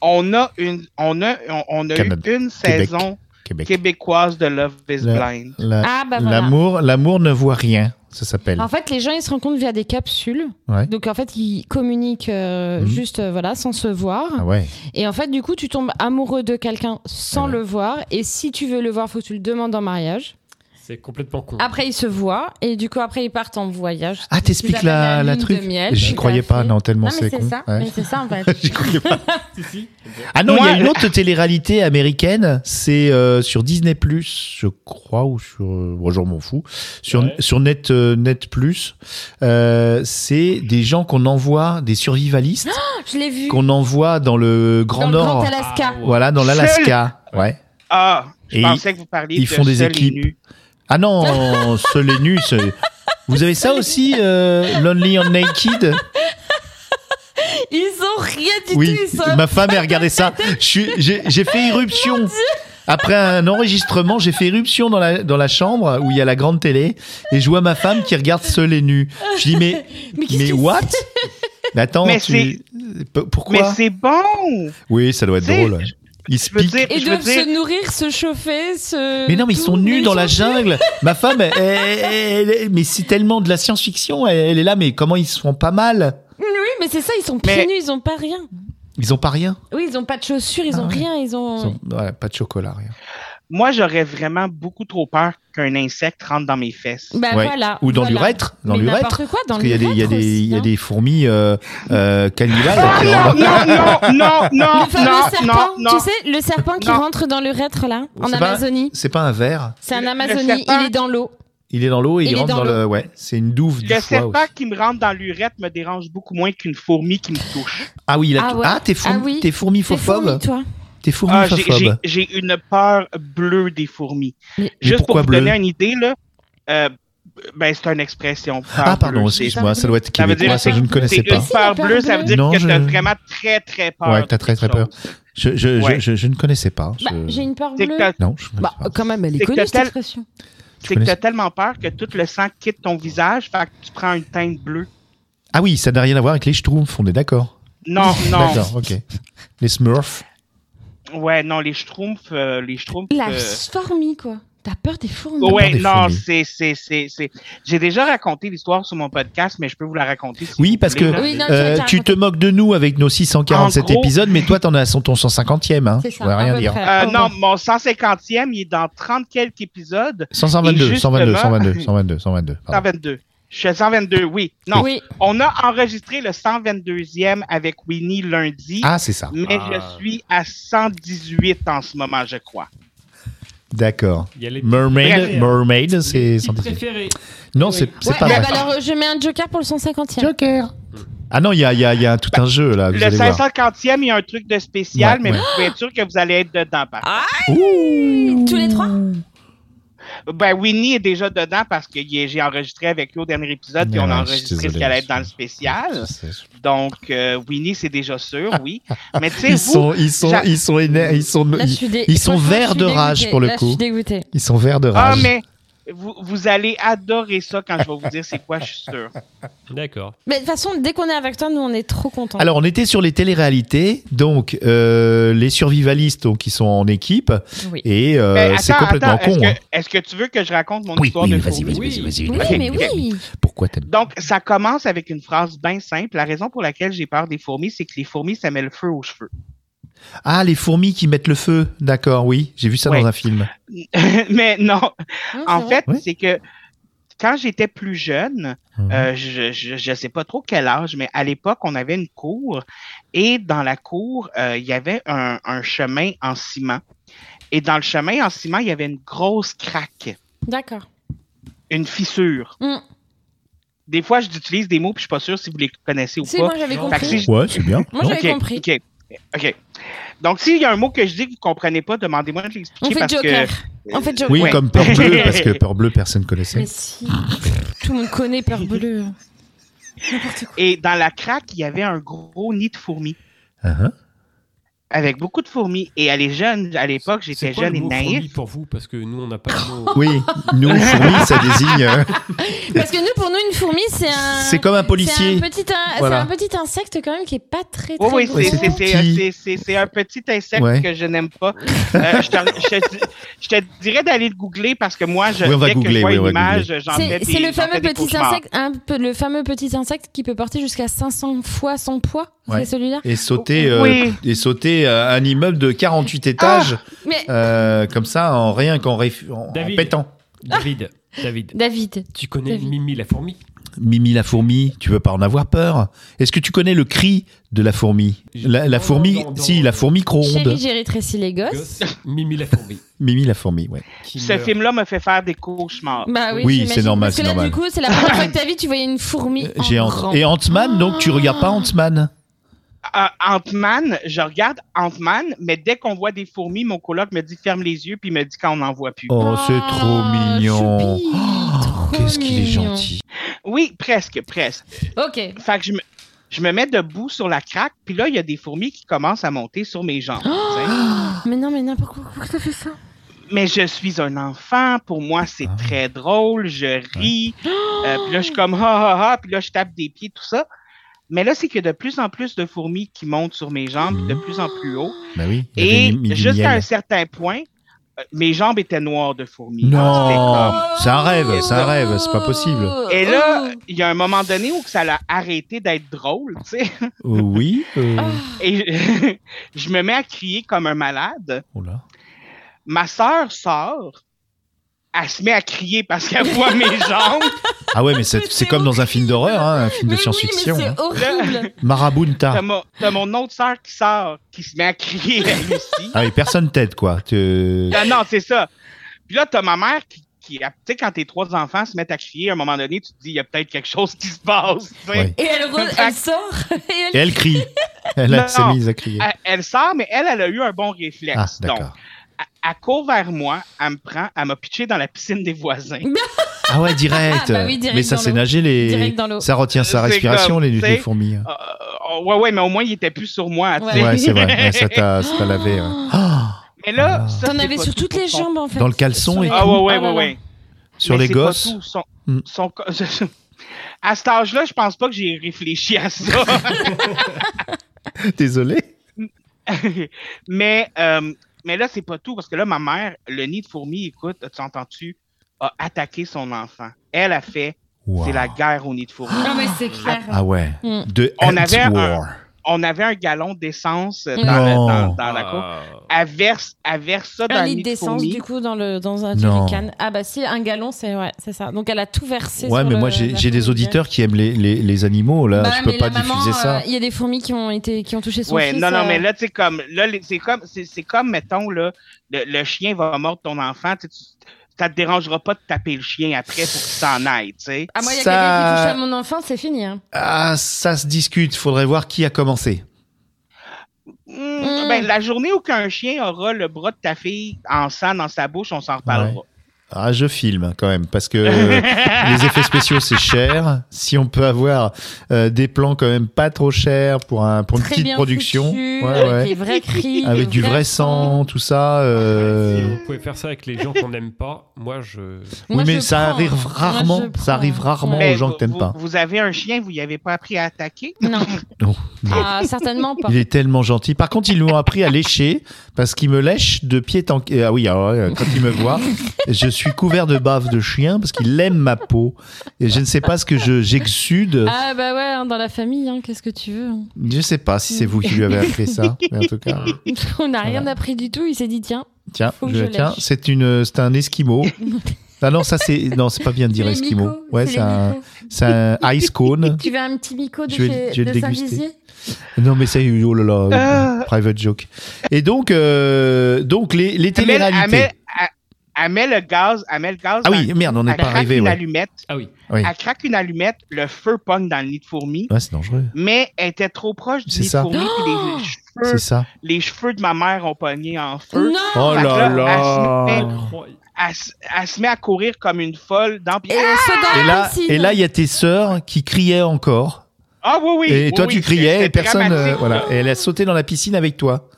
[SPEAKER 6] On a une, on a, on, on a eu
[SPEAKER 4] Canada.
[SPEAKER 6] une
[SPEAKER 4] Québec.
[SPEAKER 6] saison
[SPEAKER 4] Québec.
[SPEAKER 6] québécoise de Love is
[SPEAKER 4] Le-
[SPEAKER 6] Blind.
[SPEAKER 4] La-
[SPEAKER 5] Ah, bah voilà.
[SPEAKER 4] euh, L'amour, l'amour ne voit rien, ça s'appelle.
[SPEAKER 5] En fait, les gens, ils se rencontrent via des capsules.
[SPEAKER 4] Ouais.
[SPEAKER 5] Donc, en fait, ils communiquent euh,
[SPEAKER 4] Mhm.
[SPEAKER 5] juste, euh, voilà, sans se voir.
[SPEAKER 4] Ah ouais.
[SPEAKER 5] Et en fait, du coup, tu tombes amoureux de quelqu'un sans
[SPEAKER 4] Ouais.
[SPEAKER 5] le voir. Et si tu veux le voir, faut que tu le demandes en mariage.
[SPEAKER 2] C'est complètement con.
[SPEAKER 6] Ah.
[SPEAKER 5] Après, ils se voient. Et du coup, après, ils partent en voyage.
[SPEAKER 4] Ah, t'expliques
[SPEAKER 5] Ils appellent
[SPEAKER 4] la,
[SPEAKER 5] la
[SPEAKER 4] la
[SPEAKER 5] lune
[SPEAKER 4] truc
[SPEAKER 5] de miel,
[SPEAKER 4] J'y
[SPEAKER 5] tout
[SPEAKER 4] croyais
[SPEAKER 5] à
[SPEAKER 4] pas,
[SPEAKER 5] fait.
[SPEAKER 4] non, tellement
[SPEAKER 5] non,
[SPEAKER 4] c'est
[SPEAKER 5] mais c'est
[SPEAKER 4] con.
[SPEAKER 5] ça.
[SPEAKER 4] Ouais.
[SPEAKER 5] Mais c'est ça, en fait.
[SPEAKER 4] *laughs* J'y croyais
[SPEAKER 5] *laughs*
[SPEAKER 4] pas. Ah non, il y a
[SPEAKER 6] Moi,
[SPEAKER 4] une autre télé-réalité américaine, c'est euh, sur Disney+, je crois, ou sur... Bon, je m'en fous. Sur,
[SPEAKER 2] Ouais.
[SPEAKER 4] sur Net, euh, Net+, euh, c'est des gens qu'on envoie, des
[SPEAKER 5] *gasps*
[SPEAKER 4] survivalistes,
[SPEAKER 5] Je l'ai vu.
[SPEAKER 4] qu'on envoie dans le Grand
[SPEAKER 5] dans le
[SPEAKER 4] Nord.
[SPEAKER 5] Grand Alaska.
[SPEAKER 2] Ah, ouais.
[SPEAKER 4] Voilà, dans l'Alaska. Ouais.
[SPEAKER 6] Ah, je
[SPEAKER 4] Et
[SPEAKER 6] pensais que vous parliez
[SPEAKER 4] ils
[SPEAKER 6] de
[SPEAKER 4] font des
[SPEAKER 6] Seul et
[SPEAKER 4] équipes.
[SPEAKER 6] Nu.
[SPEAKER 4] Ah non, seul et nu, seul- Vous avez ça aussi, euh, Lonely and Naked
[SPEAKER 5] Ils ont rien du
[SPEAKER 4] Oui,
[SPEAKER 5] tout. Ils sont...
[SPEAKER 4] ma femme a regardé ça. Je suis- J'ai j'ai fait irruption. Après un enregistrement, j'ai fait irruption dans la, dans la chambre où il y a la grande télé et je vois ma femme qui regarde seule et nue. Je dis mais,
[SPEAKER 5] *laughs* Mais qu'est-ce
[SPEAKER 4] mais
[SPEAKER 5] que
[SPEAKER 4] what Mais attends,
[SPEAKER 6] Mais
[SPEAKER 4] tu... P-
[SPEAKER 6] Mais
[SPEAKER 4] pourquoi
[SPEAKER 6] c'est bon!
[SPEAKER 4] Oui, ça doit être
[SPEAKER 6] C'est-
[SPEAKER 4] drôle. Ils se
[SPEAKER 6] Je veux
[SPEAKER 4] piquent.
[SPEAKER 6] dire,
[SPEAKER 5] Ils
[SPEAKER 6] je veux
[SPEAKER 5] doivent
[SPEAKER 6] dire,
[SPEAKER 5] se nourrir, se chauffer, se.
[SPEAKER 4] Mais non, mais ils
[SPEAKER 5] tout,
[SPEAKER 4] sont
[SPEAKER 5] mais
[SPEAKER 4] nus
[SPEAKER 5] ils
[SPEAKER 4] dans
[SPEAKER 5] sont
[SPEAKER 4] la jungle. Ma femme, elle- elle- elle- mais c'est tellement de la science-fiction. Elle, elle est là, mais comment ils se font pas mal
[SPEAKER 5] Oui, mais c'est ça, ils sont pieds
[SPEAKER 6] Mais-
[SPEAKER 5] nus, ils ont pas rien.
[SPEAKER 4] Ils ont pas rien.
[SPEAKER 5] Oui, ils ont pas de chaussures, ils
[SPEAKER 4] Ah
[SPEAKER 5] ont
[SPEAKER 4] ouais.
[SPEAKER 5] rien, ils ont.
[SPEAKER 4] Ils ont- ouais, pas de chocolat, rien.
[SPEAKER 6] moi, j'aurais vraiment beaucoup trop peur qu'un insecte rentre dans mes fesses.
[SPEAKER 5] Bah
[SPEAKER 4] Ouais.
[SPEAKER 5] voilà.
[SPEAKER 4] Ou dans
[SPEAKER 5] voilà.
[SPEAKER 4] l'urètre. Dans
[SPEAKER 5] Mais
[SPEAKER 4] l'urètre.
[SPEAKER 5] n'importe quoi, dans
[SPEAKER 4] Parce qu'il y a des, il y a
[SPEAKER 5] l'urètre
[SPEAKER 4] des,
[SPEAKER 5] aussi,
[SPEAKER 4] il y a
[SPEAKER 5] hein. ah
[SPEAKER 4] des fourmis euh, euh, cannibales. qui
[SPEAKER 6] Non,
[SPEAKER 4] rentrent-
[SPEAKER 6] non, non, non, non,
[SPEAKER 5] hein. Le fameux
[SPEAKER 6] non,
[SPEAKER 5] serpent,
[SPEAKER 6] non, non.
[SPEAKER 5] tu sais, le serpent qui
[SPEAKER 6] Non.
[SPEAKER 5] rentre dans l'urètre là, en
[SPEAKER 4] C'est pas-
[SPEAKER 5] Amazonie.
[SPEAKER 4] C'est pas un ver.
[SPEAKER 5] C'est un
[SPEAKER 6] Le- le
[SPEAKER 5] Amazonie,
[SPEAKER 6] serpent-
[SPEAKER 5] il est dans l'eau.
[SPEAKER 4] Il est dans l'eau et il,
[SPEAKER 5] Il est
[SPEAKER 4] rentre
[SPEAKER 5] dans
[SPEAKER 4] dans, le. Ouais, c'est une douve du
[SPEAKER 6] Le
[SPEAKER 4] foie
[SPEAKER 6] serpent
[SPEAKER 4] aussi.
[SPEAKER 6] qui me rentre dans l'urette me dérange beaucoup moins qu'une fourmi qui me touche.
[SPEAKER 4] Ah oui, il a
[SPEAKER 5] Ah
[SPEAKER 4] tout-
[SPEAKER 5] ouais.
[SPEAKER 4] Ah, t'es fourmi,
[SPEAKER 5] Ah oui.
[SPEAKER 4] t'es
[SPEAKER 5] fourmi,
[SPEAKER 4] fourmiphobe.
[SPEAKER 5] toi.
[SPEAKER 4] T'es
[SPEAKER 6] Ah, j'ai- j'ai-
[SPEAKER 4] fourmiphobe.
[SPEAKER 6] J'ai une peur bleue des fourmis.
[SPEAKER 5] Mais-
[SPEAKER 4] Mais
[SPEAKER 6] Juste pour
[SPEAKER 4] pourquoi
[SPEAKER 6] vous
[SPEAKER 4] bleu
[SPEAKER 6] donner une idée, là, euh, ben, c'est une expression. peur
[SPEAKER 4] Ah pardon,
[SPEAKER 6] bleue. C'est-
[SPEAKER 4] excuse-moi, ça doit être
[SPEAKER 6] Ça veut
[SPEAKER 4] québécois,
[SPEAKER 6] dire-
[SPEAKER 4] ça je ne
[SPEAKER 6] C'est
[SPEAKER 4] connaissais
[SPEAKER 6] une
[SPEAKER 4] pas.
[SPEAKER 5] C'est la
[SPEAKER 6] peur
[SPEAKER 5] peur
[SPEAKER 6] bleue, ça veut
[SPEAKER 4] bleue.
[SPEAKER 6] dire que
[SPEAKER 4] Non,
[SPEAKER 6] t'as
[SPEAKER 4] je-
[SPEAKER 6] vraiment très, très peur.
[SPEAKER 4] Ouais, t'as très très peur. Je, je,
[SPEAKER 6] Ouais.
[SPEAKER 4] je, je, je ne connaissais pas.
[SPEAKER 5] Bah,
[SPEAKER 4] Je-
[SPEAKER 5] j'ai une peur
[SPEAKER 6] C'est que
[SPEAKER 5] bleue.
[SPEAKER 6] t'as-
[SPEAKER 4] Non, je ne
[SPEAKER 9] Bah,
[SPEAKER 4] connaissais pas.
[SPEAKER 9] quand même, elle est
[SPEAKER 6] C'est
[SPEAKER 9] connue,
[SPEAKER 6] que
[SPEAKER 9] cette
[SPEAKER 6] tel-
[SPEAKER 9] expression.
[SPEAKER 6] c'est que
[SPEAKER 4] connais-
[SPEAKER 6] t'as tellement peur que tout le sang quitte ton visage, fait que tu prends une teinte bleue.
[SPEAKER 4] Ah oui, ça n'a rien à voir avec les schtroumpfs, on est d'accord. *laughs*
[SPEAKER 6] Non, non.
[SPEAKER 4] D'accord, ok. Les smurfs.
[SPEAKER 6] Ouais, non, les schtroumpfs, euh, les schtroumpfs.
[SPEAKER 5] La
[SPEAKER 6] euh,
[SPEAKER 5] fourmi quoi. T'as peur des fourmis.
[SPEAKER 4] peur
[SPEAKER 6] Ouais,
[SPEAKER 4] des
[SPEAKER 6] non,
[SPEAKER 4] fourmis.
[SPEAKER 6] c'est, c'est, c'est, c'est. J'ai déjà raconté l'histoire sur mon podcast, mais je peux vous la raconter. si
[SPEAKER 4] Oui,
[SPEAKER 6] vous
[SPEAKER 4] parce
[SPEAKER 6] voulez,
[SPEAKER 4] que,
[SPEAKER 6] là.
[SPEAKER 5] Oui, non,
[SPEAKER 4] Euh,
[SPEAKER 5] tu as
[SPEAKER 4] tu te moques de nous avec nos 647
[SPEAKER 6] En gros-
[SPEAKER 4] épisodes, mais toi, t'en as son ton 150e. Hein.
[SPEAKER 5] C'est
[SPEAKER 4] Je
[SPEAKER 5] ça,
[SPEAKER 4] pourrais
[SPEAKER 5] à
[SPEAKER 4] rien
[SPEAKER 5] peu
[SPEAKER 4] dire.
[SPEAKER 5] près.
[SPEAKER 6] Euh,
[SPEAKER 5] Pardon.
[SPEAKER 6] non, mon 150e, il est dans 30 quelques épisodes.
[SPEAKER 4] 122,
[SPEAKER 6] Et
[SPEAKER 4] 122,
[SPEAKER 6] justement- *laughs*
[SPEAKER 4] 122, 122, 122. pardon.
[SPEAKER 6] 122. Je suis à 122, oui. Non,
[SPEAKER 5] Oui,
[SPEAKER 6] on a enregistré le 122e avec Winnie lundi,
[SPEAKER 4] Ah, c'est ça.
[SPEAKER 6] mais
[SPEAKER 2] Ah.
[SPEAKER 6] je suis à 118 en ce moment, je crois.
[SPEAKER 4] D'accord.
[SPEAKER 2] Il y a les
[SPEAKER 4] Mermaid,
[SPEAKER 6] Bref.
[SPEAKER 4] mermaid, c'est
[SPEAKER 2] petits
[SPEAKER 4] 118.
[SPEAKER 2] préférés.
[SPEAKER 4] Non, c'est c'est
[SPEAKER 5] Ouais,
[SPEAKER 4] pas
[SPEAKER 5] bah,
[SPEAKER 4] vrai.
[SPEAKER 5] bah, alors je mets un joker pour le 150e.
[SPEAKER 4] Joker. Ah non, il y a, il y a- il y a tout un jeu là. Vous
[SPEAKER 6] Bah, Le
[SPEAKER 4] allez voir.
[SPEAKER 6] 550e, il y a un truc de spécial,
[SPEAKER 4] Ouais,
[SPEAKER 6] mais
[SPEAKER 4] ouais.
[SPEAKER 6] vous pouvez être sûr que vous allez être dedans. Par...
[SPEAKER 5] Ah.
[SPEAKER 4] Ouh.
[SPEAKER 5] Tous les trois
[SPEAKER 6] Ben, Winnie est déjà dedans parce que il est- j'ai enregistré avec lui au dernier épisode, puis
[SPEAKER 4] Non,
[SPEAKER 6] on a
[SPEAKER 4] non, je suis
[SPEAKER 6] enregistré ce
[SPEAKER 4] désolé,
[SPEAKER 6] qu'elle allait
[SPEAKER 4] je-
[SPEAKER 6] être dans le spécial.
[SPEAKER 4] C'est- c'est-
[SPEAKER 6] Donc, euh, Winnie, c'est déjà sûr, oui.
[SPEAKER 4] *laughs*
[SPEAKER 6] Mais tu sais, vous,
[SPEAKER 4] Ils sont, ils sont,
[SPEAKER 6] j'a-
[SPEAKER 4] ils sont, éner- ils sont,
[SPEAKER 5] Là, je suis dé-
[SPEAKER 4] ils sont
[SPEAKER 5] franchement,
[SPEAKER 4] verts
[SPEAKER 5] je suis
[SPEAKER 4] de rage,
[SPEAKER 5] dégoûtée.
[SPEAKER 4] pour le
[SPEAKER 5] Là,
[SPEAKER 4] coup.
[SPEAKER 5] Je suis dégoûtée.
[SPEAKER 4] ils sont verts de
[SPEAKER 6] ah,
[SPEAKER 4] rage.
[SPEAKER 6] mais vous, vous allez adorer ça quand je vais vous dire c'est quoi, je suis sûr.
[SPEAKER 4] Euh,
[SPEAKER 2] D'accord.
[SPEAKER 5] Mais de toute façon, dès qu'on est avec toi, nous on est trop contents.
[SPEAKER 4] Alors, on était sur les téléréalités, donc euh, les survivalistes donc, qui sont en équipe,
[SPEAKER 5] Oui.
[SPEAKER 4] et euh,
[SPEAKER 6] Ben,
[SPEAKER 4] c'est
[SPEAKER 6] attends,
[SPEAKER 4] complètement
[SPEAKER 6] attends,
[SPEAKER 4] con.
[SPEAKER 6] Est-ce
[SPEAKER 4] hein.
[SPEAKER 6] que, est-ce que tu veux que je raconte mon
[SPEAKER 4] Oui,
[SPEAKER 6] histoire
[SPEAKER 4] oui,
[SPEAKER 6] de
[SPEAKER 4] vas-y,
[SPEAKER 6] fourmi?
[SPEAKER 4] vas-y, vas-y, vas-y.
[SPEAKER 5] Oui,
[SPEAKER 4] vas-y.
[SPEAKER 5] mais oui.
[SPEAKER 4] Pourquoi t'aimes
[SPEAKER 6] Donc, ça commence avec une phrase bien simple. La raison pour laquelle j'ai peur des fourmis, c'est que les fourmis, ça met le feu aux cheveux. *laughs*
[SPEAKER 4] Ah, les fourmis qui mettent le feu, d'accord, oui, j'ai vu ça
[SPEAKER 6] Ouais.
[SPEAKER 4] dans un film.
[SPEAKER 6] Mais non,
[SPEAKER 5] Hein, c'est
[SPEAKER 6] en
[SPEAKER 5] vrai.
[SPEAKER 6] fait,
[SPEAKER 4] Oui.
[SPEAKER 6] c'est que quand j'étais plus jeune,
[SPEAKER 4] Mhm.
[SPEAKER 6] euh, je, je, je sais pas trop quel âge, mais à l'époque, on avait une cour et dans la cour, euh, il y avait un, un chemin en ciment. Et dans le chemin en ciment, il y avait une grosse craque,
[SPEAKER 5] D'accord.
[SPEAKER 6] une fissure.
[SPEAKER 5] Mm.
[SPEAKER 6] Des fois, j'utilise des mots puis je suis pas sûr si vous les connaissez ou
[SPEAKER 5] Si,
[SPEAKER 6] pas.
[SPEAKER 5] moi j'avais
[SPEAKER 6] Fait que si
[SPEAKER 5] compris.
[SPEAKER 6] je-
[SPEAKER 4] Ouais, c'est
[SPEAKER 6] *laughs*
[SPEAKER 4] bien.
[SPEAKER 5] Moi
[SPEAKER 4] Non
[SPEAKER 5] j'avais
[SPEAKER 6] Ok,
[SPEAKER 5] compris.
[SPEAKER 6] OK. OK. Donc, s'il y a un mot que je dis que vous comprenez pas, demandez-moi de
[SPEAKER 5] On
[SPEAKER 6] l'expliquer
[SPEAKER 5] fait
[SPEAKER 6] parce
[SPEAKER 5] Joker.
[SPEAKER 6] que...
[SPEAKER 5] On fait Joker.
[SPEAKER 4] Oui,
[SPEAKER 6] Ouais.
[SPEAKER 4] comme Peur
[SPEAKER 6] *laughs*
[SPEAKER 4] Bleue, parce que Peur Bleue, personne
[SPEAKER 5] Mais
[SPEAKER 4] connaissait.
[SPEAKER 5] si. Tout le monde connaît Peur Bleue. N'importe quoi.
[SPEAKER 6] Et dans la craque, il y avait un gros nid de fourmis.
[SPEAKER 4] Uh-huh.
[SPEAKER 6] avec beaucoup de fourmis. Et elle est jeune. À l'époque, j'étais
[SPEAKER 2] C'est quoi
[SPEAKER 6] jeune
[SPEAKER 2] le
[SPEAKER 6] et
[SPEAKER 2] mot fourmi
[SPEAKER 6] naïf.
[SPEAKER 2] pour vous parce que nous on n'a pas le
[SPEAKER 4] *laughs*
[SPEAKER 2] mot.
[SPEAKER 4] Oui, nous, fourmi, ça désigne. euh,
[SPEAKER 5] Parce que nous, pour nous, une fourmi, c'est un.
[SPEAKER 4] C'est comme un
[SPEAKER 5] C'est
[SPEAKER 4] policier.
[SPEAKER 5] un, petit, un, c'est
[SPEAKER 4] Voilà.
[SPEAKER 5] un petit insecte quand même qui est pas très. très
[SPEAKER 6] Oh oui,
[SPEAKER 5] gros.
[SPEAKER 6] c'est-
[SPEAKER 4] c'est
[SPEAKER 6] c'est-
[SPEAKER 4] tout
[SPEAKER 6] c'est-
[SPEAKER 4] petit.
[SPEAKER 6] c'est- c'est- c'est un petit insecte
[SPEAKER 4] Ouais.
[SPEAKER 6] que je n'aime pas. Euh, je, te, je te- je te dirais d'aller le googler parce que moi, je
[SPEAKER 4] Oui, on va
[SPEAKER 6] dès que
[SPEAKER 4] googler,
[SPEAKER 6] je vois
[SPEAKER 4] oui, on
[SPEAKER 6] une
[SPEAKER 4] va
[SPEAKER 6] image, j'en fais
[SPEAKER 5] C'est
[SPEAKER 6] des-
[SPEAKER 5] c'est le
[SPEAKER 6] j'en fais
[SPEAKER 5] fameux
[SPEAKER 6] des
[SPEAKER 5] petit
[SPEAKER 6] cauchemars.
[SPEAKER 5] insecte, un peu, le fameux petit insecte qui peut porter jusqu'à 500 fois son poids.
[SPEAKER 4] Ouais.
[SPEAKER 5] C'est celui-là.
[SPEAKER 4] Et sauter, euh,
[SPEAKER 6] Oui.
[SPEAKER 4] et sauter euh, un immeuble de 48 étages,
[SPEAKER 5] Mais
[SPEAKER 6] Ah.
[SPEAKER 4] euh, comme ça, en rien qu'en réf- en, en
[SPEAKER 2] David.
[SPEAKER 4] pétant.
[SPEAKER 2] David, David,
[SPEAKER 5] David,
[SPEAKER 2] tu connais
[SPEAKER 5] David.
[SPEAKER 2] Mimi la fourmi
[SPEAKER 4] Mimi la fourmi, tu veux pas en avoir peur Est-ce que tu connais le cri de la fourmi La, la
[SPEAKER 2] Non,
[SPEAKER 4] fourmi,
[SPEAKER 2] non, non,
[SPEAKER 4] si,
[SPEAKER 2] non.
[SPEAKER 4] la fourmi
[SPEAKER 5] chérie,
[SPEAKER 4] croonde.
[SPEAKER 5] j'ai rétréci les
[SPEAKER 6] *laughs*
[SPEAKER 5] gosses.
[SPEAKER 2] Gosse, Mimi la fourmi.
[SPEAKER 4] Mimi la fourmi, ouais.
[SPEAKER 2] qui
[SPEAKER 6] Ce
[SPEAKER 2] meurt.
[SPEAKER 6] film-là me fait faire des cauchemars.
[SPEAKER 5] Bah oui,
[SPEAKER 4] Oui,
[SPEAKER 5] j'imagine.
[SPEAKER 4] c'est normal,
[SPEAKER 5] Parce que
[SPEAKER 4] c'est
[SPEAKER 5] là,
[SPEAKER 4] normal.
[SPEAKER 5] du coup, c'est la première fois que ta vie, tu voyais une fourmi.
[SPEAKER 4] Euh,
[SPEAKER 5] en
[SPEAKER 4] j'ai Ant-
[SPEAKER 5] grand.
[SPEAKER 4] Et Ant-Man, donc tu regardes pas Ant-Man
[SPEAKER 6] Euh, Ant-Man, je regarde Ant-Man, mais dès qu'on voit des fourmis, mon coloc me dit ferme les yeux puis il me dit quand on n'en voit plus.
[SPEAKER 4] Oh, c'est trop
[SPEAKER 5] Ah,
[SPEAKER 4] mignon.
[SPEAKER 5] choupi,
[SPEAKER 4] Oh,
[SPEAKER 5] trop
[SPEAKER 4] Qu'est-ce qu'il est
[SPEAKER 5] mignon.
[SPEAKER 4] gentil.
[SPEAKER 6] Oui, presque, presque. *gasps*
[SPEAKER 5] Ok.
[SPEAKER 6] Fait que je me, je me mets debout sur la craque, puis là, il y a des fourmis qui commencent à monter sur mes jambes. tu
[SPEAKER 5] Oh!
[SPEAKER 6] sais.
[SPEAKER 5] Mais non, mais n'importe quoi. Pourquoi t'as fait ça
[SPEAKER 6] Mais je suis un enfant, pour moi, c'est très drôle, je ris. Euh, puis là, je suis comme ha ha ha, puis là, je tape des pieds, tout ça. Mais là, c'est qu'il y a de plus en plus de fourmis qui montent sur mes jambes, puis de plus en plus haut.
[SPEAKER 4] Bah oui. il y avait
[SPEAKER 6] Et
[SPEAKER 4] une- une
[SPEAKER 6] jusqu'à un
[SPEAKER 4] miel.
[SPEAKER 6] certain point, euh, mes jambes étaient noires de fourmis. C'était
[SPEAKER 4] Non,
[SPEAKER 6] comme- Oh.
[SPEAKER 4] c'est un rêve, c'est un rêve, c'est pas possible.
[SPEAKER 6] Et là, il y a un moment donné où que ça l'a arrêté d'être drôle, tu
[SPEAKER 5] *laughs*
[SPEAKER 6] sais.
[SPEAKER 4] Euh, oui. euh,
[SPEAKER 6] Et je, *laughs* je me mets à crier comme un malade.
[SPEAKER 4] oh là.
[SPEAKER 6] Ma sœur sort. Elle se met à crier parce qu'elle voit
[SPEAKER 5] *laughs*
[SPEAKER 6] mes jambes.
[SPEAKER 4] Ah ouais, mais c'est c'est comme dans un film d'horreur, hein, un film de
[SPEAKER 5] Mais
[SPEAKER 4] science-fiction.
[SPEAKER 5] Oui, mais
[SPEAKER 4] hein.
[SPEAKER 5] c'est horrible.
[SPEAKER 4] *laughs*
[SPEAKER 6] T'as
[SPEAKER 4] Marabunta.
[SPEAKER 6] mon, t'as mon autre sœur qui sort, qui se met à crier
[SPEAKER 4] *laughs*
[SPEAKER 6] elle aussi.
[SPEAKER 4] Ah oui, personne t'aide, quoi. Tu-
[SPEAKER 6] Ah non, c'est ça. Puis là, t'as ma mère qui, qui tu sais, quand tes trois enfants se mettent à crier, à un moment donné, tu te dis, il y a peut-être quelque chose qui se passe. tu sais.
[SPEAKER 4] Ouais.
[SPEAKER 5] Et
[SPEAKER 6] *laughs*
[SPEAKER 5] elle, re-
[SPEAKER 6] Ah,
[SPEAKER 5] elle sort. Et elle
[SPEAKER 4] Et elle crie. *laughs* Elle a-
[SPEAKER 6] Non. Ah,
[SPEAKER 4] s'est mise à crier.
[SPEAKER 6] Elle, elle sort, mais elle, elle a eu un bon
[SPEAKER 4] Ah,
[SPEAKER 6] réflexe. Donc,
[SPEAKER 4] d'accord.
[SPEAKER 6] elle, elle court vers moi, elle me prend, elle m'a pitché dans la piscine des voisins.
[SPEAKER 4] Ah ouais, direct.
[SPEAKER 5] Ah bah oui, direct
[SPEAKER 4] mais ça,
[SPEAKER 5] dans
[SPEAKER 4] c'est
[SPEAKER 5] l'eau.
[SPEAKER 4] nager les.
[SPEAKER 5] Direct dans l'eau.
[SPEAKER 4] Ça retient sa
[SPEAKER 6] C'est
[SPEAKER 4] respiration,
[SPEAKER 6] comme,
[SPEAKER 4] les,
[SPEAKER 6] tu
[SPEAKER 4] les
[SPEAKER 6] sais,
[SPEAKER 4] fourmis.
[SPEAKER 6] Euh, euh, ouais, ouais, mais au moins, il était plus sur moi. tu sais.
[SPEAKER 4] Ouais,
[SPEAKER 5] *laughs*
[SPEAKER 4] c'est vrai. Ouais, ça t'a ça t'a lavé. ouais.
[SPEAKER 5] *gasps*
[SPEAKER 4] Ah,
[SPEAKER 6] Mais là,
[SPEAKER 4] Ah.
[SPEAKER 6] ça,
[SPEAKER 5] T'en
[SPEAKER 6] c'est
[SPEAKER 5] avais
[SPEAKER 6] pas
[SPEAKER 5] sur
[SPEAKER 6] tout
[SPEAKER 5] toutes les
[SPEAKER 6] pour son-
[SPEAKER 5] jambes, en fait.
[SPEAKER 4] Dans le caleçon
[SPEAKER 5] Sur
[SPEAKER 4] et
[SPEAKER 5] les-
[SPEAKER 6] Ah, ouais, ouais,
[SPEAKER 5] là
[SPEAKER 6] ouais,
[SPEAKER 5] là.
[SPEAKER 6] ouais.
[SPEAKER 4] Sur
[SPEAKER 6] Mais
[SPEAKER 4] les
[SPEAKER 6] c'est pas
[SPEAKER 4] gosses.
[SPEAKER 6] tout, son-
[SPEAKER 4] Mm.
[SPEAKER 6] son co- *laughs* à cet âge-là, je pense pas que j'ai réfléchi
[SPEAKER 4] *laughs*
[SPEAKER 6] à ça.
[SPEAKER 4] Désolé.
[SPEAKER 6] mais, euh, mais là, c'est pas tout, parce que là, ma mère, le nid de fourmis, écoute, tu entends-tu, a attaqué son enfant. Elle a fait,
[SPEAKER 4] Wow.
[SPEAKER 6] c'est la guerre au nid de fourmis.
[SPEAKER 5] Non, mais c'est clair.
[SPEAKER 4] Ah ouais.
[SPEAKER 5] Mm.
[SPEAKER 4] De
[SPEAKER 6] On avait un-
[SPEAKER 4] War.
[SPEAKER 6] On avait un gallon d'essence dans, le-
[SPEAKER 4] Non.
[SPEAKER 6] dans- dans la cour.
[SPEAKER 2] Ah.
[SPEAKER 6] Elle verse, elle verse ça dans
[SPEAKER 5] Un
[SPEAKER 6] le
[SPEAKER 5] litre
[SPEAKER 6] nid de
[SPEAKER 5] d'essence,
[SPEAKER 6] fourmis.
[SPEAKER 5] du coup, dans, le, dans un
[SPEAKER 4] Non.
[SPEAKER 5] jerrycan. Ah, bah si, un gallon, c'est ouais, c'est ça. Donc, elle a tout versé.
[SPEAKER 4] Ouais,
[SPEAKER 5] sur
[SPEAKER 4] mais
[SPEAKER 5] le-
[SPEAKER 4] moi,
[SPEAKER 5] la
[SPEAKER 4] j'ai j'ai
[SPEAKER 5] fourmi.
[SPEAKER 4] des auditeurs qui aiment les, les, les animaux. Là,
[SPEAKER 5] Bah,
[SPEAKER 4] je peux
[SPEAKER 5] mais
[SPEAKER 4] pas
[SPEAKER 5] la maman,
[SPEAKER 4] diffuser ça.
[SPEAKER 5] euh, Il y a des fourmis qui ont, été, qui ont touché son
[SPEAKER 6] Ouais,
[SPEAKER 5] fils.
[SPEAKER 6] non, non,
[SPEAKER 5] euh,
[SPEAKER 6] mais là, tu sais, comme, là, les- c'est comme, c'est c'est comme, mettons, là, le, le chien va mordre ton enfant, tu sais, tu- ça te dérangera pas de taper le chien après pour qu'il s'en aille, tu sais.
[SPEAKER 5] Ah, moi, il y a
[SPEAKER 4] Ça-
[SPEAKER 5] quelqu'un qui touche à mon enfant, c'est fini. hein.
[SPEAKER 4] Ah, ça se discute. Faudrait voir qui a commencé.
[SPEAKER 6] Hmm,
[SPEAKER 5] Mm.
[SPEAKER 6] Ben, la journée où qu'un chien aura le bras de ta fille en sang dans sa bouche, on s'en reparlera.
[SPEAKER 4] Ah, je filme quand même parce que euh,
[SPEAKER 5] *laughs*
[SPEAKER 4] les effets spéciaux c'est cher. Si on peut avoir euh, des plans quand même pas trop chers pour un pour une
[SPEAKER 5] Très
[SPEAKER 4] petite
[SPEAKER 5] bien
[SPEAKER 4] production,
[SPEAKER 5] foutu, euh,
[SPEAKER 4] Ouais, ouais.
[SPEAKER 5] Avec des vrais cris.
[SPEAKER 4] avec
[SPEAKER 5] des
[SPEAKER 4] du
[SPEAKER 5] vrais
[SPEAKER 4] vrai sang, tout ça.
[SPEAKER 2] Si
[SPEAKER 4] euh,
[SPEAKER 2] vous pouvez faire ça avec les gens qu'on n'aime pas, moi je.
[SPEAKER 5] Moi,
[SPEAKER 4] oui, mais
[SPEAKER 5] je
[SPEAKER 4] ça
[SPEAKER 5] prends.
[SPEAKER 4] arrive
[SPEAKER 5] Moi, je
[SPEAKER 4] rarement.
[SPEAKER 5] prends.
[SPEAKER 4] ça arrive rarement
[SPEAKER 5] Ouais.
[SPEAKER 6] Mais
[SPEAKER 4] aux gens
[SPEAKER 6] vous-
[SPEAKER 4] que t'aimes
[SPEAKER 6] vous-
[SPEAKER 4] pas.
[SPEAKER 6] Vous avez un chien, vous n'y avez pas appris à attaquer?
[SPEAKER 5] Non.
[SPEAKER 4] Non, non.
[SPEAKER 5] Ah, certainement pas.
[SPEAKER 4] Il est tellement gentil. Par contre, ils lui ont appris à lécher parce qu'il me lèche de pied en... Ah oui, alors euh, quand il me voit, je suis couvert de bave de chien parce qu'il aime ma peau. Et je ne sais pas ce que je j'exude.
[SPEAKER 5] Ah, bah ouais, hein, dans la famille, hein, qu'est-ce que tu veux hein. *laughs*
[SPEAKER 4] Je sais pas si c'est vous qui lui avez appris ça, mais en tout cas,
[SPEAKER 5] On n'a rien appris du tout. Il s'est dit, tiens,
[SPEAKER 4] tiens,
[SPEAKER 5] Faut que
[SPEAKER 4] je-
[SPEAKER 5] je
[SPEAKER 4] tiens,
[SPEAKER 5] lèche.
[SPEAKER 4] c'est une, c'est un esquimau. Ah non, ça c'est, non, c'est pas bien de dire
[SPEAKER 5] les
[SPEAKER 4] esquimau.
[SPEAKER 5] micos,
[SPEAKER 4] ouais,
[SPEAKER 5] c'est
[SPEAKER 4] c'est
[SPEAKER 5] les
[SPEAKER 4] un,
[SPEAKER 5] micos.
[SPEAKER 4] c'est un ice cone.
[SPEAKER 5] Tu veux un petit mico de,
[SPEAKER 4] Je vais-
[SPEAKER 5] chez-
[SPEAKER 4] je vais
[SPEAKER 5] de
[SPEAKER 4] le déguster.
[SPEAKER 5] Saint-Dizier
[SPEAKER 4] Non, mais c'est, oh là là,
[SPEAKER 6] Ah.
[SPEAKER 4] private joke. Et donc, euh, donc les, les
[SPEAKER 6] Elle met, elle
[SPEAKER 4] téléréalités.
[SPEAKER 6] met- elle- elle met le gaz, elle met le gaz.
[SPEAKER 4] Ah
[SPEAKER 6] dans-
[SPEAKER 4] oui, merde, on n'est
[SPEAKER 6] elle
[SPEAKER 4] pas
[SPEAKER 6] craque
[SPEAKER 4] arrivé.
[SPEAKER 6] une
[SPEAKER 4] Ouais.
[SPEAKER 6] allumette.
[SPEAKER 2] Ah oui.
[SPEAKER 4] Oui.
[SPEAKER 6] Elle craque une allumette, le feu pogne dans le nid de fourmis,
[SPEAKER 4] Ouais, c'est dangereux.
[SPEAKER 6] mais elle était trop proche du
[SPEAKER 4] C'est
[SPEAKER 6] nid de
[SPEAKER 4] ça.
[SPEAKER 6] fourmis, puis les- les
[SPEAKER 5] Mm.
[SPEAKER 4] C'est
[SPEAKER 6] cheveux,
[SPEAKER 4] ça.
[SPEAKER 6] les cheveux de ma mère ont pogné en feu.
[SPEAKER 5] Non
[SPEAKER 4] Oh
[SPEAKER 6] Fait que
[SPEAKER 4] là
[SPEAKER 6] là, elle se met-
[SPEAKER 4] là.
[SPEAKER 6] elle, se- elle se met à courir comme une folle dans. puis-
[SPEAKER 5] Et elle saute dans
[SPEAKER 4] Et
[SPEAKER 5] la
[SPEAKER 4] là,
[SPEAKER 5] piscine.
[SPEAKER 4] et là, il y a tes sœurs qui criaient encore.
[SPEAKER 6] Ah oui, oui.
[SPEAKER 4] Et
[SPEAKER 6] oui,
[SPEAKER 4] toi,
[SPEAKER 6] oui,
[SPEAKER 4] tu
[SPEAKER 6] c'était-
[SPEAKER 4] criais et
[SPEAKER 6] c'était
[SPEAKER 4] personne. euh,
[SPEAKER 6] dramatique.
[SPEAKER 4] voilà. Et elle a sauté dans la piscine avec toi.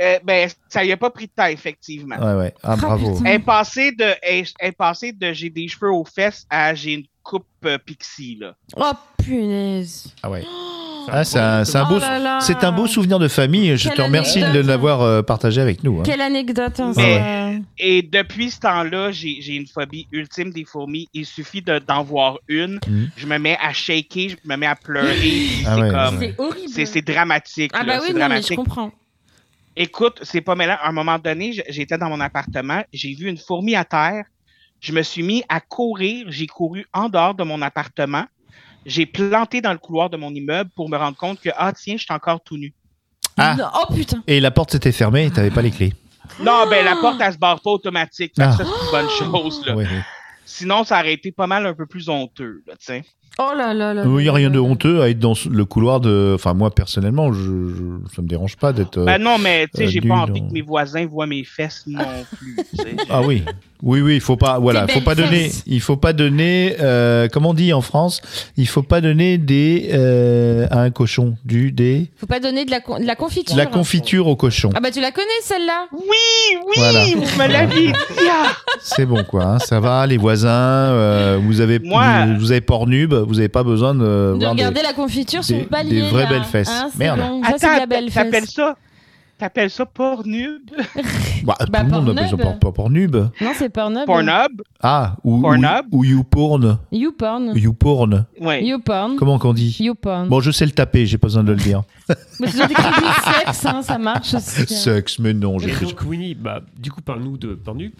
[SPEAKER 6] Euh, ben, ça y a pas pris de temps, effectivement.
[SPEAKER 4] Ouais, ouais. Ah,
[SPEAKER 5] Ah,
[SPEAKER 4] bravo.
[SPEAKER 5] putain.
[SPEAKER 6] Elle est passée de, elle, elle est passée de j'ai des cheveux aux fesses à j'ai une coupe euh, pixie, là.
[SPEAKER 5] Oh punaise.
[SPEAKER 4] Ah ouais. Ah, c'est un, c'est un beau,
[SPEAKER 5] Oh là là.
[SPEAKER 4] c'est un beau souvenir de famille. Je
[SPEAKER 5] Quelle
[SPEAKER 4] te remercie de
[SPEAKER 5] anecdote.
[SPEAKER 4] l'avoir euh, partagé avec nous. hein.
[SPEAKER 5] Quelle anecdote. hein,
[SPEAKER 6] Mais-
[SPEAKER 5] ça.
[SPEAKER 6] Et depuis ce temps-là, j'ai j'ai une phobie ultime des fourmis. Il suffit de- d'en voir une.
[SPEAKER 4] Mhm.
[SPEAKER 6] Je me mets à shaker, je me mets à
[SPEAKER 5] *laughs*
[SPEAKER 6] pleurer.
[SPEAKER 4] Ah
[SPEAKER 6] c'est
[SPEAKER 4] ouais,
[SPEAKER 6] comme.
[SPEAKER 4] ouais.
[SPEAKER 5] C'est horrible.
[SPEAKER 6] C'est c'est dramatique.
[SPEAKER 5] Ah
[SPEAKER 6] là,
[SPEAKER 5] bah oui,
[SPEAKER 6] c'est
[SPEAKER 5] non, mais je
[SPEAKER 6] dramatique.
[SPEAKER 5] comprends.
[SPEAKER 6] Écoute, c'est pas mêlant. À un moment donné, j- j'étais dans mon appartement, j'ai vu une fourmi à terre. Je me suis mis à courir. J'ai couru en dehors de mon appartement. J'ai planté dans le couloir de mon immeuble pour me rendre compte que, ah tiens, je suis encore tout nu.
[SPEAKER 4] Ah.
[SPEAKER 5] Non, Oh putain.
[SPEAKER 4] Et la porte s'était fermée et t'avais pas les clés.
[SPEAKER 6] Non, ben
[SPEAKER 5] Ah!
[SPEAKER 6] la porte, elle se barre pas automatique. Fait que
[SPEAKER 4] Ah.
[SPEAKER 6] Ça, c'est une bonne chose. Là.
[SPEAKER 4] Ouais, ouais.
[SPEAKER 6] Sinon, ça aurait été pas mal un peu plus honteux. Là, tu sais.
[SPEAKER 5] Oh là là là.
[SPEAKER 4] Il n'y a
[SPEAKER 5] là
[SPEAKER 4] rien
[SPEAKER 5] là
[SPEAKER 4] de
[SPEAKER 5] là.
[SPEAKER 4] honteux à être dans le couloir de. Enfin, moi personnellement, je, je- ça me dérange pas d'être. euh,
[SPEAKER 6] Ben non, mais tu sais,
[SPEAKER 4] euh,
[SPEAKER 6] j'ai
[SPEAKER 4] nul,
[SPEAKER 6] pas envie
[SPEAKER 4] on-
[SPEAKER 6] que mes voisins voient mes fesses *laughs* non plus. tu sais.
[SPEAKER 4] Ah oui. Oui, oui, il faut pas, voilà,
[SPEAKER 5] Des
[SPEAKER 4] faut pas
[SPEAKER 5] belles
[SPEAKER 4] donner,
[SPEAKER 5] fesses.
[SPEAKER 4] il faut pas donner, euh, comment on dit en France, il faut pas donner des euh, à un cochon, du des,
[SPEAKER 5] Faut pas donner de la, con- de la confiture.
[SPEAKER 4] la confiture au cochon.
[SPEAKER 5] Ah bah tu la connais celle-là.
[SPEAKER 6] Oui, oui,
[SPEAKER 4] Voilà.
[SPEAKER 6] vous
[SPEAKER 4] *laughs*
[SPEAKER 6] me l'avez dit. ah!
[SPEAKER 4] C'est bon quoi, hein, ça va, les voisins, euh, vous avez,
[SPEAKER 6] Moi-
[SPEAKER 4] vous, vous avez Pornhub, vous avez pas besoin de,
[SPEAKER 5] De
[SPEAKER 4] Euh, voir des-
[SPEAKER 5] regarder la confiture sur
[SPEAKER 4] des-
[SPEAKER 5] le palier.
[SPEAKER 4] des vraies
[SPEAKER 5] là.
[SPEAKER 4] belles fesses.
[SPEAKER 5] Hein, c'est
[SPEAKER 4] Merde.
[SPEAKER 5] bon. Ça c'est de la belle
[SPEAKER 6] t'a- t'appelles
[SPEAKER 5] fesse.
[SPEAKER 6] ça T'appelles ça Pornhub?
[SPEAKER 4] Bah,
[SPEAKER 5] Bah,
[SPEAKER 4] tout le monde appelle
[SPEAKER 5] Pornhub.
[SPEAKER 4] ça por- por- Pornhub.
[SPEAKER 5] Non c'est Pornhub.
[SPEAKER 6] Pornhub?
[SPEAKER 4] Ah, ou, ou,
[SPEAKER 6] Pornhub.
[SPEAKER 4] ou YouPorn,
[SPEAKER 5] YouPorn.
[SPEAKER 4] YouPorn.
[SPEAKER 6] Oui.
[SPEAKER 5] YouPorn.
[SPEAKER 4] Comment qu'on dit
[SPEAKER 5] YouPorn.
[SPEAKER 4] Bon, je sais le taper, j'ai pas besoin de le
[SPEAKER 5] *laughs*
[SPEAKER 4] dire.
[SPEAKER 5] Mais c'est des cris du sexe, hein, ça marche aussi.
[SPEAKER 4] Sexe, mais non, j'ai
[SPEAKER 2] Et
[SPEAKER 4] fait
[SPEAKER 2] donc, Winnie, bah, du coup, parle-nous de Pornhub.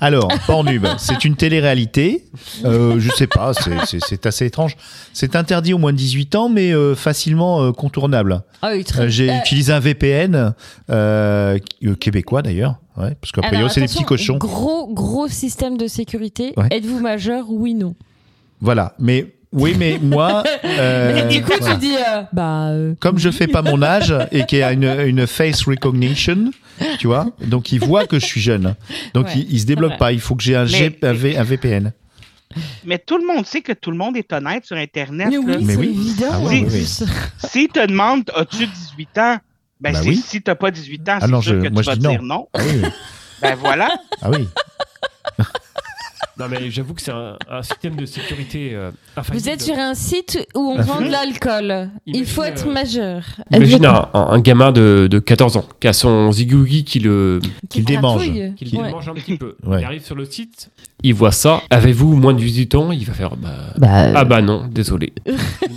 [SPEAKER 4] Alors,
[SPEAKER 5] *laughs*
[SPEAKER 4] Pornhub, c'est une télé-réalité. Euh, je sais pas, c'est- c'est c'est assez étrange. C'est interdit au moins de 18 ans, mais euh, facilement euh, contournable.
[SPEAKER 9] Ah oui,
[SPEAKER 4] Euh,
[SPEAKER 9] très
[SPEAKER 4] J'ai
[SPEAKER 9] Euh,
[SPEAKER 4] utilisé un VPN euh, qui- euh, québécois d'ailleurs, ouais, parce qu'après,
[SPEAKER 5] Alors,
[SPEAKER 4] c'est des petits cochons.
[SPEAKER 5] attention, Gros, gros système de sécurité.
[SPEAKER 4] Ouais.
[SPEAKER 5] Êtes-vous majeur Oui, non.
[SPEAKER 4] Voilà. Mais oui, mais
[SPEAKER 5] *laughs*
[SPEAKER 4] moi, euh,
[SPEAKER 5] Et du coup,
[SPEAKER 4] voilà.
[SPEAKER 5] tu dis, euh, bah. euh,
[SPEAKER 4] comme je fais pas mon âge et qu'il y a une, une face recognition, tu vois, donc ils voient que je suis jeune. Donc
[SPEAKER 5] Ouais,
[SPEAKER 4] ils il, se débloquent
[SPEAKER 5] vrai.
[SPEAKER 4] pas. Il faut que j'ai un, G- un V- un VPN.
[SPEAKER 6] Mais tout le monde sait que tout le monde est honnête sur Internet.
[SPEAKER 5] Mais
[SPEAKER 6] là.
[SPEAKER 5] oui,
[SPEAKER 4] Mais
[SPEAKER 5] c'est
[SPEAKER 4] oui.
[SPEAKER 5] évident.
[SPEAKER 4] Ah ouais,
[SPEAKER 5] en
[SPEAKER 6] oui,
[SPEAKER 5] plus.
[SPEAKER 6] Si te demande as-tu 18 ans, ben
[SPEAKER 4] Bah
[SPEAKER 6] c'est
[SPEAKER 4] oui.
[SPEAKER 6] si t'as pas 18 ans,
[SPEAKER 4] Ah
[SPEAKER 6] c'est
[SPEAKER 4] non,
[SPEAKER 6] sûr
[SPEAKER 4] je-
[SPEAKER 6] que
[SPEAKER 4] moi,
[SPEAKER 6] tu
[SPEAKER 4] je
[SPEAKER 6] vas
[SPEAKER 4] dis non.
[SPEAKER 6] dire non.
[SPEAKER 4] Ah oui,
[SPEAKER 6] Ben voilà.
[SPEAKER 4] ah oui.
[SPEAKER 2] Non, mais j'avoue que c'est un, un système de sécurité. euh,
[SPEAKER 5] Vous
[SPEAKER 2] infaillible.
[SPEAKER 5] êtes sur un site où
[SPEAKER 4] Ah.
[SPEAKER 5] on vend de l'alcool. Il faut
[SPEAKER 2] Imagine,
[SPEAKER 5] être
[SPEAKER 2] euh,
[SPEAKER 5] majeur.
[SPEAKER 2] Imagine un, un- un gamin de, de 14 ans qui a son zigougi qui le,
[SPEAKER 5] Qui
[SPEAKER 4] qu'il démange.
[SPEAKER 5] gratouille.
[SPEAKER 2] qui le
[SPEAKER 5] Ouais.
[SPEAKER 2] mange un petit peu.
[SPEAKER 4] *laughs* Ouais.
[SPEAKER 2] Il arrive sur le site, il voit ça. Avez-vous moins de 18 ans Il va faire bah,
[SPEAKER 9] Bah, euh,
[SPEAKER 2] Ah bah non, désolé.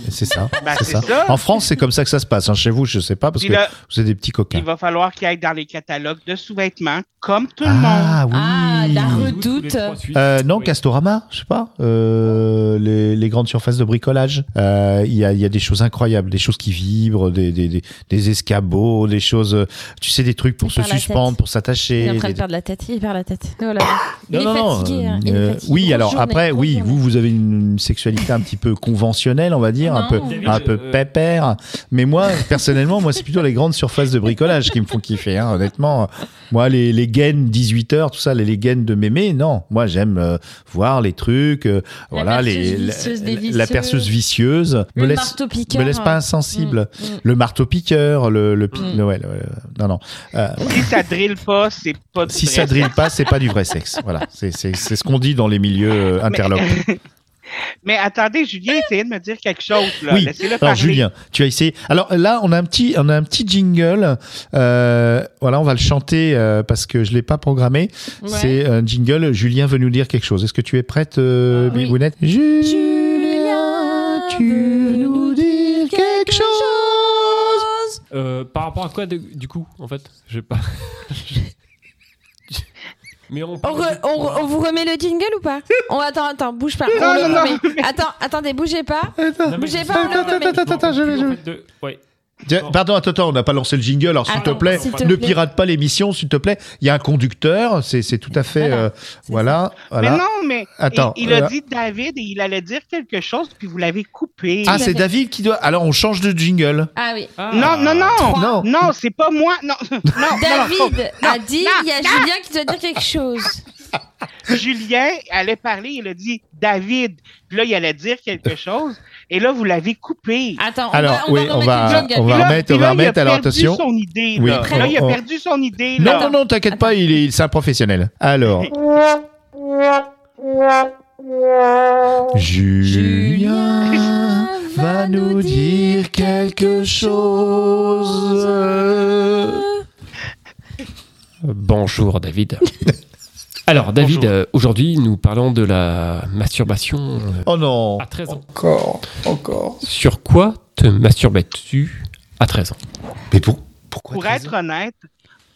[SPEAKER 4] C'est ça.
[SPEAKER 6] Ben
[SPEAKER 4] C'est
[SPEAKER 6] c'est
[SPEAKER 4] ça.
[SPEAKER 6] ça.
[SPEAKER 4] En France, c'est comme ça que ça se passe. hein. Chez vous, je sais pas, parce
[SPEAKER 6] Puis
[SPEAKER 4] que
[SPEAKER 6] là,
[SPEAKER 4] vous êtes des petits coquins.
[SPEAKER 6] il va falloir qu'il aille dans les catalogues de sous-vêtements, comme tout le monde.
[SPEAKER 4] Ah oui.
[SPEAKER 5] Ah, la
[SPEAKER 2] Tous les
[SPEAKER 5] redoute.
[SPEAKER 2] trois suites.
[SPEAKER 4] Euh, non,
[SPEAKER 2] Oui.
[SPEAKER 4] Castorama, je sais pas. Euh, les, les grandes surfaces de bricolage. Euh, Il y, a, il y a des choses incroyables, des choses qui vibrent, des, des, des, des escabeaux, des choses. euh, Tu sais, des trucs pour
[SPEAKER 5] Il
[SPEAKER 4] se
[SPEAKER 5] perd la
[SPEAKER 4] suspendre,
[SPEAKER 5] tête.
[SPEAKER 4] pour
[SPEAKER 5] Il est
[SPEAKER 4] s'attacher.
[SPEAKER 5] en train
[SPEAKER 4] des-
[SPEAKER 5] de perdre la tête. Il perd la tête. Oh là là. Il
[SPEAKER 4] Non,
[SPEAKER 5] est
[SPEAKER 4] non, non,
[SPEAKER 5] fatigué. hein, il est
[SPEAKER 4] euh,
[SPEAKER 5] fatigué.
[SPEAKER 4] oui,
[SPEAKER 5] Grosse
[SPEAKER 4] alors
[SPEAKER 5] journée,
[SPEAKER 4] après,
[SPEAKER 5] grosse
[SPEAKER 4] oui,
[SPEAKER 5] journée.
[SPEAKER 4] vous, vous avez une sexualité un petit peu conventionnelle, on va dire, un
[SPEAKER 5] Non.
[SPEAKER 4] peu,
[SPEAKER 5] David,
[SPEAKER 4] un peu
[SPEAKER 2] euh,
[SPEAKER 4] pépère. Mais moi, personnellement, moi, c'est plutôt les grandes surfaces de bricolage qui me font kiffer, hein, honnêtement. Moi, les, les gaines 18 heures, tout ça, les, les gaines de mémé, non. Moi, j'aime euh, voir les trucs, euh,
[SPEAKER 5] La
[SPEAKER 4] voilà, les,
[SPEAKER 5] perceuse
[SPEAKER 4] la,
[SPEAKER 5] vicieuse des
[SPEAKER 4] la-
[SPEAKER 5] vicieux.
[SPEAKER 4] la perceuse vicieuse.
[SPEAKER 5] Le
[SPEAKER 4] me laisse,
[SPEAKER 5] marteau piqueur. hein. Mm,
[SPEAKER 4] me laisse pas insensible. Le marteau piqueur, le, le, pi-
[SPEAKER 2] Mm.
[SPEAKER 4] le- ouais, le- le- non, non. Euh,
[SPEAKER 6] Si ça drille pas, c'est pas de
[SPEAKER 4] si
[SPEAKER 6] vrai.
[SPEAKER 4] ça drille pas, c'est pas du vrai sexe. Voilà, c'est c'est- c'est ce qu'on dit dans les milieux euh, *laughs* interlopes.
[SPEAKER 6] Mais attendez, Julien essayait de me dire quelque chose. Là.
[SPEAKER 4] Oui.
[SPEAKER 6] Laissez-le
[SPEAKER 4] Alors
[SPEAKER 6] parler.
[SPEAKER 4] Julien, tu as essayé. Alors là, on a un petit, on a un petit jingle. Euh, voilà, on va le chanter euh, parce que je l'ai pas programmé.
[SPEAKER 5] Ouais.
[SPEAKER 4] C'est un jingle. Julien veut nous dire quelque chose. Est-ce que tu es prête, euh,
[SPEAKER 5] Ah, oui.
[SPEAKER 4] Bibounette Julien, tu veux nous dire quelque chose
[SPEAKER 2] Euh, par rapport à quoi de- du coup en fait J'ai pas. *laughs* Mais on.
[SPEAKER 5] On, re- on re- on vous remet le jingle ou pas on, Attends, attends, bouge pas. On
[SPEAKER 6] Non,
[SPEAKER 5] le
[SPEAKER 6] non,
[SPEAKER 5] remet. Attends, attendez, bougez pas.
[SPEAKER 2] Non, mais
[SPEAKER 5] bougez
[SPEAKER 2] je-
[SPEAKER 5] pas, on le
[SPEAKER 4] Attends,
[SPEAKER 5] remet.
[SPEAKER 4] attends, attends, attends, je vais- je vais-
[SPEAKER 2] En fait, de- ouais.
[SPEAKER 4] Tiens, Pardon, attends, attends, on n'a pas lancé le jingle. Alors s'il
[SPEAKER 5] Ah
[SPEAKER 4] te
[SPEAKER 5] non,
[SPEAKER 4] plaît,
[SPEAKER 5] s'il te
[SPEAKER 4] ne
[SPEAKER 5] plaît.
[SPEAKER 4] pirate pas l'émission, s'il te plaît. Il y a un conducteur. C'est c'est tout à fait.
[SPEAKER 5] Voilà,
[SPEAKER 4] euh, Voilà, voilà.
[SPEAKER 6] Mais non, mais
[SPEAKER 4] Attends,
[SPEAKER 6] il, il a
[SPEAKER 4] euh,
[SPEAKER 6] dit David et il allait dire quelque chose, puis vous l'avez coupé.
[SPEAKER 4] Ah,
[SPEAKER 5] Tout à
[SPEAKER 4] c'est
[SPEAKER 5] fait.
[SPEAKER 4] David qui doit. Alors, on change de jingle.
[SPEAKER 5] Ah oui.
[SPEAKER 6] non, non, non,
[SPEAKER 4] Non.
[SPEAKER 6] non, c'est pas moi. Non, *laughs* non, non,
[SPEAKER 5] *laughs* David a dit, il y a Julien qui doit dire quelque chose.
[SPEAKER 4] *laughs*
[SPEAKER 6] non. Julien allait parler, il a dit David, puis là, il allait dire quelque chose, Et là, vous l'avez coupé.
[SPEAKER 5] Attends, on
[SPEAKER 4] Alors,
[SPEAKER 5] va, on
[SPEAKER 4] oui,
[SPEAKER 5] va
[SPEAKER 4] on
[SPEAKER 5] remettre
[SPEAKER 4] va-
[SPEAKER 5] une
[SPEAKER 4] on
[SPEAKER 5] joke à-
[SPEAKER 4] va-
[SPEAKER 6] Puis là-
[SPEAKER 4] remettre,
[SPEAKER 6] puis
[SPEAKER 4] on va
[SPEAKER 6] là, il a
[SPEAKER 4] remettre, alors,
[SPEAKER 6] perdu
[SPEAKER 4] attention.
[SPEAKER 6] son idée,
[SPEAKER 4] Oui,
[SPEAKER 6] là.
[SPEAKER 4] on-
[SPEAKER 6] Là, il a
[SPEAKER 4] on-
[SPEAKER 6] perdu son idée,
[SPEAKER 4] Non,
[SPEAKER 6] là.
[SPEAKER 4] non, non, t'inquiète pas, il est, il- c'est un professionnel. Alors. Julien va nous dire quelque chose. Euh,
[SPEAKER 2] Bonjour David. *laughs* Alors David,
[SPEAKER 6] Bonjour.
[SPEAKER 2] euh, aujourd'hui nous parlons de la masturbation euh,
[SPEAKER 4] Oh non.
[SPEAKER 2] à 13 ans.
[SPEAKER 10] Encore, encore.
[SPEAKER 2] Sur quoi te masturbais-tu à 13 ans
[SPEAKER 10] Mais pour, pourquoi
[SPEAKER 6] Pour
[SPEAKER 10] 13
[SPEAKER 6] être honnête,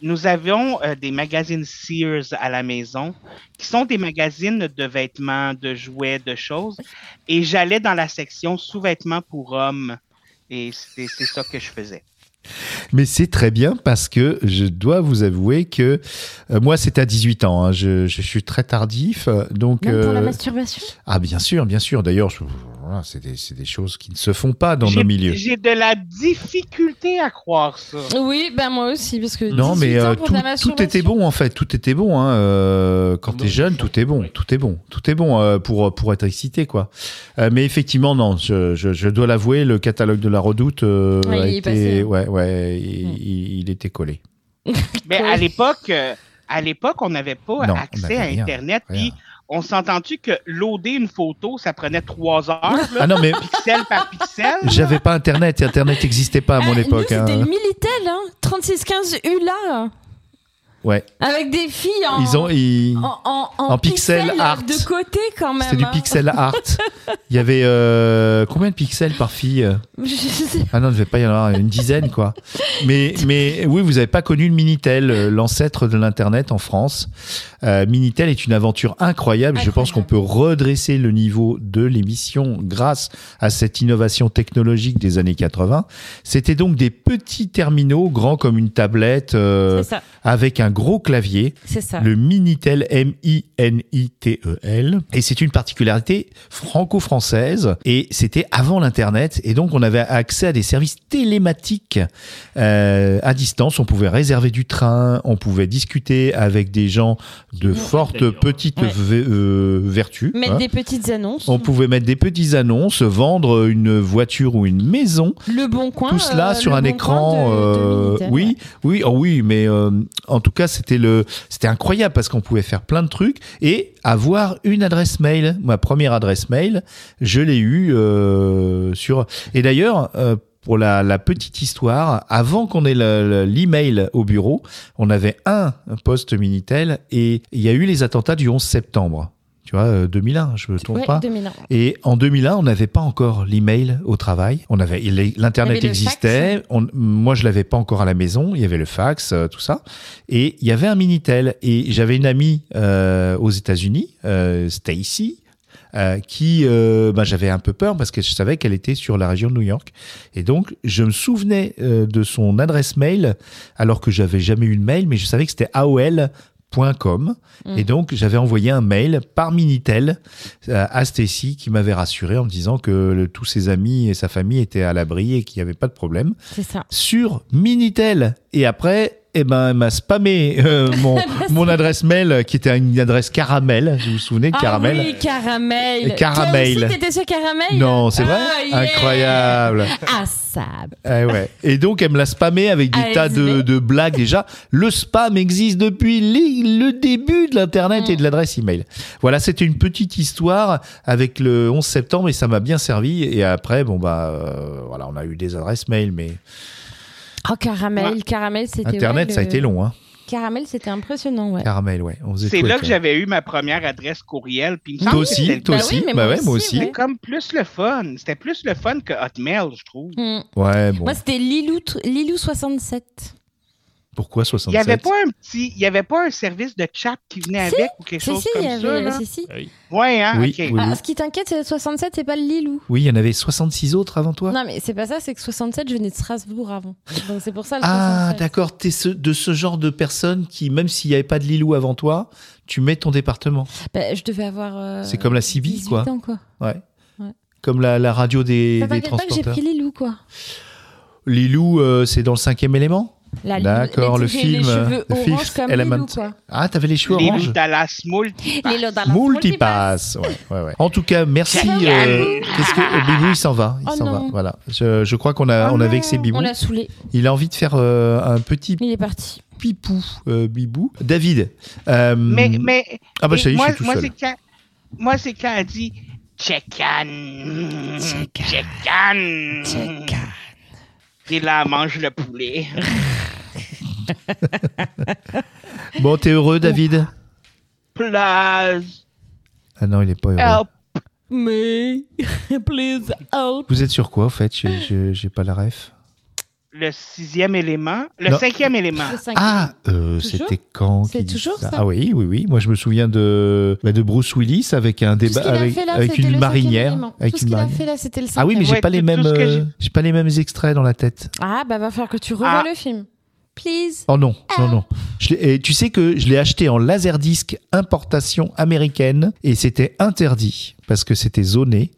[SPEAKER 6] nous avions euh, des magazines Sears à la maison, qui sont des magazines de vêtements, de jouets, de choses. Et j'allais dans la section sous-vêtements pour hommes. Et c'est c'est ça que je faisais.
[SPEAKER 4] Mais c'est très bien parce que je dois vous avouer que euh, moi, c'est à 18 ans. hein. je, je suis très tardif. euh, Donc,
[SPEAKER 5] Même pour la
[SPEAKER 4] euh,
[SPEAKER 5] masturbation.
[SPEAKER 4] ah, bien sûr, bien sûr. D'ailleurs, je- voilà, c'est des, c'est des choses qui ne se font pas dans nos
[SPEAKER 6] J'ai-
[SPEAKER 4] milieux.
[SPEAKER 6] J'ai de la difficulté à croire ça.
[SPEAKER 5] Oui, ben moi aussi, parce que.
[SPEAKER 4] Non,
[SPEAKER 5] 18
[SPEAKER 4] mais
[SPEAKER 5] ans
[SPEAKER 4] euh,
[SPEAKER 5] pour
[SPEAKER 4] tout,
[SPEAKER 5] de la
[SPEAKER 4] tout
[SPEAKER 5] masturbation.
[SPEAKER 4] était bon en fait, tout était bon. Hein, euh, quand t'es jeune, tout est bon, tout est bon, tout est bon euh, pour pour être excité quoi. Euh, mais effectivement, non, je, je, je dois l'avouer, le catalogue de la Redoute euh,
[SPEAKER 5] Ouais,
[SPEAKER 4] a
[SPEAKER 5] il est
[SPEAKER 4] été-
[SPEAKER 5] passé, hein.
[SPEAKER 4] ouais, ouais, il,
[SPEAKER 5] Mm.
[SPEAKER 4] il- il était collé.
[SPEAKER 6] Mais
[SPEAKER 5] Oui.
[SPEAKER 6] à l'époque, euh, à l'époque, on n'avait pas
[SPEAKER 4] Non, on
[SPEAKER 6] accès
[SPEAKER 4] n'avait
[SPEAKER 6] à
[SPEAKER 4] rien,
[SPEAKER 6] Internet.
[SPEAKER 4] rien.
[SPEAKER 6] Puis on s'entend-tu que loader une photo, ça prenait trois heures, là,
[SPEAKER 4] Ah non, mais
[SPEAKER 6] pixel par pixel.
[SPEAKER 4] j'avais pas Internet, et Internet n'existait pas à mon
[SPEAKER 5] Ah,
[SPEAKER 4] époque.
[SPEAKER 5] nous,
[SPEAKER 4] hein.
[SPEAKER 5] C'était le Minitel, hein. 3615 ULA.
[SPEAKER 4] Ouais,
[SPEAKER 5] Avec des filles en.
[SPEAKER 4] ils ont, ils-
[SPEAKER 5] En, en,
[SPEAKER 4] en pixel art.
[SPEAKER 5] De côté, quand même.
[SPEAKER 4] c'était du
[SPEAKER 5] hein.
[SPEAKER 4] pixel art. Il y avait euh, combien de pixels par fille
[SPEAKER 5] *laughs* Je sais.
[SPEAKER 4] Ah non, il ne devait pas y en avoir une dizaine,
[SPEAKER 5] *laughs*
[SPEAKER 4] quoi. Mais, mais oui, vous n'avez pas connu le Minitel, euh, l'ancêtre de l'Internet en France. Euh, Minitel est une aventure incroyable. Je pense qu'on peut redresser le niveau de l'émission grâce à cette innovation technologique des années 80. C'était donc des petits terminaux grands comme une tablette euh,
[SPEAKER 5] C'est ça.
[SPEAKER 4] avec un gros clavier.
[SPEAKER 5] C'est ça.
[SPEAKER 4] Le Minitel, M-I-N-I-T-E-L. E Et c'est une particularité franco-française. Et c'était avant l'Internet. Et donc, on avait accès à des services télématiques euh, à distance. On pouvait réserver du train. On pouvait discuter avec des gens de fortes petites
[SPEAKER 5] Ouais.
[SPEAKER 4] ve- euh, vertus.
[SPEAKER 5] Mettre
[SPEAKER 4] hein.
[SPEAKER 5] des petites annonces.
[SPEAKER 4] On pouvait mettre des petites annonces, vendre une voiture ou une maison.
[SPEAKER 5] Le bon coin.
[SPEAKER 4] Tout cela
[SPEAKER 5] euh,
[SPEAKER 4] sur
[SPEAKER 5] le
[SPEAKER 4] un
[SPEAKER 5] bon
[SPEAKER 4] écran.
[SPEAKER 5] coin de- de
[SPEAKER 4] euh,
[SPEAKER 5] Minitel,
[SPEAKER 4] oui, oui, oh oui, mais euh, en tout cas, c'était le, c'était incroyable parce qu'on pouvait faire plein de trucs et avoir une adresse mail. Ma première adresse mail, je l'ai eue euh, sur. Et d'ailleurs. euh, pour la, la petite histoire, avant qu'on ait le- le- l'email au bureau, on avait un poste Minitel et il y a eu les attentats du 11 septembre. Tu vois, euh, 2001, je me
[SPEAKER 5] Ouais,
[SPEAKER 4] trompe
[SPEAKER 5] ouais
[SPEAKER 4] pas.
[SPEAKER 5] 2001.
[SPEAKER 4] Et en 2001, on n'avait pas encore l'email au travail. On avait les-
[SPEAKER 5] Il y
[SPEAKER 4] l'internet
[SPEAKER 5] avait le
[SPEAKER 4] existait. On- moi, je l'avais pas encore à la maison. Il y avait le fax, euh, tout ça. Et il y avait un minitel. Et j'avais une amie euh, aux États-Unis, euh, Stacy. euh, qui euh, ben, j'avais un peu peur parce que je savais qu'elle était sur la région de New York et donc je me souvenais euh, de son adresse mail alors que j'avais jamais eu de mail mais je savais que c'était aol.com
[SPEAKER 5] Mm.
[SPEAKER 4] et donc j'avais envoyé un mail par minitel euh, à Stacy qui m'avait rassuré en me disant que le- tous ses amis et sa famille étaient à l'abri et qu'il n'y avait pas de problème
[SPEAKER 5] C'est ça.
[SPEAKER 4] sur Minitel. Et après, eh ben, elle m'a spammé euh,
[SPEAKER 5] *laughs*
[SPEAKER 4] mon, mon adresse mail qui était une adresse caramel. Vous vous souvenez de caramel
[SPEAKER 5] Ah oui, caramel.
[SPEAKER 4] Caramel.
[SPEAKER 5] Toi aussi, t'étais sur caramel
[SPEAKER 4] Non, c'est vrai
[SPEAKER 5] Ah, yeah.
[SPEAKER 4] Incroyable.
[SPEAKER 5] Ah, ça.
[SPEAKER 4] Eh ouais. Et donc, elle me l'a spammé avec des
[SPEAKER 5] ASV.
[SPEAKER 4] tas de, de blagues déjà. Le spam existe depuis les- le début de l'Internet
[SPEAKER 5] Mm.
[SPEAKER 4] et de l'adresse email. Voilà, c'était une petite histoire avec le 11 septembre et ça m'a bien servi. Et après, bon, bah, euh, voilà, on a eu des adresses mail, mais
[SPEAKER 5] Oh, caramel, caramel, c'était.
[SPEAKER 4] Internet,
[SPEAKER 5] ouais,
[SPEAKER 4] ça a
[SPEAKER 5] le-
[SPEAKER 4] été long, hein.
[SPEAKER 5] Caramel, c'était impressionnant, ouais.
[SPEAKER 4] Caramel, ouais. On faisait
[SPEAKER 6] C'est
[SPEAKER 4] tout
[SPEAKER 6] là
[SPEAKER 4] avec
[SPEAKER 6] que
[SPEAKER 4] ça.
[SPEAKER 6] j'avais eu ma première adresse courriel. Puis il me semble
[SPEAKER 4] Toi
[SPEAKER 6] que c'était
[SPEAKER 4] aussi,
[SPEAKER 6] le-
[SPEAKER 4] toi
[SPEAKER 5] Bah oui,
[SPEAKER 4] aussi.
[SPEAKER 5] mais
[SPEAKER 4] Bah
[SPEAKER 5] moi
[SPEAKER 4] ouais, moi
[SPEAKER 5] aussi,
[SPEAKER 4] aussi.
[SPEAKER 5] ouais.
[SPEAKER 6] comme plus le fun. C'était plus le fun que Hotmail, je trouve.
[SPEAKER 5] Hmm.
[SPEAKER 4] Ouais, bon.
[SPEAKER 5] Moi, c'était Lilou, tr- Lilou 67.
[SPEAKER 4] Pourquoi
[SPEAKER 6] Il
[SPEAKER 4] 67
[SPEAKER 6] n'y avait pas un petit, il y avait pas un service de chat qui venait
[SPEAKER 5] Si,
[SPEAKER 6] avec ou quelque
[SPEAKER 5] Si,
[SPEAKER 6] chose
[SPEAKER 5] si, il
[SPEAKER 6] comme
[SPEAKER 5] y
[SPEAKER 6] ça.
[SPEAKER 5] avait.
[SPEAKER 6] là?
[SPEAKER 5] si, si.
[SPEAKER 6] Ouais, hein,
[SPEAKER 4] Oui,
[SPEAKER 6] ok.
[SPEAKER 4] oui.
[SPEAKER 5] Ah, ce qui t'inquiète, c'est le 67, c'est pas le Lilou.
[SPEAKER 4] Oui, il y en avait 66 autres avant toi
[SPEAKER 5] Non, mais c'est pas ça, c'est que 67, je venais de Strasbourg avant. Donc c'est pour ça le
[SPEAKER 4] Ah,
[SPEAKER 5] 67.
[SPEAKER 4] d'accord, t'es ce- de ce genre de personne qui, même s'il n'y avait pas de Lilou avant toi, tu mets ton département.
[SPEAKER 5] Bah, je devais avoir. euh,
[SPEAKER 4] C'est comme la CB,
[SPEAKER 5] 18
[SPEAKER 4] quoi.
[SPEAKER 5] ans, quoi.
[SPEAKER 4] Ouais.
[SPEAKER 5] Ouais.
[SPEAKER 4] Comme la, la radio des,
[SPEAKER 5] Ça
[SPEAKER 4] des
[SPEAKER 5] t'inquiète pas que j'ai
[SPEAKER 4] transporteurs.
[SPEAKER 5] pris Lilou, quoi.
[SPEAKER 4] Lilou, euh, c'est dans le cinquième élément
[SPEAKER 5] La-
[SPEAKER 4] D'accord,
[SPEAKER 5] les-
[SPEAKER 4] le
[SPEAKER 5] j'ai
[SPEAKER 4] film,
[SPEAKER 5] Les cheveux
[SPEAKER 4] The
[SPEAKER 5] orange
[SPEAKER 4] Fifth
[SPEAKER 5] comme
[SPEAKER 4] Element.
[SPEAKER 5] Lilou, quoi.
[SPEAKER 4] Ah, t'avais les cheveux
[SPEAKER 6] Les
[SPEAKER 4] orange.
[SPEAKER 6] Dallas Moult.
[SPEAKER 4] Hmm.
[SPEAKER 9] Lilo dans la
[SPEAKER 4] Multipass. Ouais, ouais, ouais. En tout cas, merci. euh, Qu'est-ce que euh, Bibou, il s'en va. Il
[SPEAKER 5] Oh
[SPEAKER 4] s'en va.
[SPEAKER 5] non.
[SPEAKER 4] Voilà. Je, je crois qu'on a,
[SPEAKER 5] Oh
[SPEAKER 4] on a
[SPEAKER 5] non,
[SPEAKER 4] vexé Bibou.
[SPEAKER 5] On l'a saoulé.
[SPEAKER 4] Il a envie de faire euh, un petit
[SPEAKER 5] Il est parti.
[SPEAKER 4] pipou, euh, Bibou. David. euh,
[SPEAKER 6] Mais, mais
[SPEAKER 4] ah bah
[SPEAKER 6] et
[SPEAKER 4] ça y est, je
[SPEAKER 6] moi,
[SPEAKER 4] suis tout
[SPEAKER 6] moi,
[SPEAKER 4] seul.
[SPEAKER 6] c'est quand, moi, c'est quand elle dit Chekan. Chekan. Et là, elle mange le poulet.
[SPEAKER 4] Bon, t'es heureux, David
[SPEAKER 6] Plus.
[SPEAKER 4] Ah non, il est pas heureux.
[SPEAKER 6] Help.
[SPEAKER 5] Mais, please help.
[SPEAKER 4] Vous êtes sur quoi, en fait Je- je- J'ai pas la ref.
[SPEAKER 6] Le sixième élément. Le
[SPEAKER 4] Non.
[SPEAKER 6] cinquième élément.
[SPEAKER 5] Le cinquième.
[SPEAKER 4] Ah, euh,
[SPEAKER 5] Toujours
[SPEAKER 4] c'était quand
[SPEAKER 5] C'est
[SPEAKER 4] qu'il dit
[SPEAKER 5] toujours ça
[SPEAKER 4] Ah oui, oui, oui. Moi, je me souviens de, bah, de Bruce Willis avec un
[SPEAKER 5] Tout ce
[SPEAKER 4] débat
[SPEAKER 5] qu'il a
[SPEAKER 4] avec,
[SPEAKER 5] fait là,
[SPEAKER 4] avec
[SPEAKER 5] c'était
[SPEAKER 4] une
[SPEAKER 5] le
[SPEAKER 4] marinière.
[SPEAKER 5] cinquième élément.
[SPEAKER 4] Avec
[SPEAKER 5] Tout ce
[SPEAKER 4] une
[SPEAKER 5] qu'il a
[SPEAKER 4] marinière.
[SPEAKER 5] fait là, c'était le cinquième.
[SPEAKER 4] Ah oui, mais j'ai
[SPEAKER 6] Ouais,
[SPEAKER 4] pas les
[SPEAKER 6] tout-
[SPEAKER 4] mêmes,
[SPEAKER 6] tout ce que j'ai-
[SPEAKER 4] euh, j'ai pas les mêmes extraits dans la tête.
[SPEAKER 5] Ah, bah, va falloir que tu revois
[SPEAKER 6] Ah.
[SPEAKER 5] le film. Please.
[SPEAKER 4] Oh non,
[SPEAKER 5] Ah.
[SPEAKER 4] non, non. Je l'ai- et tu sais que je l'ai acheté en laserdisc importation américaine et c'était interdit parce que c'était zoné.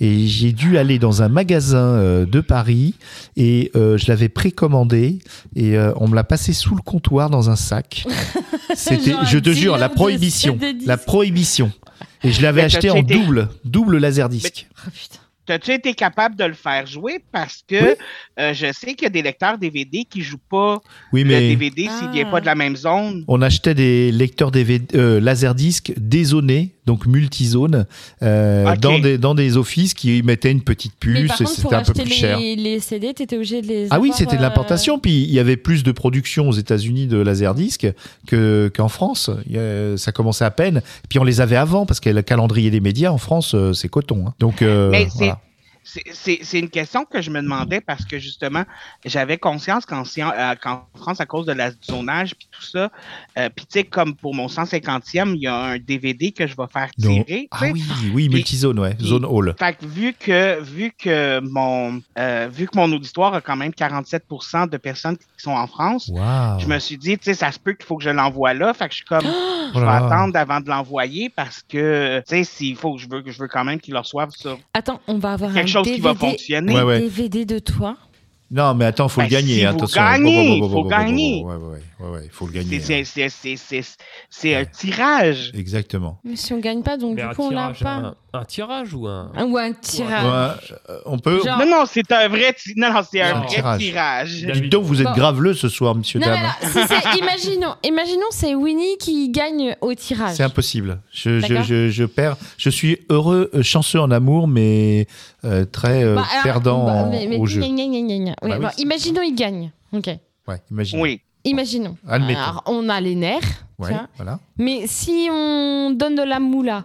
[SPEAKER 4] Et j'ai dû aller dans un magasin euh, de Paris et euh, je l'avais précommandé et euh, on me l'a passé sous le comptoir dans un
[SPEAKER 5] *laughs*
[SPEAKER 4] sac. C'était,
[SPEAKER 5] Genre un
[SPEAKER 4] je te jure,
[SPEAKER 5] dealer
[SPEAKER 4] la
[SPEAKER 5] de
[SPEAKER 4] prohibition.
[SPEAKER 5] CD disques.
[SPEAKER 4] La prohibition. Et je l'avais
[SPEAKER 6] Mais
[SPEAKER 4] acheté
[SPEAKER 6] t'as
[SPEAKER 4] en
[SPEAKER 6] checké.
[SPEAKER 4] double, double laserdisc.
[SPEAKER 5] Oh, putain.
[SPEAKER 6] T'as-tu été capable de le faire jouer? Parce que euh, je sais qu'il y a des lecteurs DVD qui jouent pas
[SPEAKER 4] Oui,
[SPEAKER 6] le
[SPEAKER 4] mais
[SPEAKER 6] DVD s'il vient
[SPEAKER 5] Ah.
[SPEAKER 6] pas de la même zone.
[SPEAKER 4] On achetait des lecteurs DVD, euh, Laserdisc dézonés, donc multizone, euh,
[SPEAKER 6] Ah, Ok.
[SPEAKER 4] dans, des, dans des offices qui mettaient une petite
[SPEAKER 5] Mais
[SPEAKER 4] puce
[SPEAKER 5] par
[SPEAKER 4] et
[SPEAKER 5] contre, pour
[SPEAKER 4] c'était un peu
[SPEAKER 5] acheter
[SPEAKER 4] plus cher.
[SPEAKER 5] les, les CD, t'étais obligé de les.
[SPEAKER 4] Ah oui,
[SPEAKER 5] avoir,
[SPEAKER 4] c'était de
[SPEAKER 5] euh,
[SPEAKER 4] l'importation, puis il y avait plus de production aux États-Unis de Laserdisc que qu'en France. Il y a- ça commençait à peine, puis on les avait avant parce que le calendrier des médias en France, euh, c'est coton. hein. Donc euh,
[SPEAKER 6] Mais c'est-
[SPEAKER 4] voilà.
[SPEAKER 6] C'est- C'est c'est une question que je me demandais parce que justement, j'avais conscience qu'en scien- euh, qu'en France, à cause de la zonage puis tout ça, euh, puis tu sais, comme pour mon 150e, il y a un DVD que je vais faire
[SPEAKER 4] Donc-
[SPEAKER 6] tirer. tu
[SPEAKER 4] ah
[SPEAKER 6] sais.
[SPEAKER 4] oui, oui, multizone, ouais, zone hall.
[SPEAKER 6] Fait que vu que vu que mon euh, vu que mon auditoire a quand même 47% de personnes qui sont en France,
[SPEAKER 4] Waouh.
[SPEAKER 6] je me suis dit, tu sais, ça se peut qu'il faut que je l'envoie là. Fait que je suis comme, je
[SPEAKER 4] Oh
[SPEAKER 6] vais
[SPEAKER 4] là là.
[SPEAKER 6] attendre avant de l'envoyer parce que, tu sais, s'il faut que je veux, je veux quand même qu'il le reçoive sur
[SPEAKER 5] Attends, on va avoir
[SPEAKER 6] quelque
[SPEAKER 5] un
[SPEAKER 6] chose
[SPEAKER 5] DVD,
[SPEAKER 6] qui va fonctionner.
[SPEAKER 4] Ouais,
[SPEAKER 5] un
[SPEAKER 4] ouais.
[SPEAKER 5] DVD de toi.
[SPEAKER 4] Non, mais attends, faut
[SPEAKER 6] Ben,
[SPEAKER 4] le gagner.
[SPEAKER 6] si
[SPEAKER 4] hein,
[SPEAKER 6] vous
[SPEAKER 4] attention.
[SPEAKER 6] gagnez,
[SPEAKER 4] Bon, bon, bon,
[SPEAKER 6] faut
[SPEAKER 4] bon, bon, bon, bon,
[SPEAKER 6] gagner.
[SPEAKER 4] oh, Ouais, ouais, ouais, ouais, ouais, faut le
[SPEAKER 6] C'est-
[SPEAKER 4] gagner. hein.
[SPEAKER 6] c'est- C'est c'est- c'est- c'est un tirage.
[SPEAKER 4] Exactement.
[SPEAKER 5] Mais si on gagne pas, donc
[SPEAKER 2] Mais
[SPEAKER 5] du
[SPEAKER 2] un
[SPEAKER 5] coup, on l'a
[SPEAKER 2] tirage,
[SPEAKER 5] pas.
[SPEAKER 2] un, un tirage ou un.
[SPEAKER 5] Un- Ah, Ou un tirage.
[SPEAKER 4] Ouais, euh, on peut.
[SPEAKER 5] Ah. Genre-
[SPEAKER 6] Non, non, c'est un vrai, ti- non, non, c'est un
[SPEAKER 4] Non.
[SPEAKER 6] vrai
[SPEAKER 4] Tirage.
[SPEAKER 6] tirage.
[SPEAKER 4] Dites donc, vous êtes graveleux ce soir, monsieur
[SPEAKER 5] Non, mais
[SPEAKER 4] dame.
[SPEAKER 5] alors, si
[SPEAKER 4] *laughs*
[SPEAKER 5] c'est- imaginons, imaginons c'est Winnie qui gagne au tirage.
[SPEAKER 4] C'est impossible. Je, je,
[SPEAKER 5] ah, D'accord.
[SPEAKER 4] je, je perds. Je suis heureux, euh, chanceux en amour, mais euh, très euh,
[SPEAKER 5] Bah, alors,
[SPEAKER 4] perdant
[SPEAKER 5] bah,
[SPEAKER 4] en-
[SPEAKER 5] mais- mais-
[SPEAKER 4] au jeu.
[SPEAKER 5] gna, gna, gna, gna, gna. Oui,
[SPEAKER 4] Bah oui,
[SPEAKER 5] bon,
[SPEAKER 4] c'est-
[SPEAKER 5] imaginons il gagne. Ok.
[SPEAKER 4] Ouais, imagine.
[SPEAKER 6] Oui.
[SPEAKER 5] Imaginons.
[SPEAKER 4] Admettons.
[SPEAKER 5] Alors, on a les nerfs.
[SPEAKER 4] Ouais,
[SPEAKER 5] tiens.
[SPEAKER 4] voilà.
[SPEAKER 5] Mais si on donne de la moula,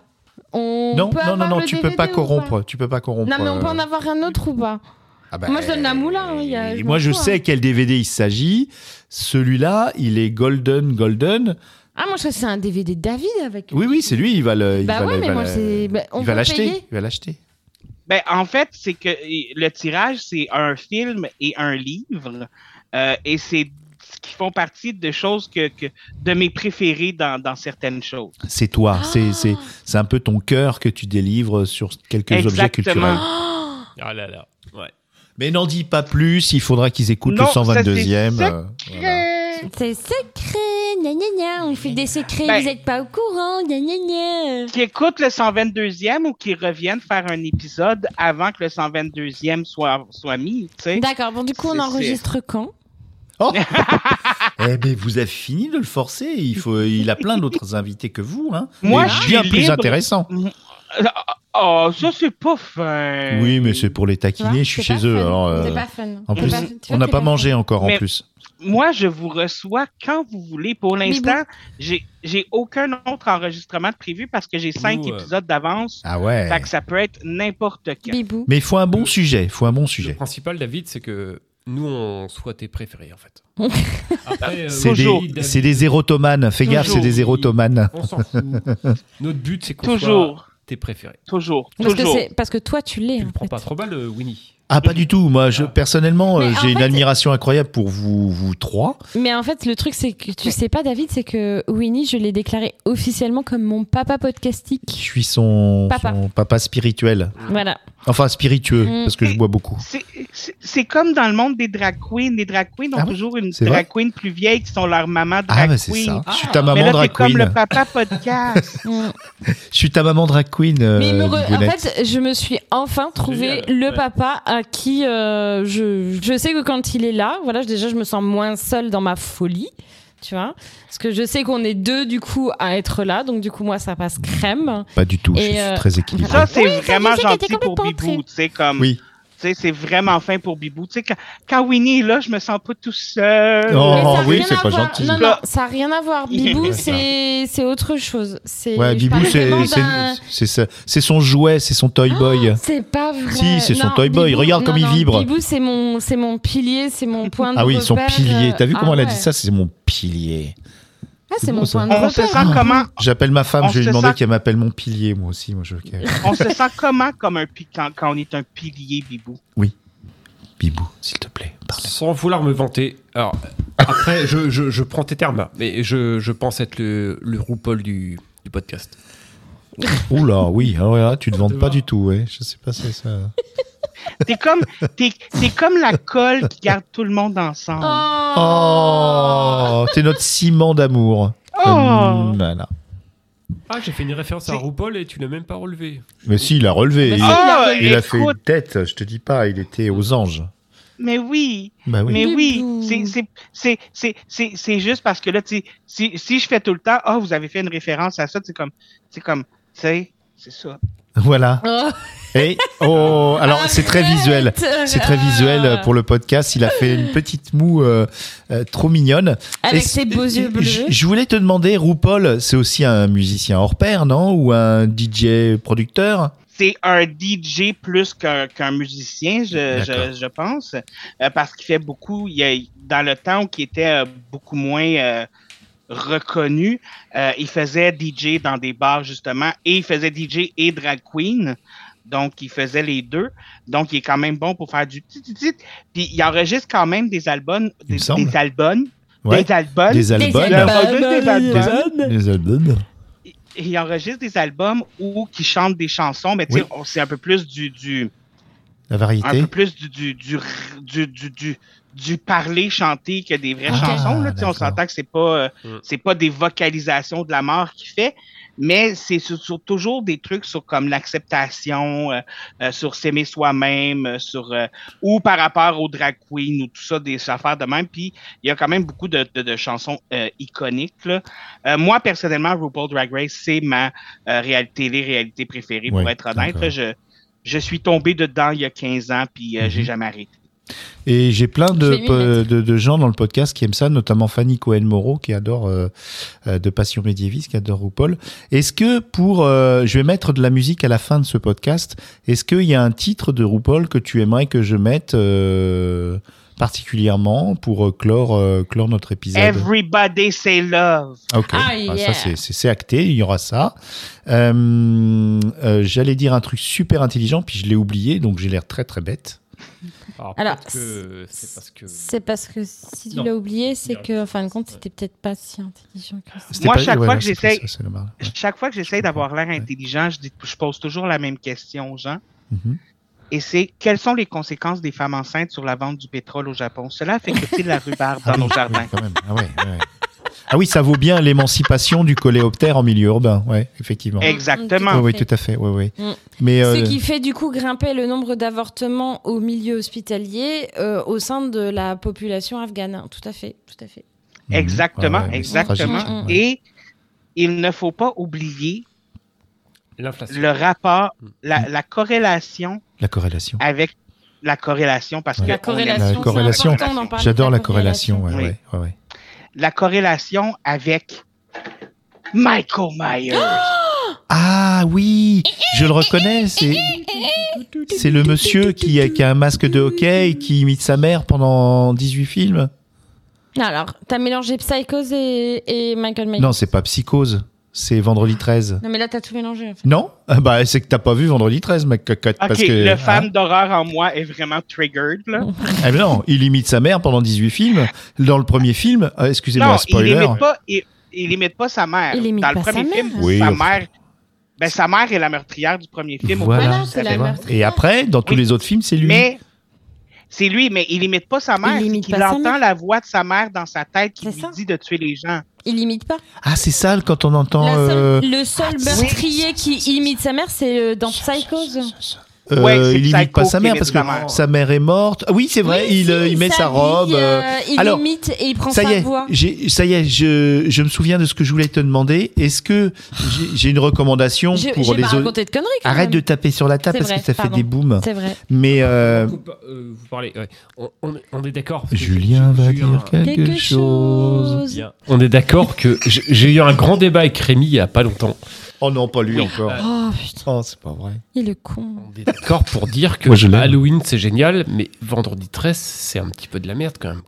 [SPEAKER 5] on
[SPEAKER 4] Non,
[SPEAKER 5] peut
[SPEAKER 4] non,
[SPEAKER 5] avoir
[SPEAKER 4] non, non,
[SPEAKER 5] le
[SPEAKER 4] tu
[SPEAKER 5] DVD
[SPEAKER 4] peux pas
[SPEAKER 5] ou
[SPEAKER 4] corrompre. Tu peux pas corrompre.
[SPEAKER 5] Non, mais on peut
[SPEAKER 4] euh,
[SPEAKER 5] en avoir un autre ou pas
[SPEAKER 4] ah bah,
[SPEAKER 5] Moi, je donne la moula, hein, il y a-
[SPEAKER 4] et
[SPEAKER 5] je
[SPEAKER 4] moi,
[SPEAKER 5] m'en
[SPEAKER 4] je
[SPEAKER 5] fous,
[SPEAKER 4] sais
[SPEAKER 5] hein.
[SPEAKER 4] quel DVD il s'agit. Celui-là, il est golden, golden.
[SPEAKER 5] Ah, moi, je crois que c'est un DVD de David avec.
[SPEAKER 4] Oui, oui, c'est lui. Il va le. il
[SPEAKER 5] Bah
[SPEAKER 4] va
[SPEAKER 5] ouais,
[SPEAKER 4] le- il
[SPEAKER 5] mais
[SPEAKER 4] va
[SPEAKER 5] moi,
[SPEAKER 4] le-
[SPEAKER 5] c'est- bah, on
[SPEAKER 4] il va
[SPEAKER 5] peut
[SPEAKER 4] l'acheter.
[SPEAKER 5] payer.
[SPEAKER 4] Il va l'acheter.
[SPEAKER 6] Ben, en fait, c'est que euh, le tirage, c'est un film et un livre. euh, et c'est ce qui font partie de choses que, que de mes préférés dans, dans certaines choses.
[SPEAKER 4] C'est toi,
[SPEAKER 5] Ah.
[SPEAKER 4] c'est c'est c'est un peu ton cœur que tu délivres sur quelques objets
[SPEAKER 6] Exactement.
[SPEAKER 4] culturels.
[SPEAKER 2] Ah là là. Ouais.
[SPEAKER 4] Mais n'en dis pas plus, il faudra qu'ils écoutent
[SPEAKER 6] Non,
[SPEAKER 4] le
[SPEAKER 6] ça, c'est
[SPEAKER 4] 122e. euh, voilà.
[SPEAKER 6] Cré-
[SPEAKER 5] C'est secret, gna gna gna, on fait des secrets,
[SPEAKER 6] Ben-
[SPEAKER 2] Bah,
[SPEAKER 5] vous êtes pas au courant, gna gna gna.
[SPEAKER 6] Qui écoutent le 122e ou qui reviennent faire un épisode avant que le 122e soit, soit mis, tu sais.
[SPEAKER 5] D'accord, bon, du coup, on
[SPEAKER 6] C'est-
[SPEAKER 5] enregistre quand
[SPEAKER 4] Eh ben, vous avez fini de le forcer. Il faut, il a plein d'autres invités que vous, hein.
[SPEAKER 6] Moi,
[SPEAKER 4] Mais
[SPEAKER 6] je suis
[SPEAKER 4] bien plus
[SPEAKER 6] libre.
[SPEAKER 4] intéressant.
[SPEAKER 6] Oh, ça, c'est euh, pas fin.
[SPEAKER 4] Oui, mais c'est pour les
[SPEAKER 5] Euh, Tu vois,
[SPEAKER 4] taquiner. Je suis
[SPEAKER 5] c'est
[SPEAKER 4] chez
[SPEAKER 5] pas
[SPEAKER 4] eux.
[SPEAKER 5] fun.
[SPEAKER 4] alors, euh,
[SPEAKER 5] C'est pas fun.
[SPEAKER 4] en
[SPEAKER 5] C'est
[SPEAKER 4] plus,
[SPEAKER 5] pas fun. Tu vois,
[SPEAKER 4] on n'a
[SPEAKER 5] c'est
[SPEAKER 4] pas
[SPEAKER 5] fun.
[SPEAKER 4] mangé encore en
[SPEAKER 6] Mais-
[SPEAKER 4] plus.
[SPEAKER 6] Moi, je vous reçois quand vous voulez. Pour l'instant, j'ai j'ai aucun autre enregistrement de prévu parce que j'ai cinq
[SPEAKER 2] Nous, euh,
[SPEAKER 6] épisodes d'avance.
[SPEAKER 4] Ah ouais.
[SPEAKER 6] Fait que ça peut être n'importe quand.
[SPEAKER 5] Bibou.
[SPEAKER 4] Mais il faut un bon sujet. Il faut un bon
[SPEAKER 2] Le
[SPEAKER 4] sujet.
[SPEAKER 2] principal, David, c'est que nous, on soit tes préférés, en
[SPEAKER 5] *laughs*
[SPEAKER 2] fait. Après, euh,
[SPEAKER 4] C'est
[SPEAKER 2] David,
[SPEAKER 4] des,
[SPEAKER 2] David,
[SPEAKER 4] c'est des érotomanes. Fais gaffe, c'est
[SPEAKER 2] Toujours.
[SPEAKER 4] des érotomanes.
[SPEAKER 2] On s'en *laughs* fout. Notre but, c'est qu'on soit
[SPEAKER 6] Toujours,
[SPEAKER 2] tes préférés.
[SPEAKER 6] toujours,
[SPEAKER 5] Parce que,
[SPEAKER 6] toujours.
[SPEAKER 5] c'est- parce que toi, tu l'es.
[SPEAKER 2] Tu le
[SPEAKER 5] en
[SPEAKER 2] prends
[SPEAKER 5] fait.
[SPEAKER 2] pas trop mal, euh, Winnie.
[SPEAKER 4] Ah, pas du tout. Moi, je, personnellement,
[SPEAKER 5] Mais
[SPEAKER 4] euh,
[SPEAKER 5] en
[SPEAKER 4] j'ai une
[SPEAKER 5] fait-
[SPEAKER 4] admiration incroyable pour vous, vous trois.
[SPEAKER 5] Mais en fait, le truc, c'est que tu sais pas, David, c'est que Winnie, je l'ai déclaré officiellement comme mon papa
[SPEAKER 4] Je
[SPEAKER 5] podcastique.
[SPEAKER 4] suis son son
[SPEAKER 5] Papa.
[SPEAKER 2] Ah.
[SPEAKER 4] papa, spirituel.
[SPEAKER 5] Voilà.
[SPEAKER 4] Enfin, spiritueux,
[SPEAKER 5] Mm.
[SPEAKER 4] parce que je bois beaucoup.
[SPEAKER 6] C'est- C'est c'est comme dans le monde des drag queens. Les drag queens ont
[SPEAKER 4] Ah oui?
[SPEAKER 6] toujours une
[SPEAKER 4] C'est
[SPEAKER 6] drag
[SPEAKER 4] vrai?
[SPEAKER 6] queen plus vieille qui sont leur maman
[SPEAKER 4] Ah,
[SPEAKER 6] drag
[SPEAKER 4] bah c'est
[SPEAKER 6] queen.
[SPEAKER 4] ça. je suis ta maman
[SPEAKER 6] Mais là,
[SPEAKER 4] drag
[SPEAKER 6] t'es comme
[SPEAKER 4] queen.
[SPEAKER 6] le papa podcast.
[SPEAKER 2] Ah.
[SPEAKER 5] Mm.
[SPEAKER 4] Je suis ta maman drag queen. euh,
[SPEAKER 5] Mais il me re- en
[SPEAKER 4] Bigounette.
[SPEAKER 5] fait, je me suis enfin trouvé
[SPEAKER 2] Génial,
[SPEAKER 5] le
[SPEAKER 2] ouais.
[SPEAKER 5] papa à qui euh, je, je sais que quand il est là, voilà, je- déjà je me sens moins seule dans ma folie, tu vois, parce que je sais qu'on est deux du coup à être là, donc du coup moi ça passe crème.
[SPEAKER 4] Pas du tout, je
[SPEAKER 5] Et,
[SPEAKER 4] suis
[SPEAKER 5] euh,
[SPEAKER 4] très équilibré.
[SPEAKER 6] Ça, *laughs* c'est
[SPEAKER 5] Oui, ça, je
[SPEAKER 6] vraiment
[SPEAKER 5] sais qu'elle était
[SPEAKER 6] gentil pour
[SPEAKER 5] complètement
[SPEAKER 6] Bibou.
[SPEAKER 5] entrée.
[SPEAKER 6] Tu sais, comme.
[SPEAKER 4] Oui.
[SPEAKER 6] Tu sais, c'est vraiment fin pour Bibou. Tu sais, quand, quand Winnie est là, je me sens pas tout seul.
[SPEAKER 4] Oh,
[SPEAKER 5] Mais ça a
[SPEAKER 4] oui,
[SPEAKER 5] rien
[SPEAKER 4] c'est
[SPEAKER 5] à
[SPEAKER 4] pas
[SPEAKER 5] voir.
[SPEAKER 4] gentil.
[SPEAKER 5] Non, non, ça a rien à voir. Bibou,
[SPEAKER 4] Ouais,
[SPEAKER 5] c'est c'est autre chose. C'est
[SPEAKER 4] Ouais,
[SPEAKER 5] je
[SPEAKER 4] Bibou,
[SPEAKER 5] parle
[SPEAKER 4] c'est-
[SPEAKER 5] vraiment
[SPEAKER 4] c'est
[SPEAKER 5] d'un- Ah,
[SPEAKER 4] c'est ça- c'est son jouet, c'est son toy boy.
[SPEAKER 5] C'est pas vrai.
[SPEAKER 4] Si, c'est son
[SPEAKER 5] Non,
[SPEAKER 4] Toy Boy.
[SPEAKER 5] Bibou-
[SPEAKER 4] Regarde
[SPEAKER 5] non,
[SPEAKER 4] comme il
[SPEAKER 5] non,
[SPEAKER 4] vibre.
[SPEAKER 5] Bibou, c'est mon, c'est mon pilier, c'est mon point de
[SPEAKER 4] Ah oui, son
[SPEAKER 5] repère,
[SPEAKER 4] pilier.
[SPEAKER 5] euh,
[SPEAKER 4] T'as vu comment
[SPEAKER 5] ah
[SPEAKER 4] elle a
[SPEAKER 5] ouais.
[SPEAKER 4] dit ça C'est mon pilier.
[SPEAKER 5] Ah,
[SPEAKER 4] C'est
[SPEAKER 5] c'est mon
[SPEAKER 4] beau, ça.
[SPEAKER 5] point de
[SPEAKER 6] On se
[SPEAKER 5] repère.
[SPEAKER 6] sent comment
[SPEAKER 4] J'appelle ma femme,
[SPEAKER 6] On
[SPEAKER 4] je vais lui
[SPEAKER 6] se
[SPEAKER 4] demander
[SPEAKER 6] sent-
[SPEAKER 4] qu'elle m'appelle mon pilier, moi aussi. Moi, je...
[SPEAKER 6] On se sent comment comme un pi- quand, quand on est un pilier Bibou?
[SPEAKER 4] *laughs* Bibou, s'il te plaît, parle.
[SPEAKER 2] Sans vouloir me vanter. Alors, après, je, je, je prends tes termes, mais je, je pense être le, le RuPaul du, du podcast.
[SPEAKER 4] Oula, oui, ah ouais, là, tu ne vends pas du tout, ouais. Je sais pas si ça.
[SPEAKER 6] T'es comme, t'es, t'es comme la colle qui garde tout le monde ensemble.
[SPEAKER 4] Oh, t'es notre ciment d'amour.
[SPEAKER 6] Oh.
[SPEAKER 4] Hum, voilà.
[SPEAKER 2] Ah, j'ai fait une référence à RuPaul et tu l'as même pas relevé.
[SPEAKER 4] Mais si, il a relevé. Il,
[SPEAKER 5] Bah,
[SPEAKER 6] Ah,
[SPEAKER 4] il a fait une
[SPEAKER 6] écoute,
[SPEAKER 4] tête, je te dis pas, il était aux anges.
[SPEAKER 6] mais oui,
[SPEAKER 4] Bah oui.
[SPEAKER 6] mais oui,
[SPEAKER 5] Bibou.
[SPEAKER 6] c'est, c'est, c'est, c'est, c'est, c'est juste parce que là, tu sais, si, si je fais tout le temps, ah, vous avez fait une référence à ça, c'est comme, c'est comme, tu sais, c'est ça.
[SPEAKER 4] Voilà. Et oh, alors c'est très visuel. C'est très
[SPEAKER 5] Ah.
[SPEAKER 4] visuel euh, pour le podcast. Il a fait une petite moue euh, euh, trop mignonne.
[SPEAKER 5] Avec
[SPEAKER 4] Est-ce-
[SPEAKER 5] ses beaux yeux bleus.
[SPEAKER 4] Je, je voulais te demander, RuPaul, c'est aussi un musicien hors pair, non Ou un DJ producteur
[SPEAKER 6] C'est un DJ plus qu'un, qu'un musicien, je,
[SPEAKER 4] D'accord.
[SPEAKER 6] je, je pense, euh, parce qu'il fait beaucoup, il y a, dans le temps qui était euh, beaucoup moins euh, reconnu, euh, il faisait DJ dans des bars justement, et il faisait DJ et drag queen, donc il faisait les deux, donc il est quand même bon pour faire du petit, petit, petit. puis il enregistre quand même des albums,
[SPEAKER 4] Il me
[SPEAKER 6] des,
[SPEAKER 4] semble.
[SPEAKER 6] des albums,
[SPEAKER 4] Ouais.
[SPEAKER 6] des albums,
[SPEAKER 4] Des albums.
[SPEAKER 6] Il enregistre des albums
[SPEAKER 4] Des albums.
[SPEAKER 6] et il enregistre des albums où qui chantent des chansons, mais tu sais,
[SPEAKER 4] Oui.
[SPEAKER 6] on- c'est un peu plus du, du
[SPEAKER 4] La
[SPEAKER 6] un
[SPEAKER 4] variété.
[SPEAKER 6] peu plus du du du r- du, du, du- du parler chanté que des vraies
[SPEAKER 4] Ah,
[SPEAKER 6] chansons là, tu sais, on
[SPEAKER 4] d'accord.
[SPEAKER 6] s'entend que c'est pas euh,
[SPEAKER 2] Mm.
[SPEAKER 6] c'est pas des vocalisations de la mort qu'il fait, mais c'est sur, sur toujours des trucs sur comme l'acceptation, euh, euh, sur s'aimer soi-même, euh, sur euh, ou par rapport aux drag queens ou tout ça des affaires de même. Puis il y a quand même beaucoup de, de, de chansons euh, iconiques. Là. Euh, moi personnellement, RuPaul Drag Race c'est ma euh, réalité télé-réalité préférée pour
[SPEAKER 4] Ouais,
[SPEAKER 6] être honnête.
[SPEAKER 4] d'accord.
[SPEAKER 6] là. je je suis tombé dedans il y a 15 ans, puis euh, j'ai
[SPEAKER 4] Mhm.
[SPEAKER 6] jamais arrêté.
[SPEAKER 4] Et j'ai plein
[SPEAKER 5] Je
[SPEAKER 4] de,
[SPEAKER 5] vais m'y mettre.
[SPEAKER 4] de, de gens dans le podcast qui aiment ça, notamment Fanny Cohen-Moreau, qui adore euh, euh, de Passion médiéviste, qui adore RuPaul. Est-ce que pour... euh, je vais mettre de la musique à la fin de ce podcast. Est-ce qu'il y a un titre de RuPaul que tu aimerais que je mette euh, particulièrement pour euh, clore, euh, clore notre épisode
[SPEAKER 6] Everybody say love.
[SPEAKER 4] Ok,
[SPEAKER 5] Ah,
[SPEAKER 4] Ah, ça
[SPEAKER 5] yeah.
[SPEAKER 4] c'est- c'est c'est acté, il y aura ça. Euh, euh, J'allais dire un truc super intelligent, puis je l'ai oublié, donc j'ai l'air très très bête.
[SPEAKER 5] Alors,
[SPEAKER 2] peut-être que c'est parce que.
[SPEAKER 5] C'est parce que si tu
[SPEAKER 2] Non.
[SPEAKER 5] l'as oublié, c'est
[SPEAKER 2] Non.
[SPEAKER 5] que, en fin de compte, c'était peut-être pas si intelligent que ça.
[SPEAKER 4] C'était
[SPEAKER 6] Moi, chaque
[SPEAKER 4] ouais,
[SPEAKER 6] fois
[SPEAKER 4] là,
[SPEAKER 6] que
[SPEAKER 4] c'est pas
[SPEAKER 6] j'essaye-
[SPEAKER 4] ça, c'est le mal.
[SPEAKER 6] Chaque fois que j'essaie d'avoir l'air intelligent, je, dis- je pose toujours la même question aux gens.
[SPEAKER 4] Mhm.
[SPEAKER 6] Et c'est quelles sont les conséquences des femmes enceintes sur la vente du pétrole au Japon? Cela fait que de la rhubarbe
[SPEAKER 4] *laughs* Ah
[SPEAKER 6] dans
[SPEAKER 4] oui,
[SPEAKER 6] nos jardins.
[SPEAKER 4] oui, quand même. Ah, ouais, ouais, ouais. Ah oui, ça vaut bien l'émancipation du coléoptère en milieu urbain, ouais, effectivement.
[SPEAKER 5] Et-
[SPEAKER 6] Exactement.
[SPEAKER 4] Oui, oui,
[SPEAKER 5] fait.
[SPEAKER 4] tout à fait, oui, oui.
[SPEAKER 5] Mm.
[SPEAKER 4] Mais euh,
[SPEAKER 5] Ce qui fait du coup grimper le nombre d'avortements au milieu hospitalier euh, au sein de la population afghane. Hein, Tout à fait, tout à fait.
[SPEAKER 4] mm,
[SPEAKER 6] Exactement,
[SPEAKER 4] ouais, ouais, mais c'est
[SPEAKER 6] exactement.
[SPEAKER 4] tragique, ouais.
[SPEAKER 6] Et il ne faut pas oublier
[SPEAKER 2] L'inflation.
[SPEAKER 6] le rapport,
[SPEAKER 4] Mhm.
[SPEAKER 6] la, la corrélation
[SPEAKER 4] la corrélation.
[SPEAKER 6] avec la corrélation, parce
[SPEAKER 4] Ouais.
[SPEAKER 6] que
[SPEAKER 5] La
[SPEAKER 6] on aime-
[SPEAKER 5] corrélation.
[SPEAKER 4] La
[SPEAKER 5] c'est
[SPEAKER 4] corrélation.
[SPEAKER 5] important d'en parler,
[SPEAKER 4] J'adore la corrélation, ouais,
[SPEAKER 6] Oui.
[SPEAKER 4] ouais, ouais, ouais.
[SPEAKER 6] la corrélation avec Michael
[SPEAKER 5] *gasps*
[SPEAKER 6] Myers. *laughs*
[SPEAKER 4] Ah oui, je le reconnais, c'est c'est le monsieur qui a, qui a un masque de hockey et qui imite sa mère pendant 18 films.
[SPEAKER 5] Alors, t'as mélangé Psychose et, et Michael Myers.
[SPEAKER 4] Non, c'est pas Psychose, c'est Vendredi 13.
[SPEAKER 5] Non, mais là, t'as tout mélangé. En fait.
[SPEAKER 4] Non Ah Bah c'est que t'as pas vu Vendredi 13, mec cocotte,
[SPEAKER 6] OK,
[SPEAKER 4] parce que
[SPEAKER 6] le
[SPEAKER 4] hein.
[SPEAKER 6] fan d'horreur en moi est vraiment triggered. Là.
[SPEAKER 4] Ah, mais non, il imite sa mère pendant 18 films. Dans le premier film, ah, excusez-moi,
[SPEAKER 6] Non, il
[SPEAKER 4] spoiler.
[SPEAKER 6] imite pas, il, il imite pas sa mère.
[SPEAKER 5] Il imite
[SPEAKER 6] Dans le
[SPEAKER 5] pas sa
[SPEAKER 6] premier
[SPEAKER 5] mère.
[SPEAKER 6] film,
[SPEAKER 4] Oui,
[SPEAKER 6] sa
[SPEAKER 4] enfin.
[SPEAKER 6] mère, Ben, sa mère est la meurtrière du premier film. au
[SPEAKER 4] Voilà.
[SPEAKER 6] point que
[SPEAKER 5] Voilà,
[SPEAKER 6] je
[SPEAKER 5] c'est la
[SPEAKER 6] savais.
[SPEAKER 5] meurtrière.
[SPEAKER 4] Et après, dans tous
[SPEAKER 6] Oui.
[SPEAKER 4] les autres films, c'est lui.
[SPEAKER 6] Mais c'est lui, mais il imite pas sa mère.
[SPEAKER 5] Il
[SPEAKER 6] Il,
[SPEAKER 5] imite pas
[SPEAKER 6] il
[SPEAKER 5] sa
[SPEAKER 6] entend
[SPEAKER 5] mère.
[SPEAKER 6] la voix de sa mère dans sa tête qui
[SPEAKER 5] C'est
[SPEAKER 6] lui
[SPEAKER 5] ça.
[SPEAKER 6] dit de tuer les gens.
[SPEAKER 5] Il imite pas.
[SPEAKER 4] Ah, c'est ça quand on entend.
[SPEAKER 5] La seule-
[SPEAKER 4] euh,
[SPEAKER 5] le seul meurtrier qui imite sa mère, c'est euh, dans Psychose.
[SPEAKER 4] euh,
[SPEAKER 6] Ouais, c'est
[SPEAKER 4] il imite
[SPEAKER 6] Psycho
[SPEAKER 4] pas sa
[SPEAKER 6] qui
[SPEAKER 4] mère
[SPEAKER 6] imite
[SPEAKER 4] parce
[SPEAKER 6] sa
[SPEAKER 4] que
[SPEAKER 6] mère.
[SPEAKER 4] sa mère est morte. Ah oui, c'est vrai.
[SPEAKER 5] Oui,
[SPEAKER 4] il,
[SPEAKER 5] si,
[SPEAKER 4] euh, il met sa
[SPEAKER 5] s'habille,
[SPEAKER 4] robe. euh,
[SPEAKER 5] euh, il
[SPEAKER 4] alors,
[SPEAKER 5] imite et il prend
[SPEAKER 4] ça
[SPEAKER 5] sa
[SPEAKER 4] y est,
[SPEAKER 5] voix.
[SPEAKER 4] j'ai- ça y est, je, je me souviens de ce que je voulais te demander. Est-ce que j'ai- j'ai une recommandation
[SPEAKER 5] J'ai
[SPEAKER 4] pour
[SPEAKER 5] j'ai
[SPEAKER 4] les
[SPEAKER 5] pas
[SPEAKER 4] autres
[SPEAKER 5] raconté de conneries. quand
[SPEAKER 4] Arrête de
[SPEAKER 5] même.
[SPEAKER 4] taper sur la table
[SPEAKER 5] C'est
[SPEAKER 4] parce
[SPEAKER 5] vrai,
[SPEAKER 4] que ça
[SPEAKER 5] pardon.
[SPEAKER 4] fait des booms.
[SPEAKER 5] C'est vrai.
[SPEAKER 4] Mais euh,
[SPEAKER 2] Coupe, euh, vous parlez. ouais. On, on- on est d'accord. parce que
[SPEAKER 4] Julien
[SPEAKER 2] j'ai-
[SPEAKER 4] va
[SPEAKER 2] j'ai eu un-
[SPEAKER 4] dire quelque,
[SPEAKER 5] Quelque
[SPEAKER 4] chose.
[SPEAKER 5] chose.
[SPEAKER 2] Bien. On est d'accord que j'ai- j'ai eu un grand débat avec Rémi il y a pas longtemps.
[SPEAKER 4] Oh non, pas lui encore.
[SPEAKER 5] Oh putain,
[SPEAKER 4] Oh, c'est pas vrai.
[SPEAKER 5] il est con.
[SPEAKER 2] On est d'accord pour dire que
[SPEAKER 4] Moi, je l'aime.
[SPEAKER 2] Halloween c'est génial, mais vendredi 13 c'est un petit peu de la merde quand même.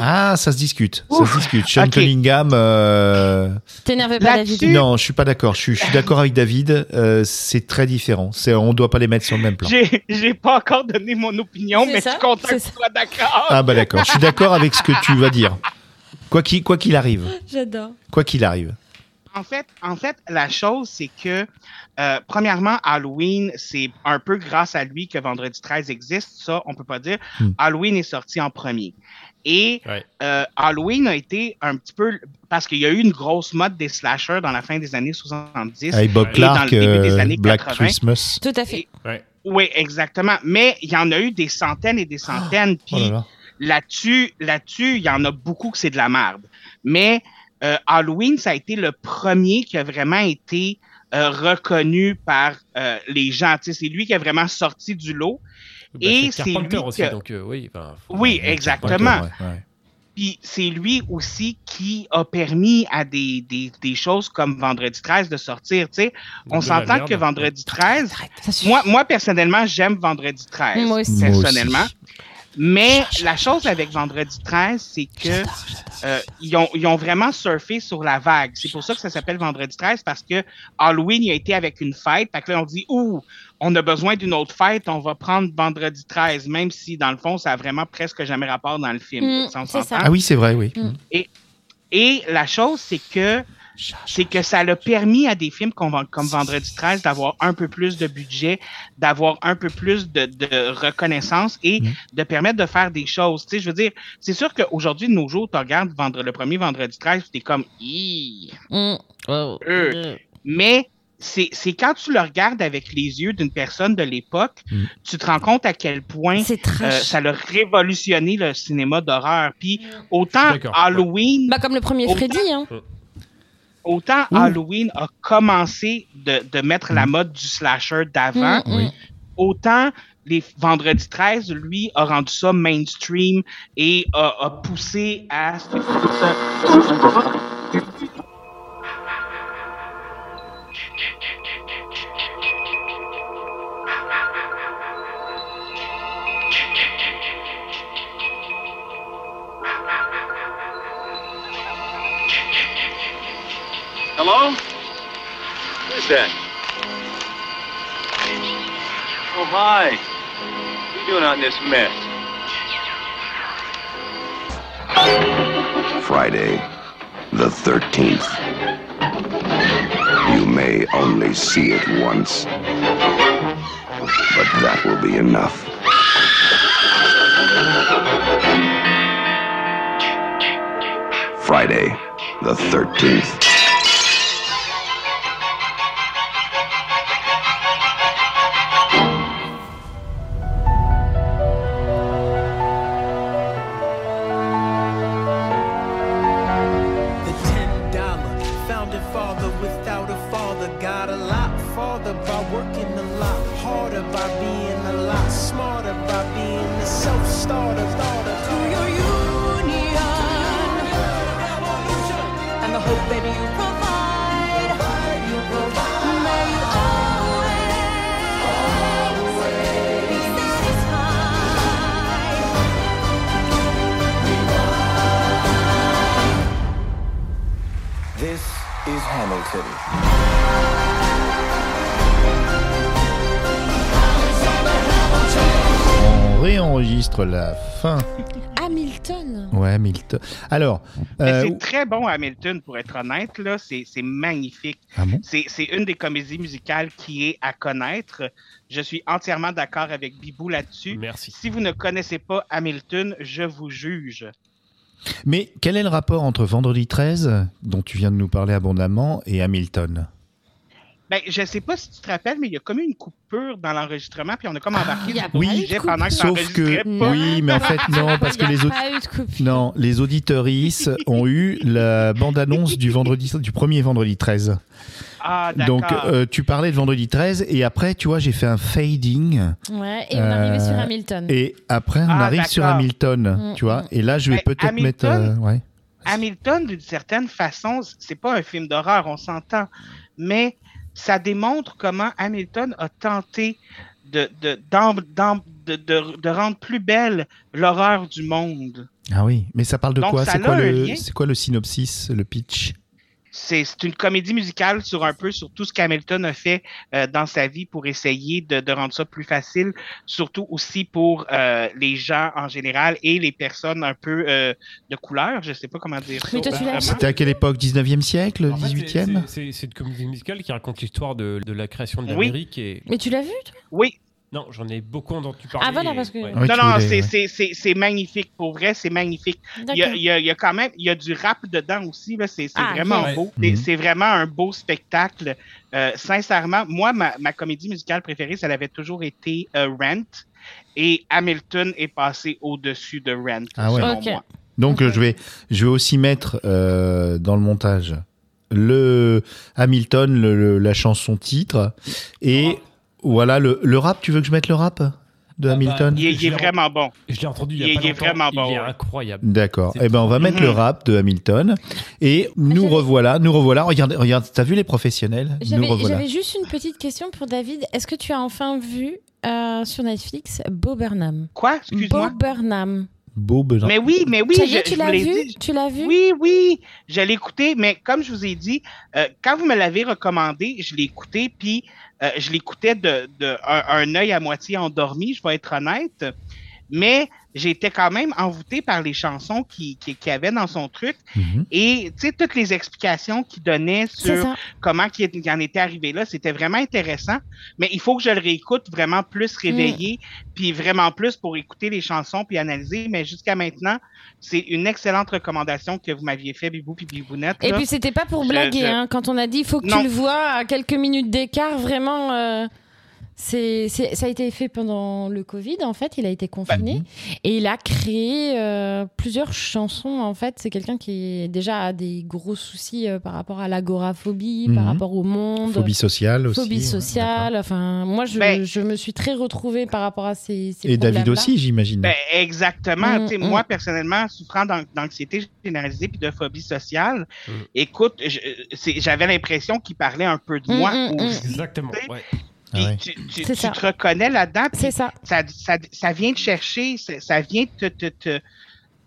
[SPEAKER 4] Ah, ça se discute. ça
[SPEAKER 6] Ouf.
[SPEAKER 4] se discute. Sean
[SPEAKER 6] Ok.
[SPEAKER 4] Cunningham. euh,
[SPEAKER 5] T'énervais pas,
[SPEAKER 6] Là-dessus-
[SPEAKER 5] David.
[SPEAKER 4] Non, je suis pas d'accord. Je suis, je suis d'accord avec David. euh, c'est très différent. C'est, on doit pas les mettre sur le même plan.
[SPEAKER 6] J'ai j'ai pas encore donné mon opinion,
[SPEAKER 5] C'est
[SPEAKER 6] mais
[SPEAKER 5] ça,
[SPEAKER 6] je suis content
[SPEAKER 5] c'est
[SPEAKER 6] que
[SPEAKER 5] ça.
[SPEAKER 6] tu sois d'accord.
[SPEAKER 4] Ah bah d'accord. Je suis d'accord avec ce que tu vas dire. Quoi qu'il, quoi qu'il arrive.
[SPEAKER 5] J'adore.
[SPEAKER 4] Quoi qu'il arrive.
[SPEAKER 6] En fait, en fait, la chose, c'est que, euh, premièrement, Halloween, c'est un peu grâce à lui que Vendredi 13 existe. Ça, on peut pas dire.
[SPEAKER 4] Hmm.
[SPEAKER 6] Halloween est sorti en premier. Et
[SPEAKER 2] Ouais.
[SPEAKER 6] euh, Halloween a été un petit peu... Parce qu'il y a eu une grosse mode des slashers dans la fin des années 70.
[SPEAKER 4] Avec Bob
[SPEAKER 6] Et
[SPEAKER 4] Clark,
[SPEAKER 6] dans le début des
[SPEAKER 4] euh,
[SPEAKER 6] années
[SPEAKER 4] Black
[SPEAKER 6] 80.
[SPEAKER 4] Christmas.
[SPEAKER 5] Tout à fait.
[SPEAKER 6] Oui, exactement. Mais il y en a eu des centaines et des centaines.
[SPEAKER 4] Oh
[SPEAKER 6] Puis
[SPEAKER 4] là là.
[SPEAKER 6] là-dessus, là-dessus, il y en a beaucoup que c'est de la merde. Mais euh, Halloween, ça a été le premier qui a vraiment été euh, reconnu par euh, les gens. Tu sais, c'est lui qui a vraiment sorti du lot.
[SPEAKER 2] Bah,
[SPEAKER 6] Et c'est
[SPEAKER 2] Carpenter
[SPEAKER 6] lui
[SPEAKER 2] aussi,
[SPEAKER 6] que-
[SPEAKER 2] donc euh, oui. enfin,
[SPEAKER 6] Oui,
[SPEAKER 4] Ouais,
[SPEAKER 6] exactement.
[SPEAKER 4] ouais, ouais.
[SPEAKER 6] Puis c'est lui aussi qui a permis à des, des, des choses comme Vendredi 13 de sortir. Tu sais, on
[SPEAKER 2] de la
[SPEAKER 6] s'entend
[SPEAKER 2] merde.
[SPEAKER 6] que Vendredi 13,
[SPEAKER 5] Ça suffit.
[SPEAKER 6] moi, moi personnellement, j'aime Vendredi 13.
[SPEAKER 5] Moi aussi.
[SPEAKER 4] Moi aussi.
[SPEAKER 6] personnellement. Mais la chose avec Vendredi 13, c'est que euh, ils, ont, ils ont vraiment surfé sur la vague. C'est pour ça que ça s'appelle Vendredi 13, parce que Halloween, il a été avec une fête. Fait que là, on dit, ouh, on a besoin d'une autre fête, on va prendre Vendredi 13, même si, dans le fond, ça a vraiment presque jamais rapport dans le film.
[SPEAKER 5] Mm,
[SPEAKER 6] Ça, on
[SPEAKER 5] c'est
[SPEAKER 6] s'entend.
[SPEAKER 5] ça.
[SPEAKER 4] Ah oui, c'est vrai, oui.
[SPEAKER 6] Hmm.
[SPEAKER 5] Mm.
[SPEAKER 6] Et la chose, c'est que c'est que ça l'a permis à des films comme, comme Vendredi 13 d'avoir un peu plus de budget, d'avoir un peu plus de, de reconnaissance et de permettre de faire des choses. Tu sais, je veux dire, c'est sûr qu'aujourd'hui, de nos jours, tu regardes vendre, le premier Vendredi 13, tu es comme « Ih!
[SPEAKER 5] Mm. Oh.
[SPEAKER 6] Euh. Mais c'est c'est quand tu le regardes avec les yeux d'une personne de l'époque,
[SPEAKER 4] Mm.
[SPEAKER 6] tu te rends compte à quel
[SPEAKER 4] Hein
[SPEAKER 6] point
[SPEAKER 5] C'est
[SPEAKER 6] euh,
[SPEAKER 5] trash.
[SPEAKER 6] ça a révolutionné le cinéma d'horreur. Puis
[SPEAKER 5] Mm.
[SPEAKER 6] autant
[SPEAKER 2] D'accord, ouais.
[SPEAKER 6] Halloween...
[SPEAKER 5] Bah comme le premier
[SPEAKER 6] Autant-
[SPEAKER 5] Freddy, hein.
[SPEAKER 6] autant Halloween a commencé de, de mettre la mode du slasher
[SPEAKER 4] Hein
[SPEAKER 6] d'avant,
[SPEAKER 5] Mm, mm.
[SPEAKER 6] autant les vendredis 13, lui, a rendu ça mainstream et a, a poussé à ce que
[SPEAKER 11] Hello? Who's that? Oh, hi. What are you doing out in this mess?
[SPEAKER 3] Friday, the 13th. You may only see it once, but that will be enough. Friday, the 13th.
[SPEAKER 11] The ten dollar founding father without a father got a lot farther by working a lot harder by being a lot smarter by being a self-starter. starter.
[SPEAKER 10] This is Hamilton.
[SPEAKER 4] On réenregistre la fin.
[SPEAKER 5] Hamilton.
[SPEAKER 4] Ouais, Hamilton. Alors,
[SPEAKER 6] Mais
[SPEAKER 4] euh,
[SPEAKER 6] c'est très bon, Hamilton, pour être honnête. Là. C'est, c'est magnifique.
[SPEAKER 4] Ah bon
[SPEAKER 6] c'est, c'est une des comédies musicales qui est à connaître. Je suis entièrement d'accord avec Bibou
[SPEAKER 4] Mm.
[SPEAKER 6] là-dessus.
[SPEAKER 2] Merci.
[SPEAKER 6] Si vous ne connaissez pas Hamilton, je vous juge.
[SPEAKER 4] mais quel est le rapport entre Vendredi 13, dont tu viens de nous parler abondamment, et Hamilton
[SPEAKER 6] Ben, je sais pas si tu te rappelles, mais il y a comme eu une coupure dans l'enregistrement, puis on a comme
[SPEAKER 4] Ah!
[SPEAKER 6] embarqué
[SPEAKER 5] il y a
[SPEAKER 6] dans le
[SPEAKER 4] oui,
[SPEAKER 6] sujet pendant que
[SPEAKER 4] Sauf que,
[SPEAKER 6] t'enregistrais pas.
[SPEAKER 4] oui, mais en fait, non, parce que
[SPEAKER 5] Il y a
[SPEAKER 4] les autres.
[SPEAKER 5] pas eu de coupure.
[SPEAKER 4] Non, les auditeurices ont eu la bande-annonce du vendredi, du premier vendredi 13.
[SPEAKER 6] Ah, d'accord.
[SPEAKER 4] Donc, euh, tu parlais de vendredi 13 et après, tu vois, j'ai fait un fading
[SPEAKER 5] Mm. Ouais, et on est arrivé sur
[SPEAKER 4] Euh,
[SPEAKER 5] Hamilton.
[SPEAKER 4] et après, on
[SPEAKER 6] Ah,
[SPEAKER 4] arrive sur
[SPEAKER 6] d'accord.
[SPEAKER 4] Hamilton,
[SPEAKER 5] Mm,
[SPEAKER 4] tu vois.
[SPEAKER 5] mm.
[SPEAKER 4] Et là, je vais
[SPEAKER 6] Ben,
[SPEAKER 4] peut-être mettre. euh,
[SPEAKER 6] Hamilton,
[SPEAKER 4] ouais.
[SPEAKER 6] Hamilton, d'une certaine façon, c- c'est pas un film d'horreur, on s'entend, mais ça démontre comment Hamilton a tenté de, de, d'en- d'en- de, de- de rendre plus belle l'horreur du monde.
[SPEAKER 4] Ah oui, mais ça parle de
[SPEAKER 6] Donc,
[SPEAKER 4] quoi
[SPEAKER 6] ça
[SPEAKER 4] C'est
[SPEAKER 6] a
[SPEAKER 4] quoi,
[SPEAKER 6] un
[SPEAKER 4] le...
[SPEAKER 6] lien.
[SPEAKER 4] c'est quoi le synopsis, le pitch
[SPEAKER 6] C'est c'est une comédie musicale sur un peu sur tout ce qu'Hamilton a fait euh, dans sa vie pour essayer de, de rendre ça plus facile, surtout aussi pour euh, les gens en général et les personnes un peu euh, de couleur, je sais pas comment dire ça.
[SPEAKER 5] Mais toi, tu l'as
[SPEAKER 6] vraiment.
[SPEAKER 4] C'était à quelle époque 19e siècle
[SPEAKER 2] En fait,
[SPEAKER 4] 18e
[SPEAKER 2] c'est- c'est- C'est une comédie musicale qui raconte l'histoire de, de la création de
[SPEAKER 6] Oui.
[SPEAKER 2] l'Amérique. Et...
[SPEAKER 5] Mais tu l'as vu, toi
[SPEAKER 6] Oui,
[SPEAKER 2] Non, j'en ai beaucoup entendu parler.
[SPEAKER 5] Ah, voilà,
[SPEAKER 2] et-
[SPEAKER 5] parce que-
[SPEAKER 2] ouais.
[SPEAKER 4] Ah oui,
[SPEAKER 6] non,
[SPEAKER 4] tu
[SPEAKER 6] non,
[SPEAKER 4] voulais,
[SPEAKER 6] c'est-
[SPEAKER 4] ouais.
[SPEAKER 6] c'est c'est- c'est magnifique. Pour vrai, c'est magnifique. Il y, a,
[SPEAKER 5] D'accord.
[SPEAKER 6] il y a- il y a quand même il y a du rap dedans aussi. là, C'est c'est
[SPEAKER 5] Ah,
[SPEAKER 6] vraiment
[SPEAKER 2] ok.
[SPEAKER 6] beau.
[SPEAKER 4] Ouais. Mm-hmm.
[SPEAKER 6] C'est- C'est vraiment un beau spectacle. Euh, sincèrement, moi, ma, ma comédie musicale préférée, ça avait toujours été euh, Rent. Et Hamilton est passé au-dessus de Rent.
[SPEAKER 4] Ah ouais.
[SPEAKER 6] selon
[SPEAKER 5] Ok.
[SPEAKER 6] moi.
[SPEAKER 4] Donc, euh, je, vais, je vais aussi mettre euh, dans le montage le Hamilton, le- le- la chanson titre. Et voilà, le, le rap, tu veux que je mette le rap de
[SPEAKER 2] Ah bah,
[SPEAKER 4] Hamilton
[SPEAKER 6] Il est, il est
[SPEAKER 2] Je l'ai-
[SPEAKER 6] vraiment bon.
[SPEAKER 2] Je l'ai entendu il y a
[SPEAKER 6] Il est-
[SPEAKER 2] pas
[SPEAKER 6] il est
[SPEAKER 2] longtemps,
[SPEAKER 6] vraiment bon,
[SPEAKER 2] Il est
[SPEAKER 6] ouais.
[SPEAKER 2] incroyable.
[SPEAKER 4] D'accord.
[SPEAKER 2] C'est
[SPEAKER 4] Eh ben, on va mettre le rap de Hamilton. Et nous
[SPEAKER 5] j'avais-
[SPEAKER 4] revoilà, nous revoilà. Regarde, regarde, t'as vu les professionnels Nous
[SPEAKER 5] J'avais
[SPEAKER 4] revoilà.
[SPEAKER 5] j'avais juste une petite question pour David. Est-ce que tu as enfin vu euh, sur Netflix Bo Burnham
[SPEAKER 6] Quoi?
[SPEAKER 5] Bo
[SPEAKER 6] Excuse-moi.
[SPEAKER 5] Burnham.
[SPEAKER 4] Beau besoin.
[SPEAKER 6] Mais oui, mais oui,
[SPEAKER 5] Ça y
[SPEAKER 6] je,
[SPEAKER 5] est, tu
[SPEAKER 6] je vous
[SPEAKER 5] l'as
[SPEAKER 6] l'ai
[SPEAKER 5] vu
[SPEAKER 6] dit.
[SPEAKER 5] Tu l'as vu
[SPEAKER 6] Oui, oui, je l'ai écouté, mais comme je vous ai dit, euh, quand vous me l'avez recommandé, je l'ai écouté, puis euh, je l'écoutais de, de un, un œil à moitié endormi, je vais être honnête, mais j'étais quand même envoûté par les chansons qu'il qui, qu'il y avait dans son truc
[SPEAKER 4] Mhm.
[SPEAKER 6] et tu sais toutes les explications qu'il donnait
[SPEAKER 5] C'est
[SPEAKER 6] sur
[SPEAKER 5] ça.
[SPEAKER 6] comment qu'il est- qu'il en était arrivé là, c'était vraiment intéressant, mais il faut que je le réécoute vraiment plus réveillé,
[SPEAKER 5] Mm.
[SPEAKER 6] puis vraiment plus pour écouter les chansons puis analyser, mais jusqu'à maintenant, c'est une excellente recommandation que vous m'aviez fait Bibou puis Bibounette.
[SPEAKER 5] Et
[SPEAKER 6] là.
[SPEAKER 5] puis c'était pas pour
[SPEAKER 6] Je-
[SPEAKER 5] blaguer,
[SPEAKER 6] je-
[SPEAKER 5] hein, quand on a dit il faut que
[SPEAKER 6] Non.
[SPEAKER 5] tu le vois à quelques minutes d'écart, vraiment, euh, c'est, c'est- ça a été fait pendant le Covid, en fait, il a été
[SPEAKER 6] Bah
[SPEAKER 5] confiné et il a créé euh, plusieurs chansons, en fait, c'est quelqu'un qui déjà a des gros soucis euh, par rapport à l'agoraphobie, par
[SPEAKER 4] Mhm.
[SPEAKER 5] rapport au monde.
[SPEAKER 4] Phobie sociale aussi.
[SPEAKER 5] Phobie
[SPEAKER 4] ouais,
[SPEAKER 5] sociale, enfin, moi je,
[SPEAKER 6] Ben-
[SPEAKER 5] je me suis très retrouvée par rapport à ces, ces
[SPEAKER 4] d'accord. Et David
[SPEAKER 5] problèmes-là.
[SPEAKER 4] aussi, j'imagine.
[SPEAKER 6] Ben, exactement.
[SPEAKER 5] Mm,
[SPEAKER 6] Tu sais,
[SPEAKER 5] mm.
[SPEAKER 6] Moi, personnellement, souffrant d'an- d'anxiété généralisée puis de phobie sociale,
[SPEAKER 2] Mm.
[SPEAKER 6] écoute, je- c'est- j'avais l'impression qu'il parlait un peu de
[SPEAKER 5] Mm,
[SPEAKER 6] moi
[SPEAKER 5] mm, mm.
[SPEAKER 6] aussi.
[SPEAKER 2] Exactement. ouais.
[SPEAKER 4] Ah ouais.
[SPEAKER 6] Puis Tu, tu-
[SPEAKER 5] C'est
[SPEAKER 6] tu
[SPEAKER 5] ça.
[SPEAKER 6] te reconnais là-dedans, puis
[SPEAKER 5] C'est ça.
[SPEAKER 6] ça, ça, ça vient te chercher, ça, ça vient te... te, te- tu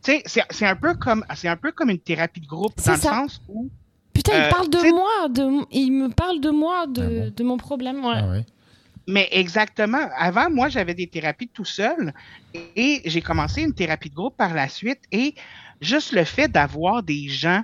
[SPEAKER 6] sais, c'est c'est un peu comme c'est un peu comme une thérapie de groupe
[SPEAKER 5] C'est
[SPEAKER 6] dans
[SPEAKER 5] ça.
[SPEAKER 6] le sens où
[SPEAKER 5] Putain, il
[SPEAKER 6] Euh,
[SPEAKER 5] parle de
[SPEAKER 6] c'est-
[SPEAKER 5] moi, de, il me parle de moi, de,
[SPEAKER 4] Ah bon
[SPEAKER 5] de mon problème. ouais.
[SPEAKER 4] Ah ouais.
[SPEAKER 6] mais exactement avant moi j'avais des thérapies tout seul et j'ai commencé une thérapie de groupe par la suite et juste le fait d'avoir des gens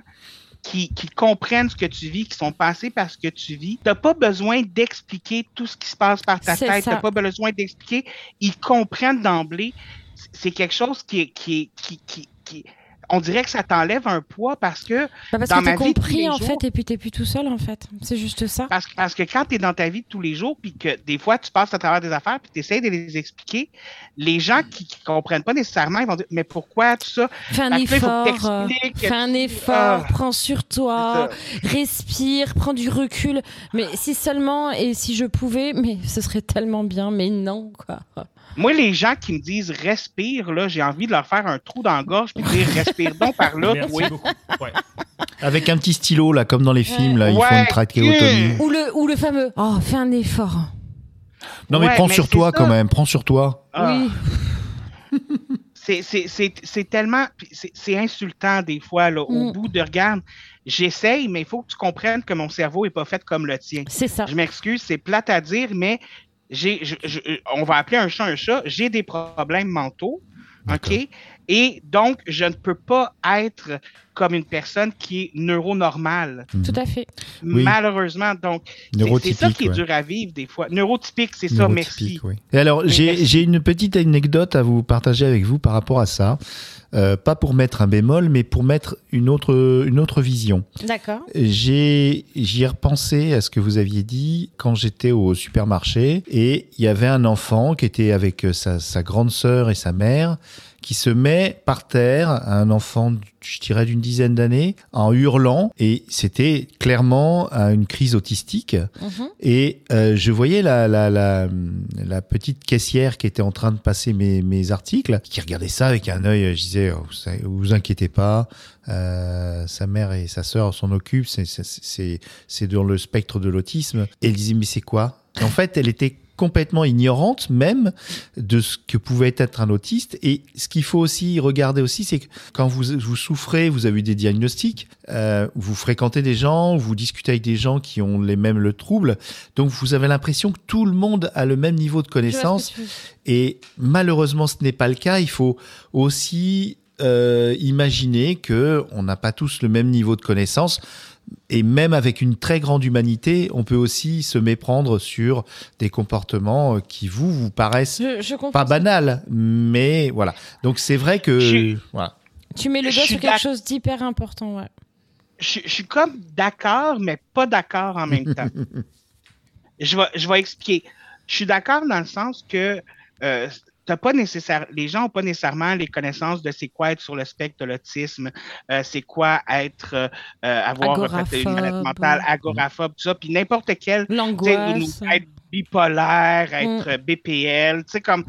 [SPEAKER 6] qui, qui comprennent ce que tu vis, qui sont passés par ce que tu vis. T'as pas besoin d'expliquer tout ce qui se passe par ta
[SPEAKER 5] C'est
[SPEAKER 6] tête.
[SPEAKER 5] ça.
[SPEAKER 6] T'as pas besoin d'expliquer. Ils comprennent d'emblée. C- C'est quelque chose qui est, qui est- qui, qui, qui- on dirait que ça t'enlève un poids parce que,
[SPEAKER 5] Bah, parce
[SPEAKER 6] Dans
[SPEAKER 5] que t'es
[SPEAKER 6] ma vie de tous
[SPEAKER 5] compris
[SPEAKER 6] les
[SPEAKER 5] en
[SPEAKER 6] jours-
[SPEAKER 5] fait et puis t'es plus tout seul en fait. C'est juste ça.
[SPEAKER 6] parce, que- parce que quand tu es dans ta vie de tous les jours, puis que des fois tu passes à travers des affaires, puis tu essaies de les expliquer, les gens qui, qui comprennent pas nécessairement, ils vont dire Mais pourquoi tout ça?
[SPEAKER 5] Fais un
[SPEAKER 6] Parce que là, il faut que
[SPEAKER 5] effort, euh,
[SPEAKER 6] t'expliques.
[SPEAKER 5] fais un effort,
[SPEAKER 6] Ah.
[SPEAKER 5] prends sur toi,
[SPEAKER 6] C'est
[SPEAKER 5] respire, prends du recul. Mais si seulement et si je pouvais, mais ce serait tellement bien, mais non quoi.
[SPEAKER 6] Moi, les gens qui me disent respire, là, j'ai envie de leur faire un trou dans la gorge puis de dire respire donc par là,
[SPEAKER 2] *laughs* Merci
[SPEAKER 6] toi.
[SPEAKER 2] beaucoup.
[SPEAKER 4] *laughs*
[SPEAKER 2] Ouais.
[SPEAKER 4] Avec un petit stylo, là, comme dans les films, là, ils
[SPEAKER 6] Ouais,
[SPEAKER 4] font une trachéotomie.
[SPEAKER 6] que-
[SPEAKER 5] Ou le, ou le fameux Oh, fais un effort.
[SPEAKER 4] Non, mais
[SPEAKER 6] Ouais,
[SPEAKER 4] prends
[SPEAKER 6] mais
[SPEAKER 4] sur
[SPEAKER 6] c'est
[SPEAKER 4] toi
[SPEAKER 6] ça.
[SPEAKER 4] quand même, prends sur toi.
[SPEAKER 6] Ah.
[SPEAKER 5] Oui.
[SPEAKER 6] C'est- c'est- C'est c'est tellement. puis c'est- C'est insultant des fois, là, au
[SPEAKER 5] Mm.
[SPEAKER 6] bout de regarde. J'essaye, mais il faut que tu comprennes que mon cerveau n'est pas fait comme le tien.
[SPEAKER 5] C'est ça.
[SPEAKER 6] Je m'excuse, c'est plate à dire, mais j'ai, je- je- on va appeler un chat un chat, j'ai des problèmes mentaux,
[SPEAKER 4] D'accord.
[SPEAKER 6] OK? Et donc, je ne peux pas être comme une personne qui est neuronormale,
[SPEAKER 5] Tout à fait.
[SPEAKER 4] Oui.
[SPEAKER 6] malheureusement. Donc, c'est- c'est ça
[SPEAKER 4] Neurotypique,
[SPEAKER 6] qui est
[SPEAKER 4] ouais.
[SPEAKER 6] dur à vivre des fois. Neurotypique, c'est ça, merci.
[SPEAKER 4] Neurotypique, oui. Et alors, j'ai j'ai une petite anecdote à vous partager avec vous par rapport à ça. Euh, pas pour mettre un bémol, mais pour mettre une autre, une autre vision.
[SPEAKER 5] D'accord.
[SPEAKER 4] J'ai, j'y ai repensé à ce que vous aviez dit quand j'étais au supermarché et il y avait un enfant qui était avec euh, sa, sa grande sœur et sa mère qui se met par terre, un enfant, je dirais d'une dizaine d'années, en hurlant et c'était clairement euh, une crise autistique.
[SPEAKER 5] Mhm.
[SPEAKER 4] Et euh, je voyais la, la, la, la petite caissière qui était en train de passer mes, mes articles, qui regardait ça avec un œil. Je disais, Oh, ça- vous inquiétez pas, euh, sa mère et sa sœur s'en occupent, c'est- c'est- c'est c'est dans le spectre de l'autisme. Et elle disait, mais c'est quoi Et En fait, elle était complètement ignorante même de ce que pouvait être un autiste. Et ce qu'il faut aussi regarder aussi, c'est que quand vous, vous souffrez, vous avez eu des diagnostics, euh, vous fréquentez des gens, vous discutez avec des gens qui ont les mêmes le trouble. Donc vous avez l'impression que tout le monde a le même niveau de
[SPEAKER 5] Je vois ce
[SPEAKER 4] connaissance.
[SPEAKER 5] que tu veux dire.
[SPEAKER 4] Et malheureusement, ce n'est pas le cas. Il faut aussi euh, imaginer que on n'a pas tous le même niveau de connaissance. Et même avec une très grande humanité, on peut aussi se méprendre sur des comportements euh, qui vous vous paraissent
[SPEAKER 5] Je, je comprends.
[SPEAKER 4] pas banals, mais voilà. Donc c'est vrai que
[SPEAKER 6] J'ai-
[SPEAKER 4] voilà.
[SPEAKER 5] Tu mets le
[SPEAKER 6] Je
[SPEAKER 5] doigt
[SPEAKER 6] suis
[SPEAKER 5] sur quelque
[SPEAKER 6] d'ac-
[SPEAKER 5] chose d'hyper important, ouais.
[SPEAKER 6] je, je suis comme d'accord, mais pas d'accord en même temps. je, vais, je vais expliquer. Je suis d'accord dans le sens que euh, t'as pas nécessaire, les gens n'ont pas nécessairement les connaissances de c'est quoi être sur le spectre de l'autisme, euh, c'est quoi être euh, euh, avoir euh, fait une maladie
[SPEAKER 5] Agoraphobe.
[SPEAKER 6] mentale, agoraphobe, tout ça, puis n'importe quel tu sais, ou
[SPEAKER 5] L'angoisse.
[SPEAKER 6] nous- être bipolaire, être BPL, tu sais, comme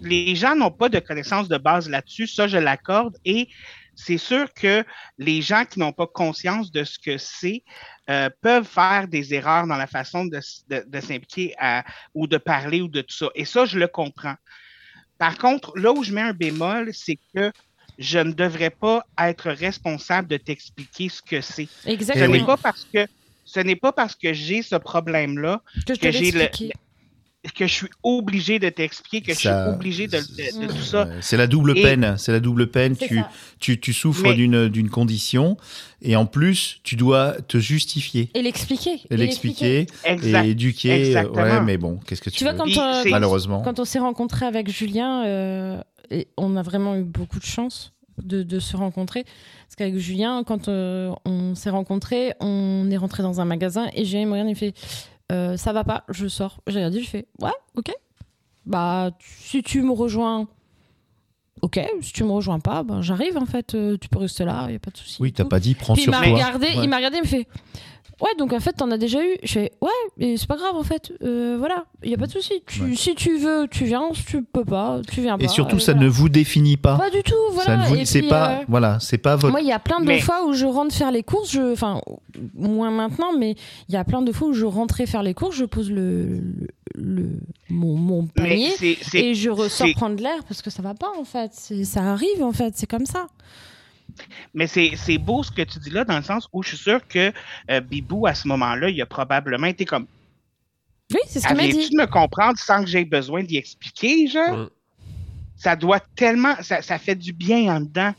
[SPEAKER 6] les gens n'ont pas de connaissances de base là-dessus, ça je l'accorde, et c'est sûr que les gens qui n'ont pas conscience de ce que c'est euh, peuvent faire des erreurs dans la façon de, s- de- de s'impliquer à- ou de parler ou de tout ça, et ça je le comprends. Par contre, là où je mets un bémol, c'est que je ne devrais pas être responsable de t'expliquer ce que c'est. Ce
[SPEAKER 5] Exactement.
[SPEAKER 6] n'est pas parce que ce n'est pas parce que j'ai ce problème-là
[SPEAKER 5] que je te
[SPEAKER 6] que j'ai le-
[SPEAKER 5] l'expliquais.
[SPEAKER 6] que je suis obligé de t'expliquer, que je
[SPEAKER 4] Ça-
[SPEAKER 6] suis obligé de, de- de tout ça.
[SPEAKER 4] Ouais, Euh, C'est la double
[SPEAKER 6] Et-
[SPEAKER 4] peine. hein. C'est la double peine.
[SPEAKER 5] C'est
[SPEAKER 4] Tu,
[SPEAKER 5] ça.
[SPEAKER 4] tu, tu souffres
[SPEAKER 6] Mais-
[SPEAKER 4] d'une d'une condition et en plus, tu dois te justifier,
[SPEAKER 5] Et l'expliquer.
[SPEAKER 4] et
[SPEAKER 5] Et
[SPEAKER 4] l'expliquer
[SPEAKER 6] Exact.
[SPEAKER 4] et éduquer. euh, Ouais,
[SPEAKER 6] Exactement.
[SPEAKER 4] mais bon, qu'est-ce que tu,
[SPEAKER 5] Tu vois,
[SPEAKER 4] veux
[SPEAKER 5] quand,
[SPEAKER 6] Puis
[SPEAKER 5] euh,
[SPEAKER 6] c'est-
[SPEAKER 4] Malheureusement.
[SPEAKER 5] Quand on s'est rencontré avec Julien, euh, et on a vraiment eu beaucoup de chance de, de se rencontrer. Parce qu'avec Julien, quand euh, on s'est rencontré, on est rentré dans un magasin et Julien me regarde et me fait euh, Ça va pas, je sors. J'ai regardé, je fais Ouais, ok. Bah, tu- si tu me rejoins, ok. Si tu me rejoins pas, ben, j'arrive en fait. Euh, tu peux rester là, y a pas de souci.
[SPEAKER 4] Oui,
[SPEAKER 5] et tout.
[SPEAKER 4] t'as pas dit prends
[SPEAKER 5] Puis il
[SPEAKER 4] sur
[SPEAKER 5] m'a
[SPEAKER 4] toi.
[SPEAKER 5] regardé,
[SPEAKER 4] Ouais.
[SPEAKER 5] il m'a regardé, il me fait Ouais, donc en fait, t'en as déjà eu. Je fais Ouais, mais c'est pas grave en fait. Euh, voilà, il y a pas de souci. Tu-
[SPEAKER 4] Ouais.
[SPEAKER 5] Si tu veux, tu viens. Si tu peux pas, tu viens pas.
[SPEAKER 4] Et surtout,
[SPEAKER 5] Euh,
[SPEAKER 4] ça
[SPEAKER 5] voilà.
[SPEAKER 4] ne vous définit pas.
[SPEAKER 5] Pas du tout, voilà.
[SPEAKER 4] ça ne vous
[SPEAKER 5] Et
[SPEAKER 4] c'est
[SPEAKER 5] puis,
[SPEAKER 4] pas
[SPEAKER 5] euh,
[SPEAKER 4] voilà, c'est pas votre.
[SPEAKER 5] Moi, il y a plein de
[SPEAKER 6] Mais-
[SPEAKER 5] fois où je rentre faire les courses, je... enfin, moins maintenant, mais il y a plein de fois où je rentrais faire les courses, je pose le, le, le- mon, mon
[SPEAKER 6] Mais
[SPEAKER 5] panier
[SPEAKER 6] c'est- c'est-
[SPEAKER 5] et je ressors
[SPEAKER 6] c'est-
[SPEAKER 5] prendre l'air parce que ça va pas en fait. C'est- Ça arrive en fait, c'est comme ça.
[SPEAKER 6] mais c'est c'est beau ce que tu dis là, dans le sens où je suis sûr que euh, Bibou, à ce moment-là, il a probablement été comme
[SPEAKER 5] Oui, c'est ce qu'il m'a dit.
[SPEAKER 6] Allez-tu me comprendre sans que j'aie besoin d'y expliquer, genre?
[SPEAKER 2] Hum.
[SPEAKER 6] Ça doit tellement. Ça, ça fait du bien en dedans.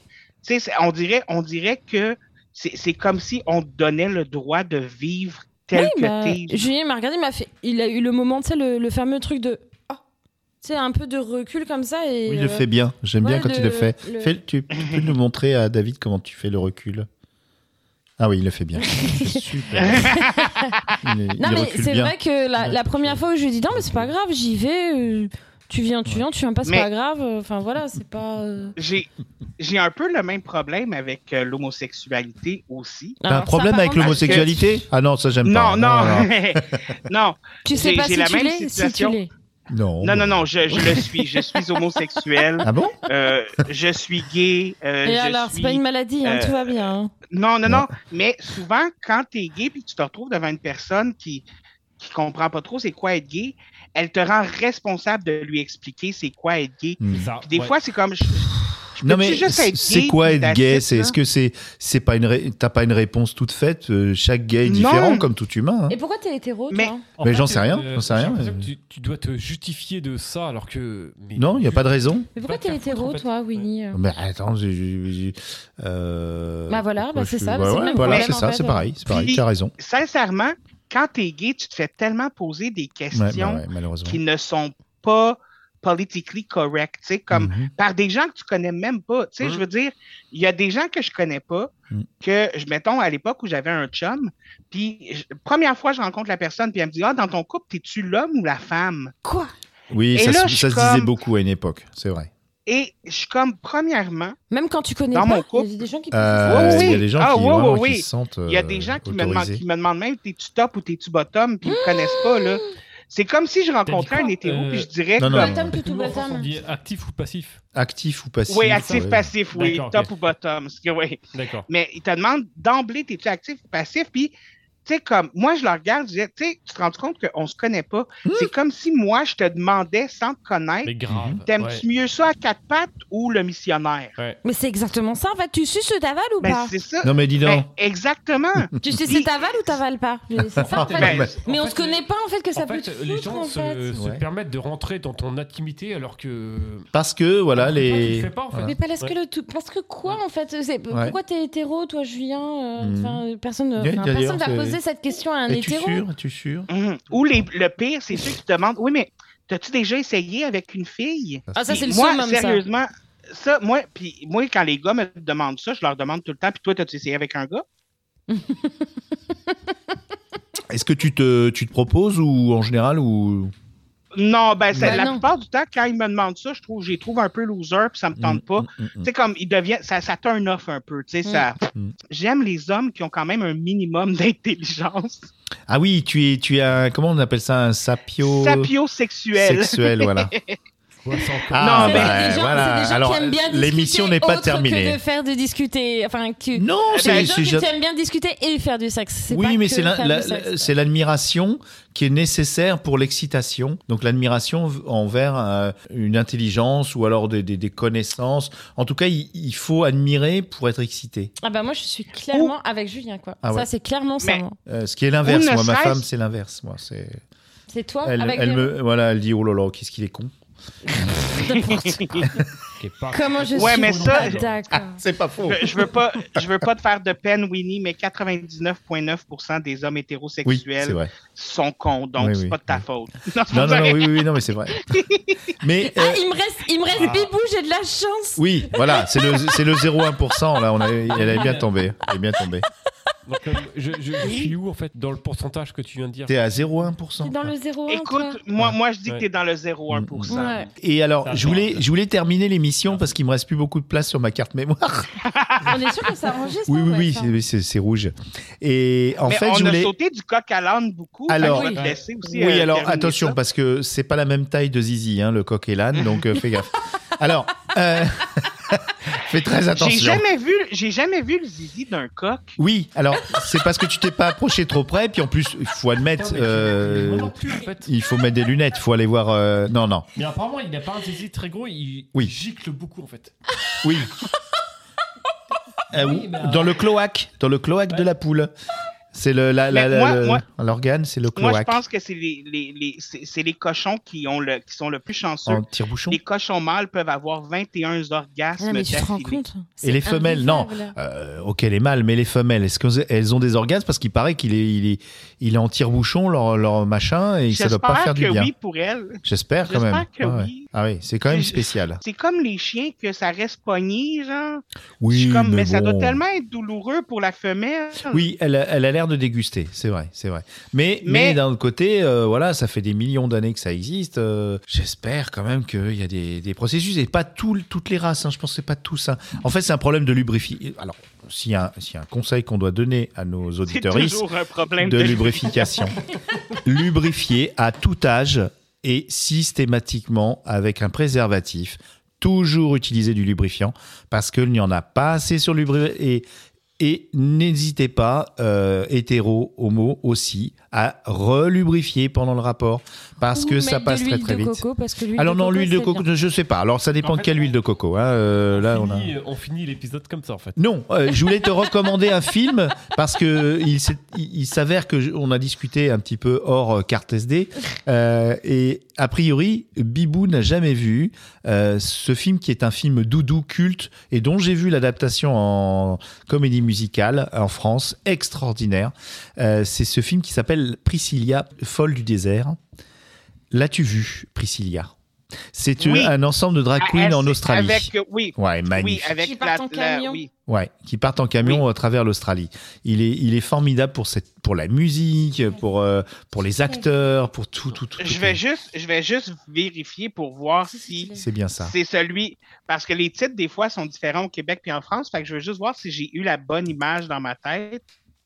[SPEAKER 6] Tu sais, c'est- on dirait, on dirait que c'est c'est comme si on te donnait le droit de vivre tel
[SPEAKER 5] Oui,
[SPEAKER 6] que
[SPEAKER 5] bah,
[SPEAKER 6] t'es.
[SPEAKER 5] Julien m'a regardé, il m'a fait. Il a eu le moment, tu sais, le, le fameux truc de. Ah Tu sais, un peu de recul comme ça. Et,
[SPEAKER 4] Oui, il le
[SPEAKER 5] euh,
[SPEAKER 4] fait bien. J'aime bien
[SPEAKER 5] ouais,
[SPEAKER 4] quand il le
[SPEAKER 5] le-
[SPEAKER 4] fait.
[SPEAKER 5] le-
[SPEAKER 4] Fais-
[SPEAKER 5] *coughs*
[SPEAKER 4] tu, tu peux nous montrer à David comment tu fais le recul. Ah oui, il le fait
[SPEAKER 5] *laughs*
[SPEAKER 4] bien. C'est super. Il,
[SPEAKER 5] Non,
[SPEAKER 4] il
[SPEAKER 5] mais
[SPEAKER 4] recule
[SPEAKER 5] c'est
[SPEAKER 4] bien.
[SPEAKER 5] vrai que la,
[SPEAKER 4] Ouais,
[SPEAKER 5] la première fois où je lui ai dit non, mais c'est pas grave, j'y vais. euh, tu viens, tu viens, tu viens pas, c'est
[SPEAKER 6] Mais-
[SPEAKER 5] pas grave. euh, Enfin voilà, c'est pas. euh,
[SPEAKER 6] J'ai j'ai un peu le même problème avec euh, l'homosexualité aussi.
[SPEAKER 4] T'as un
[SPEAKER 5] alors, ça,
[SPEAKER 4] problème
[SPEAKER 5] par
[SPEAKER 4] avec
[SPEAKER 5] contre,
[SPEAKER 4] l'homosexualité Ah non, ça j'aime pas.
[SPEAKER 6] Non, *laughs* non,
[SPEAKER 4] non.
[SPEAKER 6] non,
[SPEAKER 5] Tu sais
[SPEAKER 6] J'ai-
[SPEAKER 5] pas
[SPEAKER 6] j'ai
[SPEAKER 5] si
[SPEAKER 6] la
[SPEAKER 5] tu
[SPEAKER 6] même
[SPEAKER 5] l'es, si tu
[SPEAKER 6] situation.
[SPEAKER 5] l'es.
[SPEAKER 4] Non,
[SPEAKER 6] non,
[SPEAKER 4] bon.
[SPEAKER 6] non, non, je, je le suis. Je
[SPEAKER 4] *laughs*
[SPEAKER 6] suis homosexuel.
[SPEAKER 4] Ah bon
[SPEAKER 6] euh, je suis gay. euh,
[SPEAKER 5] Et
[SPEAKER 6] je
[SPEAKER 5] alors,
[SPEAKER 6] suis...
[SPEAKER 5] c'est pas une maladie, hein,
[SPEAKER 6] euh,
[SPEAKER 5] tout va bien. hein.
[SPEAKER 6] Non, non,
[SPEAKER 4] Non.
[SPEAKER 6] non, Mais souvent, quand tu es gay puis que tu te retrouves devant une personne qui qui comprend pas trop c'est quoi être gay, elle te rend responsable de lui expliquer c'est quoi être gay.
[SPEAKER 2] Ça,
[SPEAKER 4] Mm.
[SPEAKER 6] Puis des
[SPEAKER 2] ouais.
[SPEAKER 6] fois, c'est comme je,
[SPEAKER 4] Non
[SPEAKER 6] Peux-tu
[SPEAKER 4] mais
[SPEAKER 6] juste être
[SPEAKER 4] c'est
[SPEAKER 6] gay,
[SPEAKER 4] quoi
[SPEAKER 6] puis
[SPEAKER 4] être
[SPEAKER 6] that's
[SPEAKER 4] gay
[SPEAKER 6] it,
[SPEAKER 4] C'est
[SPEAKER 6] là?
[SPEAKER 4] est-ce que c'est c'est pas une ré- t'as pas une réponse toute faite euh, Chaque gay est
[SPEAKER 6] Non.
[SPEAKER 4] différent comme tout humain. hein.
[SPEAKER 5] Et pourquoi t'es hétéro, toi
[SPEAKER 2] En
[SPEAKER 4] Mais
[SPEAKER 2] fait,
[SPEAKER 4] j'en sais rien,
[SPEAKER 2] euh,
[SPEAKER 4] j'en sais
[SPEAKER 2] j'ai
[SPEAKER 4] rien,
[SPEAKER 2] l'impression
[SPEAKER 4] mais-
[SPEAKER 2] que Tu, tu dois te justifier de ça alors que. mais-
[SPEAKER 4] Non, il y a pas de raison.
[SPEAKER 5] Mais pourquoi
[SPEAKER 2] Pas de
[SPEAKER 5] t'es
[SPEAKER 2] faire
[SPEAKER 5] hétéro,
[SPEAKER 2] foutre, en fait.
[SPEAKER 5] toi, Winnie euh
[SPEAKER 4] Mais attends, j'ai- j'ai- j'ai- euh,
[SPEAKER 5] Bah voilà, bah
[SPEAKER 4] moi,
[SPEAKER 5] c'est
[SPEAKER 4] je-
[SPEAKER 5] ça,
[SPEAKER 4] ouais,
[SPEAKER 5] c'est le
[SPEAKER 4] ouais,
[SPEAKER 5] même
[SPEAKER 4] Voilà,
[SPEAKER 5] problème,
[SPEAKER 4] c'est
[SPEAKER 5] en
[SPEAKER 4] ça,
[SPEAKER 5] fait.
[SPEAKER 4] c'est pareil, c'est pareil.
[SPEAKER 6] Puis-
[SPEAKER 4] Tu as raison.
[SPEAKER 6] Sincèrement, quand t'es gay, tu te fais tellement poser des
[SPEAKER 4] Ouais, bah
[SPEAKER 6] questions
[SPEAKER 4] ouais, malheureusement.
[SPEAKER 6] qui ne sont pas politically correct, tu sais, comme
[SPEAKER 4] Mhm.
[SPEAKER 6] par des gens que tu connais même pas. Tu sais, je veux dire, il y a des gens que je connais pas,
[SPEAKER 4] Mm.
[SPEAKER 6] que, je mettons, à l'époque où j'avais un chum, puis je- première fois, je rencontre la personne, puis elle me dit, ah, dans ton couple, t'es-tu l'homme ou la femme?
[SPEAKER 5] Quoi
[SPEAKER 4] Oui,
[SPEAKER 6] Et
[SPEAKER 4] ça,
[SPEAKER 6] là,
[SPEAKER 4] se-
[SPEAKER 6] je
[SPEAKER 4] ça
[SPEAKER 6] suis
[SPEAKER 4] se disait
[SPEAKER 6] comme-
[SPEAKER 4] beaucoup à une époque, c'est vrai.
[SPEAKER 6] Et je suis comme, premièrement,
[SPEAKER 5] Même quand tu connais
[SPEAKER 6] Dans
[SPEAKER 5] pas,
[SPEAKER 6] mon couple.
[SPEAKER 5] il y a des gens qui
[SPEAKER 4] Euh,
[SPEAKER 6] Oui, Oh oui,
[SPEAKER 4] Il y a
[SPEAKER 6] oui.
[SPEAKER 4] des gens
[SPEAKER 6] Ah,
[SPEAKER 4] qui,
[SPEAKER 6] oui,
[SPEAKER 4] vraiment,
[SPEAKER 6] oui,
[SPEAKER 4] qui
[SPEAKER 6] oui.
[SPEAKER 4] se sentent.
[SPEAKER 6] Il y a
[SPEAKER 4] euh,
[SPEAKER 6] des gens qui me, demandent,
[SPEAKER 4] autorisés.
[SPEAKER 6] qui me demandent même t'es-tu top ou t'es-tu bottom, puis ils me connaissent pas, là. C'est comme si je rencontrais
[SPEAKER 2] quoi?
[SPEAKER 6] un hétéro,
[SPEAKER 2] Euh,
[SPEAKER 6] puis je dirais
[SPEAKER 4] non, non,
[SPEAKER 6] comme,
[SPEAKER 4] non.
[SPEAKER 5] Bottom plutôt
[SPEAKER 2] Tout le monde
[SPEAKER 5] bottom.
[SPEAKER 2] ensemble dit actif ou passif
[SPEAKER 4] Actif ou passif
[SPEAKER 6] oui, actif,
[SPEAKER 4] ouais.
[SPEAKER 6] passif, oui,
[SPEAKER 2] D'accord,
[SPEAKER 6] top
[SPEAKER 2] ok.
[SPEAKER 6] ou bottom. parce que, oui.
[SPEAKER 2] D'accord.
[SPEAKER 6] Mais ils te demandent d'emblée t'es-tu actif ou passif, puis tu sais, comme moi, je le regarde, je disais, tu sais, tu te rends compte qu'on se connaît pas.
[SPEAKER 5] Mmh.
[SPEAKER 6] C'est comme si moi, je te demandais sans te connaître,
[SPEAKER 2] Mais grave.
[SPEAKER 6] t'aimes-tu mieux ça à quatre pattes ou le missionnaire?
[SPEAKER 5] Mais c'est exactement ça, en fait. Tu suces, t'avales ou
[SPEAKER 6] Ben,
[SPEAKER 5] pas
[SPEAKER 6] c'est ça.
[SPEAKER 4] Non, mais dis donc.
[SPEAKER 6] Ben,
[SPEAKER 5] *laughs*
[SPEAKER 6] exactement.
[SPEAKER 5] Tu sais,
[SPEAKER 6] Puis-
[SPEAKER 5] c'est t'avales ou t'avales pas
[SPEAKER 4] *laughs*
[SPEAKER 5] C'est ça, en fait.
[SPEAKER 6] Ben,
[SPEAKER 5] mais
[SPEAKER 2] En
[SPEAKER 5] on
[SPEAKER 2] fait,
[SPEAKER 5] se connaît pas, en fait, que ça
[SPEAKER 2] en
[SPEAKER 5] peut
[SPEAKER 2] fait,
[SPEAKER 5] te
[SPEAKER 2] les
[SPEAKER 5] foutre,
[SPEAKER 2] gens
[SPEAKER 5] en
[SPEAKER 2] se,
[SPEAKER 5] fait.
[SPEAKER 2] se
[SPEAKER 4] Ouais.
[SPEAKER 2] permettent de rentrer dans ton intimité alors que.
[SPEAKER 4] Parce que, voilà,
[SPEAKER 2] Pourquoi tu
[SPEAKER 4] les.
[SPEAKER 2] le fais pas, en fait
[SPEAKER 5] Mais parce que,
[SPEAKER 2] Ouais.
[SPEAKER 5] le tout... parce que quoi, en fait c'est- Pourquoi t'es hétéro, toi, Julien euh,
[SPEAKER 4] Mhm.
[SPEAKER 5] enfin, euh, Personne
[SPEAKER 4] Oui,
[SPEAKER 5] enfin,
[SPEAKER 4] d'ailleurs,
[SPEAKER 5] personne va
[SPEAKER 4] c'est-
[SPEAKER 5] poser cette question à un
[SPEAKER 4] Es-tu
[SPEAKER 5] hétéro.
[SPEAKER 4] sûr Es-tu sûr
[SPEAKER 6] Mhm. Ou les- le pire, c'est ceux qui te demandent Oui, mais t'as-tu déjà essayé avec une fille
[SPEAKER 5] Ah, ça, c'est le
[SPEAKER 6] Moi,
[SPEAKER 5] summum, ça.
[SPEAKER 6] sérieusement, ça, moi, puis moi, quand les gars me demandent ça, je leur demande tout le temps Puis toi, t'as-tu essayé avec un gars
[SPEAKER 4] Est-ce que tu te, tu te proposes ou en général ou
[SPEAKER 6] Non, ben, c'est-
[SPEAKER 5] Ben
[SPEAKER 6] la
[SPEAKER 5] non.
[SPEAKER 6] plupart du temps, quand ils me demandent ça, je trouve, j'y trouve un peu loser, puis ça me
[SPEAKER 4] Mm,
[SPEAKER 6] tente pas. Tu sais, comme, il devient, ça, ça turn off un peu, tu sais, ça.
[SPEAKER 4] Mm.
[SPEAKER 6] J'aime les hommes qui ont quand même un minimum *laughs* d'intelligence
[SPEAKER 4] Ah oui, tu es, tu es un comment on appelle ça un sapio
[SPEAKER 6] sapiosexuelle.
[SPEAKER 4] sexuel, voilà. *laughs*
[SPEAKER 2] Ouais, sans que-
[SPEAKER 4] Ah
[SPEAKER 5] C'est
[SPEAKER 4] bah,
[SPEAKER 5] des gens,
[SPEAKER 4] voilà.
[SPEAKER 5] c'est des gens
[SPEAKER 4] Alors euh,
[SPEAKER 5] qui aiment bien discuter.
[SPEAKER 4] l'émission n'est pas
[SPEAKER 5] autre Que
[SPEAKER 4] terminée.
[SPEAKER 5] de faire de discuter. Enfin, que... Ah,
[SPEAKER 4] Non,
[SPEAKER 5] c'est
[SPEAKER 4] c'est
[SPEAKER 5] des gens
[SPEAKER 4] c'est
[SPEAKER 5] qui
[SPEAKER 4] ja-
[SPEAKER 5] aiment bien discuter et faire du sexe. C'est pas
[SPEAKER 4] oui, mais
[SPEAKER 5] que
[SPEAKER 4] c'est la-
[SPEAKER 5] faire
[SPEAKER 4] la-
[SPEAKER 5] du sexe.
[SPEAKER 4] la- c'est l'admiration qui est nécessaire pour l'excitation. Donc l'admiration v- envers euh, une intelligence ou alors des, des- des connaissances. En tout cas, il, il faut admirer pour être excité.
[SPEAKER 5] Ah bah moi, je suis clairement avec Julien, quoi.
[SPEAKER 4] Ah ouais.
[SPEAKER 5] Ça, c'est clairement ça.
[SPEAKER 6] Mais-
[SPEAKER 5] moi.
[SPEAKER 4] Euh, ce qui est l'inverse.
[SPEAKER 6] Ou ne
[SPEAKER 4] Moi, ma
[SPEAKER 6] serait-ce-
[SPEAKER 4] femme, c'est l'inverse. Moi, c'est.
[SPEAKER 5] C'est toi
[SPEAKER 4] Elle,
[SPEAKER 5] Oh, avec
[SPEAKER 4] elle
[SPEAKER 5] des-
[SPEAKER 4] me, voilà, elle dit oh là là, qu'est-ce qu'il est con.
[SPEAKER 2] qui est pas-
[SPEAKER 5] Comment je
[SPEAKER 6] Ouais,
[SPEAKER 5] suis
[SPEAKER 6] mais ça-
[SPEAKER 5] pas d'accord.
[SPEAKER 4] C'est pas faux.
[SPEAKER 6] Je, je veux pas, je veux pas te faire de peine, Winnie, mais 99,9% des hommes
[SPEAKER 4] Oui, c'est
[SPEAKER 6] hétérosexuels
[SPEAKER 4] vrai.
[SPEAKER 6] sont cons, donc
[SPEAKER 4] Oui,
[SPEAKER 6] c'est
[SPEAKER 4] oui,
[SPEAKER 6] pas de ta
[SPEAKER 4] oui.
[SPEAKER 6] faute. Non, c'est
[SPEAKER 4] Non,
[SPEAKER 6] pas
[SPEAKER 4] non, non,
[SPEAKER 6] vrai.
[SPEAKER 4] oui, oui, oui, non, mais c'est vrai. *laughs* Mais euh,
[SPEAKER 5] Ah, il me reste, il me reste Bibou, j'ai de la chance.
[SPEAKER 4] oui, voilà, c'est le, c'est le 0,1%. Là, on a, elle est bien tombée. Elle est bien tombée.
[SPEAKER 2] Donc, euh, je, je- je suis où en fait dans le pourcentage que tu viens de dire
[SPEAKER 4] T'es à
[SPEAKER 5] T'es
[SPEAKER 4] 0,1%.
[SPEAKER 5] dans le 0,1. toi. Mm,
[SPEAKER 6] Écoute, moi, moi, je dis
[SPEAKER 2] Ouais.
[SPEAKER 6] que t'es dans le 0,1%.
[SPEAKER 5] Ouais.
[SPEAKER 4] Et alors,
[SPEAKER 2] Ça
[SPEAKER 4] je voulais,
[SPEAKER 2] change.
[SPEAKER 4] je voulais terminer l'émission parce qu'il me reste plus beaucoup de place sur ma carte mémoire.
[SPEAKER 5] On est sûr que ça enregistre.
[SPEAKER 4] Oui,
[SPEAKER 5] hein,
[SPEAKER 4] oui,
[SPEAKER 5] ouais,
[SPEAKER 4] oui,
[SPEAKER 5] ça.
[SPEAKER 4] c'est- c'est c'est rouge. Et en
[SPEAKER 6] mais
[SPEAKER 4] fait,
[SPEAKER 6] on
[SPEAKER 4] je voulais.
[SPEAKER 6] a sauté du coq à l'âne beaucoup.
[SPEAKER 4] Alors,
[SPEAKER 6] fait que je vais te
[SPEAKER 2] ouais.
[SPEAKER 6] laisser aussi,
[SPEAKER 4] Oui,
[SPEAKER 6] euh,
[SPEAKER 4] alors
[SPEAKER 6] terminer
[SPEAKER 4] attention
[SPEAKER 6] ça.
[SPEAKER 4] parce que c'est pas la même taille de zizi, hein, le coq et l'âne, donc euh, fais gaffe. Alors, euh, *laughs* fais très
[SPEAKER 6] J'ai
[SPEAKER 4] attention.
[SPEAKER 6] jamais vu, j'ai jamais vu le zizi d'un coq.
[SPEAKER 4] Oui, alors c'est parce que tu t'es pas approché trop près, puis en plus, il faut admettre,
[SPEAKER 2] Putain, mais tu-
[SPEAKER 4] euh,
[SPEAKER 2] mais moi non plus, en fait.
[SPEAKER 4] il faut mettre des lunettes, il faut aller voir. euh, non, non,
[SPEAKER 2] Mais apparemment, il n'a pas un zizi très gros, il
[SPEAKER 4] Oui.
[SPEAKER 2] il gicle beaucoup en fait.
[SPEAKER 4] oui. Euh,
[SPEAKER 2] Oui, mais-
[SPEAKER 4] Dans le cloaque, dans le cloaque de la poule. C'est le, la, la-
[SPEAKER 6] Mais
[SPEAKER 4] la-
[SPEAKER 6] moi-
[SPEAKER 4] le-
[SPEAKER 6] moi-
[SPEAKER 4] l'organe, c'est le
[SPEAKER 6] Moi, je
[SPEAKER 4] cloaque.
[SPEAKER 6] pense que c'est les, les, les- c'est c'est les cochons qui, ont le, qui sont le plus chanceux.
[SPEAKER 4] en tire-bouchon.
[SPEAKER 6] Les cochons mâles peuvent avoir 21 orgasmes.
[SPEAKER 5] Non, Ah, mais tu te rends
[SPEAKER 6] d'affilée.
[SPEAKER 5] compte hein.
[SPEAKER 4] Et les femelles, non. Euh, ok, les mâles, mais les femelles, est-ce qu'elles ont des orgasmes Parce qu'il paraît qu'il est, il est, il est en tire-bouchon, leur, leur machin, et ça doit pas
[SPEAKER 6] J'espère
[SPEAKER 4] faire du
[SPEAKER 6] que
[SPEAKER 4] bien.
[SPEAKER 6] oui pour elles.
[SPEAKER 4] J'espère quand même.
[SPEAKER 6] J'espère que
[SPEAKER 4] ah, ouais.
[SPEAKER 6] oui.
[SPEAKER 4] Ah oui, c'est quand même
[SPEAKER 6] Je-
[SPEAKER 4] spécial.
[SPEAKER 6] C'est comme les chiens que ça reste pogné, genre. Je
[SPEAKER 4] Oui,
[SPEAKER 6] suis comme, mais,
[SPEAKER 4] mais
[SPEAKER 6] ça doit
[SPEAKER 4] bon.
[SPEAKER 6] tellement être douloureux pour la femelle.
[SPEAKER 4] Oui, elle, a- elle a l'air de déguster, c'est vrai, c'est vrai. Mais, mais...
[SPEAKER 6] Mais-
[SPEAKER 4] d'un autre côté, euh, voilà, ça fait des millions d'années que ça existe. euh, J'espère quand même qu'il y a des, des processus et pas tout, toutes les races. hein, je pense que c'est pas tous. hein. En fait, c'est un problème de lubrification. Alors, s'il y, a un- s'il y a un conseil qu'on doit donner à nos
[SPEAKER 6] C'est
[SPEAKER 4] auditeurs,
[SPEAKER 6] toujours un problème
[SPEAKER 4] de lubrification. Lubrifier à tout âge et systématiquement avec un préservatif. Toujours utiliser du lubrifiant parce qu'il n'y en a pas assez sur le lubri- et Et n'hésitez pas, euh, hétéro, homo aussi, à relubrifier pendant le rapport parce
[SPEAKER 5] Ou
[SPEAKER 4] que ça
[SPEAKER 5] mettre de
[SPEAKER 4] passe très
[SPEAKER 5] l'huile
[SPEAKER 4] très
[SPEAKER 5] de
[SPEAKER 4] vite.
[SPEAKER 5] coco, parce que l'huile
[SPEAKER 4] Alors
[SPEAKER 5] de
[SPEAKER 4] non,
[SPEAKER 5] coco,
[SPEAKER 4] l'huile de
[SPEAKER 5] c'est
[SPEAKER 4] coco,
[SPEAKER 5] bien.
[SPEAKER 4] je sais pas. Alors ça dépend
[SPEAKER 2] En
[SPEAKER 4] de
[SPEAKER 2] fait,
[SPEAKER 4] quelle huile de coco. hein, euh, là, on a.
[SPEAKER 2] finit, on finit l'épisode comme ça en fait.
[SPEAKER 4] Non, euh, je voulais te recommander un film parce que il, s'est- il- il s'avère que je- on a discuté un petit peu hors euh, carte SD euh, et a priori Bibou n'a jamais vu euh, ce film qui est un film doudou culte et dont j'ai vu l'adaptation en comédie musicale en France extraordinaire. Euh, C'est ce film qui s'appelle Priscilla, folle du désert. L'as-tu vu, Priscilla C'est euh,
[SPEAKER 6] Oui.
[SPEAKER 4] un ensemble de drag
[SPEAKER 6] Ah,
[SPEAKER 4] queens
[SPEAKER 6] elle,
[SPEAKER 4] en
[SPEAKER 6] c'est-
[SPEAKER 4] Australie.
[SPEAKER 6] Avec, euh, oui,
[SPEAKER 4] Ouais,
[SPEAKER 6] oui,
[SPEAKER 4] magnifique.
[SPEAKER 5] Qui
[SPEAKER 6] avec
[SPEAKER 5] partent
[SPEAKER 6] la,
[SPEAKER 5] en
[SPEAKER 6] la-
[SPEAKER 5] camion.
[SPEAKER 6] oui.
[SPEAKER 4] Ouais, qui partent en camion à travers l'Australie. Il est, il est formidable pour, cette, pour la musique, pour, euh, pour les acteurs, pour tout, tout, tout. tout,
[SPEAKER 6] Je vais
[SPEAKER 4] tout.
[SPEAKER 6] juste, je vais juste vérifier pour voir
[SPEAKER 5] Si, si,
[SPEAKER 6] si
[SPEAKER 5] si.
[SPEAKER 4] C'est bien ça.
[SPEAKER 6] c'est celui, parce que les titres des fois sont différents au Québec puis en France, fait que je veux juste voir si j'ai eu la bonne image dans ma tête.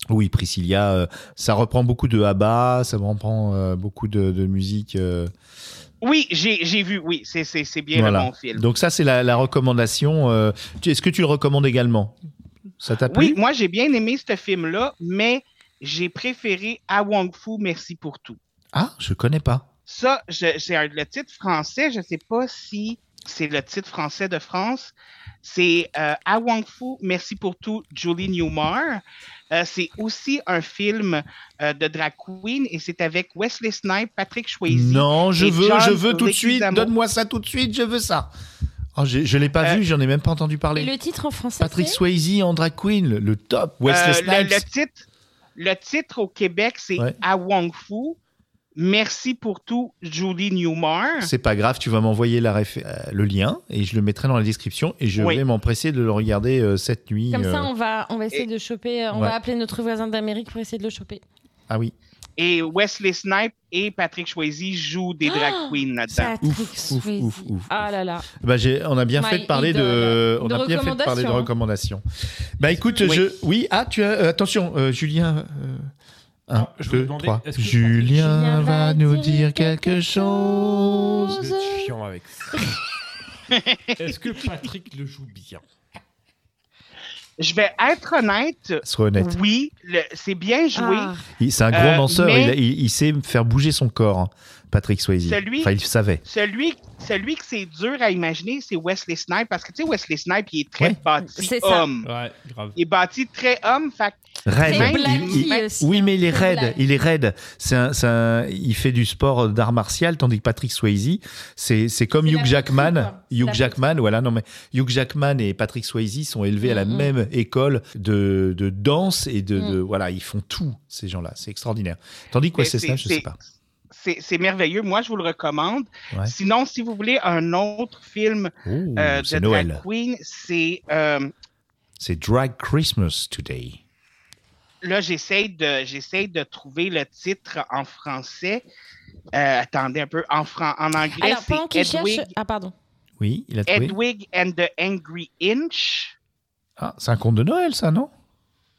[SPEAKER 4] Oui, Priscilla, euh, ça reprend beaucoup de ABBA, ça reprend euh, beaucoup de, de musique. euh,
[SPEAKER 6] Oui, j'ai j'ai vu, oui, c'est- c'est c'est bien
[SPEAKER 4] voilà.
[SPEAKER 6] le bon film.
[SPEAKER 4] Donc ça, c'est la, la recommandation. euh. Tu- Est-ce que tu le recommandes également Ça t'a
[SPEAKER 6] oui,
[SPEAKER 4] plu
[SPEAKER 6] moi j'ai bien aimé ce film-là, mais j'ai préféré A Wong Fu, Merci pour tout.
[SPEAKER 4] Ah, je connais pas.
[SPEAKER 6] Ça, je- c'est un- le titre français. Je ne sais pas si c'est le titre français de France. C'est euh, Ah Wong Fu, Merci pour tout, Julie Newmar. Euh, c'est aussi un film euh, de drag queen et c'est avec Wesley Snipes, Patrick Swayze.
[SPEAKER 4] Non, je
[SPEAKER 6] et
[SPEAKER 4] veux,
[SPEAKER 6] John
[SPEAKER 4] je veux tout de suite.
[SPEAKER 6] Leguizamo.
[SPEAKER 4] Donne-moi ça tout de suite, je veux ça. Oh, j'ai- je l'ai pas
[SPEAKER 6] Euh,
[SPEAKER 4] vu, j'en ai même pas entendu
[SPEAKER 5] Et
[SPEAKER 4] parler.
[SPEAKER 5] le titre en français
[SPEAKER 4] Patrick
[SPEAKER 5] c'est
[SPEAKER 4] Swayze en drag queen, le, le top. Wesley
[SPEAKER 6] Euh, le,
[SPEAKER 4] Snipes.
[SPEAKER 6] le titre, le titre au Québec, c'est
[SPEAKER 4] Ouais.
[SPEAKER 6] Ah Wong Fu, Merci pour tout, Julie Newmar.
[SPEAKER 4] C'est pas grave, tu vas m'envoyer la réf- euh, le lien et je le mettrai dans la description et je
[SPEAKER 6] Oui.
[SPEAKER 4] vais m'empresser de le regarder euh, cette nuit.
[SPEAKER 5] Comme ça,
[SPEAKER 4] euh.
[SPEAKER 5] on va, on va essayer de choper. euh, On
[SPEAKER 4] Ouais.
[SPEAKER 5] va appeler notre voisin d'Amérique pour essayer de le choper.
[SPEAKER 4] Ah oui,
[SPEAKER 6] Et Wesley Snipes et Patrick Swayze jouent des drag queens là-dedans.
[SPEAKER 5] Patrick
[SPEAKER 4] Ben, ouf, ouf,
[SPEAKER 5] Swayze.
[SPEAKER 4] ouf, ouf.
[SPEAKER 5] Ah là là.
[SPEAKER 4] bah, j'ai- on a bien
[SPEAKER 5] My
[SPEAKER 4] fait de parler de,
[SPEAKER 5] idol.
[SPEAKER 4] on
[SPEAKER 5] De
[SPEAKER 4] a bien fait de parler de
[SPEAKER 5] recommandations.
[SPEAKER 4] recommandations. Bah écoute,
[SPEAKER 6] Oui.
[SPEAKER 4] je, oui, ah tu as, euh, attention, euh, Julien. euh, un,
[SPEAKER 2] Ah, je voulais
[SPEAKER 4] deux,
[SPEAKER 2] demander,
[SPEAKER 4] trois.
[SPEAKER 2] est-ce que-
[SPEAKER 4] Julien va nous dire quelque chose.
[SPEAKER 2] Vous êtes chiant avec *laughs* ça. Est-ce que Patrick le joue bien
[SPEAKER 6] Je vais être honnête,
[SPEAKER 4] Sois honnête.
[SPEAKER 6] Oui, le- c'est bien joué.
[SPEAKER 5] Ah.
[SPEAKER 4] Il- C'est un grand
[SPEAKER 6] Euh,
[SPEAKER 4] danseur,
[SPEAKER 6] mais-
[SPEAKER 4] il, a- il- il sait faire bouger son corps, hein, Patrick Swayze.
[SPEAKER 6] Celui-
[SPEAKER 4] Enfin, il savait.
[SPEAKER 6] Celui, celui que c'est dur à imaginer, c'est Wesley Snipes, parce que tu sais, Wesley Snipes, il est très
[SPEAKER 4] Ouais.
[SPEAKER 6] bâti
[SPEAKER 5] C'est ça.
[SPEAKER 6] homme.
[SPEAKER 2] Ouais, grave.
[SPEAKER 6] Il est bâti très homme, fait que
[SPEAKER 4] Raide.
[SPEAKER 5] Très
[SPEAKER 6] il-
[SPEAKER 5] Blackie
[SPEAKER 6] il-
[SPEAKER 5] aussi.
[SPEAKER 4] Oui, mais il est
[SPEAKER 5] Très
[SPEAKER 4] raide.
[SPEAKER 5] blague.
[SPEAKER 4] Il est raide. C'est un, c'est un- il fait du sport euh, d'art martial, tandis que Patrick Swayze, c'est, c'est comme
[SPEAKER 5] C'est la
[SPEAKER 4] Hugh
[SPEAKER 5] même chose,
[SPEAKER 4] Jackman.
[SPEAKER 5] quoi. C'est
[SPEAKER 4] Hugh
[SPEAKER 5] la
[SPEAKER 4] Jackman, voilà, non mais Hugh Jackman et Patrick Swayze sont élevés à la
[SPEAKER 5] Mhm.
[SPEAKER 4] même école de, de danse et de, de-
[SPEAKER 5] Mhm.
[SPEAKER 4] voilà, ils font tout ces gens-là. C'est extraordinaire. Tandis que
[SPEAKER 6] Mais
[SPEAKER 4] Wesley Snipes, je
[SPEAKER 6] c'est-
[SPEAKER 4] sais pas.
[SPEAKER 6] c'est c'est merveilleux. Moi, je vous le recommande.
[SPEAKER 4] Ouais.
[SPEAKER 6] Sinon, si vous voulez un autre film
[SPEAKER 4] Oh,
[SPEAKER 6] euh, de
[SPEAKER 4] c'est
[SPEAKER 6] drag
[SPEAKER 4] Noël.
[SPEAKER 6] queen, c'est... euh,
[SPEAKER 4] C'est Drag Christmas Today.
[SPEAKER 6] là, j'essaie de, j'essaie de trouver le titre en français. Euh, attendez un peu. En, fran en anglais,
[SPEAKER 5] Alors pendant
[SPEAKER 6] c'est
[SPEAKER 5] qu'il cherche,
[SPEAKER 6] Edwig,
[SPEAKER 5] ah pardon.
[SPEAKER 4] Oui, il a trouvé.
[SPEAKER 6] Edwig and the Angry Inch.
[SPEAKER 4] Ah, c'est un conte de Noël, ça, non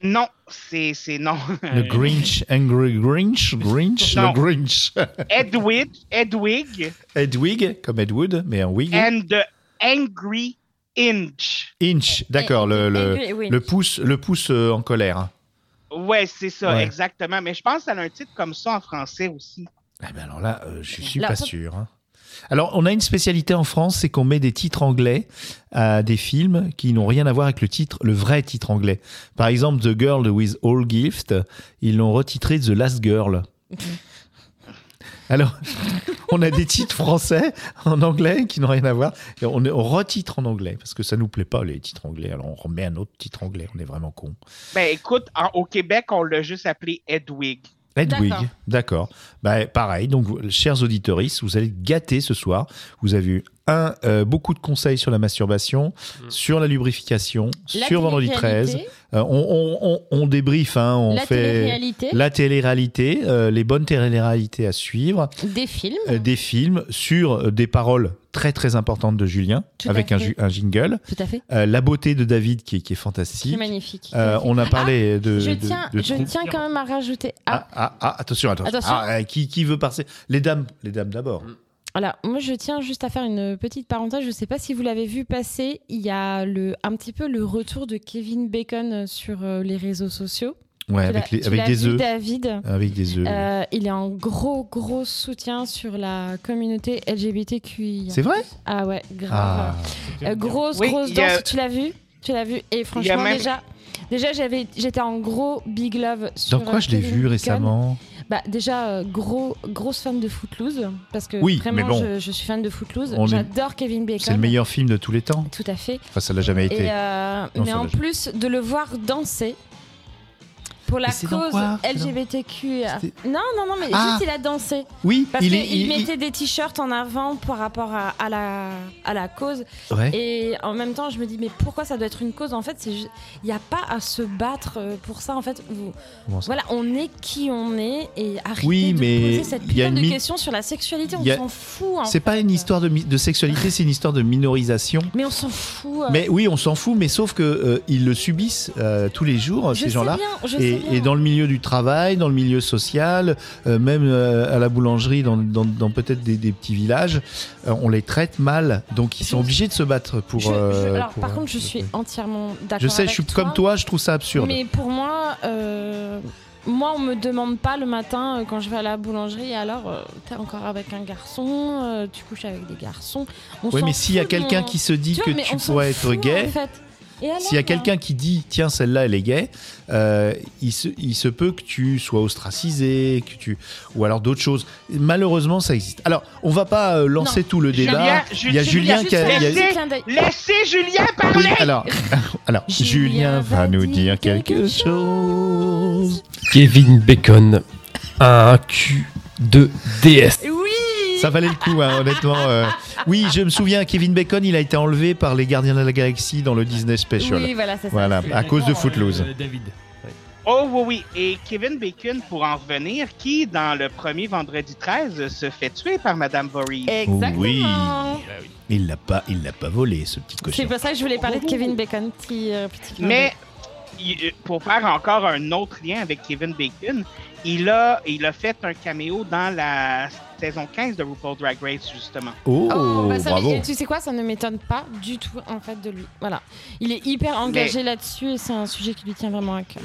[SPEAKER 6] Non, c'est c'est- non.
[SPEAKER 4] Le Grinch, Angry
[SPEAKER 6] *laughs*
[SPEAKER 4] Grinch, Grinch,
[SPEAKER 6] Euh, Non.
[SPEAKER 4] le Grinch.
[SPEAKER 6] *laughs* Edwig, Edwig
[SPEAKER 4] Edwig, comme Ed Wood, mais en wig.
[SPEAKER 6] and the Angry Inch.
[SPEAKER 4] Inch, d'accord, le,
[SPEAKER 5] Angry,
[SPEAKER 4] le,
[SPEAKER 5] oui.
[SPEAKER 4] le pouce, le pouce euh, en colère.
[SPEAKER 6] Ouais, c'est ça,
[SPEAKER 4] Ouais.
[SPEAKER 6] exactement. Mais je pense qu'elle a un titre comme ça en français aussi.
[SPEAKER 4] Ah ben alors là, euh, je suis
[SPEAKER 5] Là,
[SPEAKER 4] pas
[SPEAKER 5] ça-
[SPEAKER 4] sûr. hein. Alors, on a une spécialité en France, c'est qu'on met des titres anglais à des films qui n'ont rien à voir avec le titre, le vrai titre anglais. Par exemple, The Girl with All Gift, ils l'ont retitré The Last Girl. Alors, on a des titres français en anglais qui n'ont rien à voir. Et on, on retitre en anglais parce que ça nous plaît pas les titres anglais. Alors, on remet un autre titre anglais. On est vraiment con.
[SPEAKER 6] Ben écoute, en- au Québec, on l'a juste appelé Edwig.
[SPEAKER 4] Edwig,
[SPEAKER 5] D'accord.
[SPEAKER 4] d'accord. Bah, pareil, donc vous- chers auditoristes, vous allez être gâtés ce soir. Vous avez eu un, euh, beaucoup de conseils sur la masturbation, sur la lubrification,
[SPEAKER 5] La
[SPEAKER 4] sur Vendredi 13.
[SPEAKER 5] télé-réalité,
[SPEAKER 4] Euh, on, on, on, on débriefe, hein, on
[SPEAKER 5] la
[SPEAKER 4] fait
[SPEAKER 5] télé-réalité,
[SPEAKER 4] la télé-réalité, euh, les bonnes télé-réalités à suivre,
[SPEAKER 5] des films.
[SPEAKER 4] euh, des films sur euh, des paroles très très importantes de Julien,
[SPEAKER 5] Tout à
[SPEAKER 4] avec un,
[SPEAKER 5] fait.
[SPEAKER 4] ju- un jingle,
[SPEAKER 5] Tout à fait.
[SPEAKER 4] Euh, la beauté de David qui est, qui est
[SPEAKER 5] C'est
[SPEAKER 4] fantastique.
[SPEAKER 5] magnifique.
[SPEAKER 4] Euh, on a parlé de...
[SPEAKER 5] je
[SPEAKER 4] de-
[SPEAKER 5] tiens,
[SPEAKER 4] de
[SPEAKER 5] je
[SPEAKER 4] trucs.
[SPEAKER 5] tiens quand même à rajouter. Ah,
[SPEAKER 4] Ah, ah, ah, attention, attention.
[SPEAKER 5] Attention.
[SPEAKER 4] Ah, euh, qui, qui veut passer Les dames, les dames d'abord.
[SPEAKER 5] Voilà, moi je tiens juste à faire une petite parenthèse. Je ne sais pas si vous l'avez vu passer. Il y a le, un petit peu le retour de Kevin Bacon sur euh, les réseaux sociaux.
[SPEAKER 4] Ouais,
[SPEAKER 5] Tu
[SPEAKER 4] avec,
[SPEAKER 5] l'as-
[SPEAKER 4] les-
[SPEAKER 5] tu
[SPEAKER 4] avec
[SPEAKER 5] l'as
[SPEAKER 4] des
[SPEAKER 5] vu,
[SPEAKER 4] œufs.
[SPEAKER 5] David.
[SPEAKER 4] Avec des œufs.
[SPEAKER 5] Euh, il a un gros, gros soutien sur la communauté LGBTQI.
[SPEAKER 4] C'est vrai
[SPEAKER 5] Ah ouais, grave.
[SPEAKER 4] Ah.
[SPEAKER 5] Euh, grosse,
[SPEAKER 6] Oui,
[SPEAKER 5] grosse
[SPEAKER 6] il y a-
[SPEAKER 5] danse. Tu l'as vu Tu l'as vu Et franchement,
[SPEAKER 6] même-
[SPEAKER 5] déjà, déjà j'avais, j'étais en gros big love sur. euh,
[SPEAKER 4] Dans quoi je l'ai
[SPEAKER 5] Kevin
[SPEAKER 4] vu
[SPEAKER 5] Bacon.
[SPEAKER 4] récemment
[SPEAKER 5] Bah déjà euh, gros grosse fan de Footloose parce que
[SPEAKER 4] Oui,
[SPEAKER 5] vraiment
[SPEAKER 4] mais bon.
[SPEAKER 5] je, je suis fan de Footloose.
[SPEAKER 4] On est-
[SPEAKER 5] J'adore Kevin Bacon.
[SPEAKER 4] C'est le meilleur film de tous les temps.
[SPEAKER 5] Tout à fait.
[SPEAKER 4] Enfin, ça l'a jamais été.
[SPEAKER 5] Et euh,
[SPEAKER 4] Non,
[SPEAKER 5] mais
[SPEAKER 4] ça
[SPEAKER 5] en
[SPEAKER 4] l'a jamais-
[SPEAKER 5] plus de le voir danser pour la
[SPEAKER 4] Mais c'est dans
[SPEAKER 5] cause
[SPEAKER 4] quoi C'est dans-
[SPEAKER 5] LGBTQ.
[SPEAKER 4] C'était-
[SPEAKER 5] euh, Non non non mais
[SPEAKER 4] Ah.
[SPEAKER 5] juste il a dansé
[SPEAKER 4] Oui,
[SPEAKER 5] parce
[SPEAKER 4] il
[SPEAKER 5] qu'il
[SPEAKER 4] est. il-
[SPEAKER 5] mettait des t-shirts en avant par rapport à, à la à la cause.
[SPEAKER 4] il- Ouais.
[SPEAKER 5] Et en même temps, je me dis mais pourquoi ça doit être une cause En fait, c'est ju- il n'y a pas à se battre euh, pour ça. En fait, vous,
[SPEAKER 4] Comment ça
[SPEAKER 5] voilà, on est qui on est et arrêtez
[SPEAKER 4] Oui,
[SPEAKER 5] de
[SPEAKER 4] mais
[SPEAKER 5] poser cette
[SPEAKER 4] il y a
[SPEAKER 5] putain
[SPEAKER 4] une
[SPEAKER 5] de
[SPEAKER 4] mi-
[SPEAKER 5] question sur la sexualité. On
[SPEAKER 4] il y a-
[SPEAKER 5] s'en fout. hein. en
[SPEAKER 4] C'est pas
[SPEAKER 5] fait.
[SPEAKER 4] une histoire de, mi- de sexualité, c'est une histoire de minorisation.
[SPEAKER 5] Mais on s'en fout. euh.
[SPEAKER 4] Mais oui, on s'en fout, mais sauf que euh, ils le subissent euh, tous les jours,
[SPEAKER 5] Je
[SPEAKER 4] ces
[SPEAKER 5] sais
[SPEAKER 4] gens-là.
[SPEAKER 5] bien, je sais
[SPEAKER 4] Et,
[SPEAKER 5] bien.
[SPEAKER 4] et dans le milieu du travail, dans le milieu social, euh, même euh, à la boulangerie, dans, dans- dans peut-être des, des petits villages, euh, on les traite mal. Donc ils sont
[SPEAKER 5] Je-
[SPEAKER 4] obligés de se battre pour.
[SPEAKER 5] Je- je-
[SPEAKER 4] euh,
[SPEAKER 5] alors,
[SPEAKER 4] pour,
[SPEAKER 5] par
[SPEAKER 4] euh,
[SPEAKER 5] contre, je suis entièrement d'accord.
[SPEAKER 4] Je sais,
[SPEAKER 5] avec
[SPEAKER 4] je suis comme toi, je trouve ça absurde.
[SPEAKER 5] Mais pour moi, euh, moi, on me demande pas le matin euh, quand je vais à la boulangerie. Alors, euh, t'es encore avec un garçon, euh, tu couches avec des garçons. On
[SPEAKER 4] Oui,
[SPEAKER 5] s'en
[SPEAKER 4] mais s'il y a
[SPEAKER 5] fout de
[SPEAKER 4] quelqu'un
[SPEAKER 5] mon-
[SPEAKER 4] qui se dit
[SPEAKER 5] vois,
[SPEAKER 4] que
[SPEAKER 5] mais
[SPEAKER 4] tu
[SPEAKER 5] on s'en
[SPEAKER 4] pourrais être
[SPEAKER 5] fout,
[SPEAKER 4] gay,
[SPEAKER 5] en fait. Et alors,
[SPEAKER 4] S'il y a
[SPEAKER 5] euh,
[SPEAKER 4] quelqu'un qui dit tiens celle-là elle est gay, euh, il, se, il se peut que tu sois ostracisé, que tu ou alors d'autres choses. Malheureusement ça existe. Alors on va pas euh, lancer tout le débat.
[SPEAKER 6] Julien,
[SPEAKER 4] il
[SPEAKER 5] hein.
[SPEAKER 4] y a Julien
[SPEAKER 5] juste
[SPEAKER 4] qui a,
[SPEAKER 5] faire
[SPEAKER 4] il y a-
[SPEAKER 5] un petit clin d'œil.
[SPEAKER 6] Laissez Julien parler!
[SPEAKER 4] Oui, alors *laughs* alors Julien va nous dire quelque chose.
[SPEAKER 2] Kevin Bacon a un cul de DS.
[SPEAKER 5] Oui.
[SPEAKER 4] Ça valait le coup hein, honnêtement. euh. Oui je me souviens Kevin Bacon il a été enlevé par les Gardiens de la Galaxie dans le Disney Special.
[SPEAKER 5] Oui, voilà, c'est ça.
[SPEAKER 4] Voilà à cause de Footloose.
[SPEAKER 2] euh, David.
[SPEAKER 6] Oh oui, oui. Et Kevin Bacon, pour en revenir, qui, dans le premier Vendredi 13, se fait tuer par Madame Voorhees.
[SPEAKER 5] Exactement.
[SPEAKER 4] Oui. Il l'a pas il l'a pas volé ce petit
[SPEAKER 5] C'est
[SPEAKER 4] cochon.
[SPEAKER 5] pour ça que je voulais parler de Kevin Bacon. Petit, euh, petit
[SPEAKER 4] Ah,
[SPEAKER 5] clin d'œil.
[SPEAKER 6] Mais
[SPEAKER 4] ben.
[SPEAKER 6] il- euh, pour faire encore un autre lien avec Kevin Bacon, il a, il a fait un caméo dans la saison 15 de RuPaul Drag Race, justement.
[SPEAKER 4] Oh,
[SPEAKER 5] Oh, bah ça,
[SPEAKER 4] bravo.
[SPEAKER 5] mais tu sais quoi, ça ne m'étonne pas du tout en fait de lui. Voilà, il est hyper engagé là-dessus et c'est un sujet qui lui tient vraiment à cœur.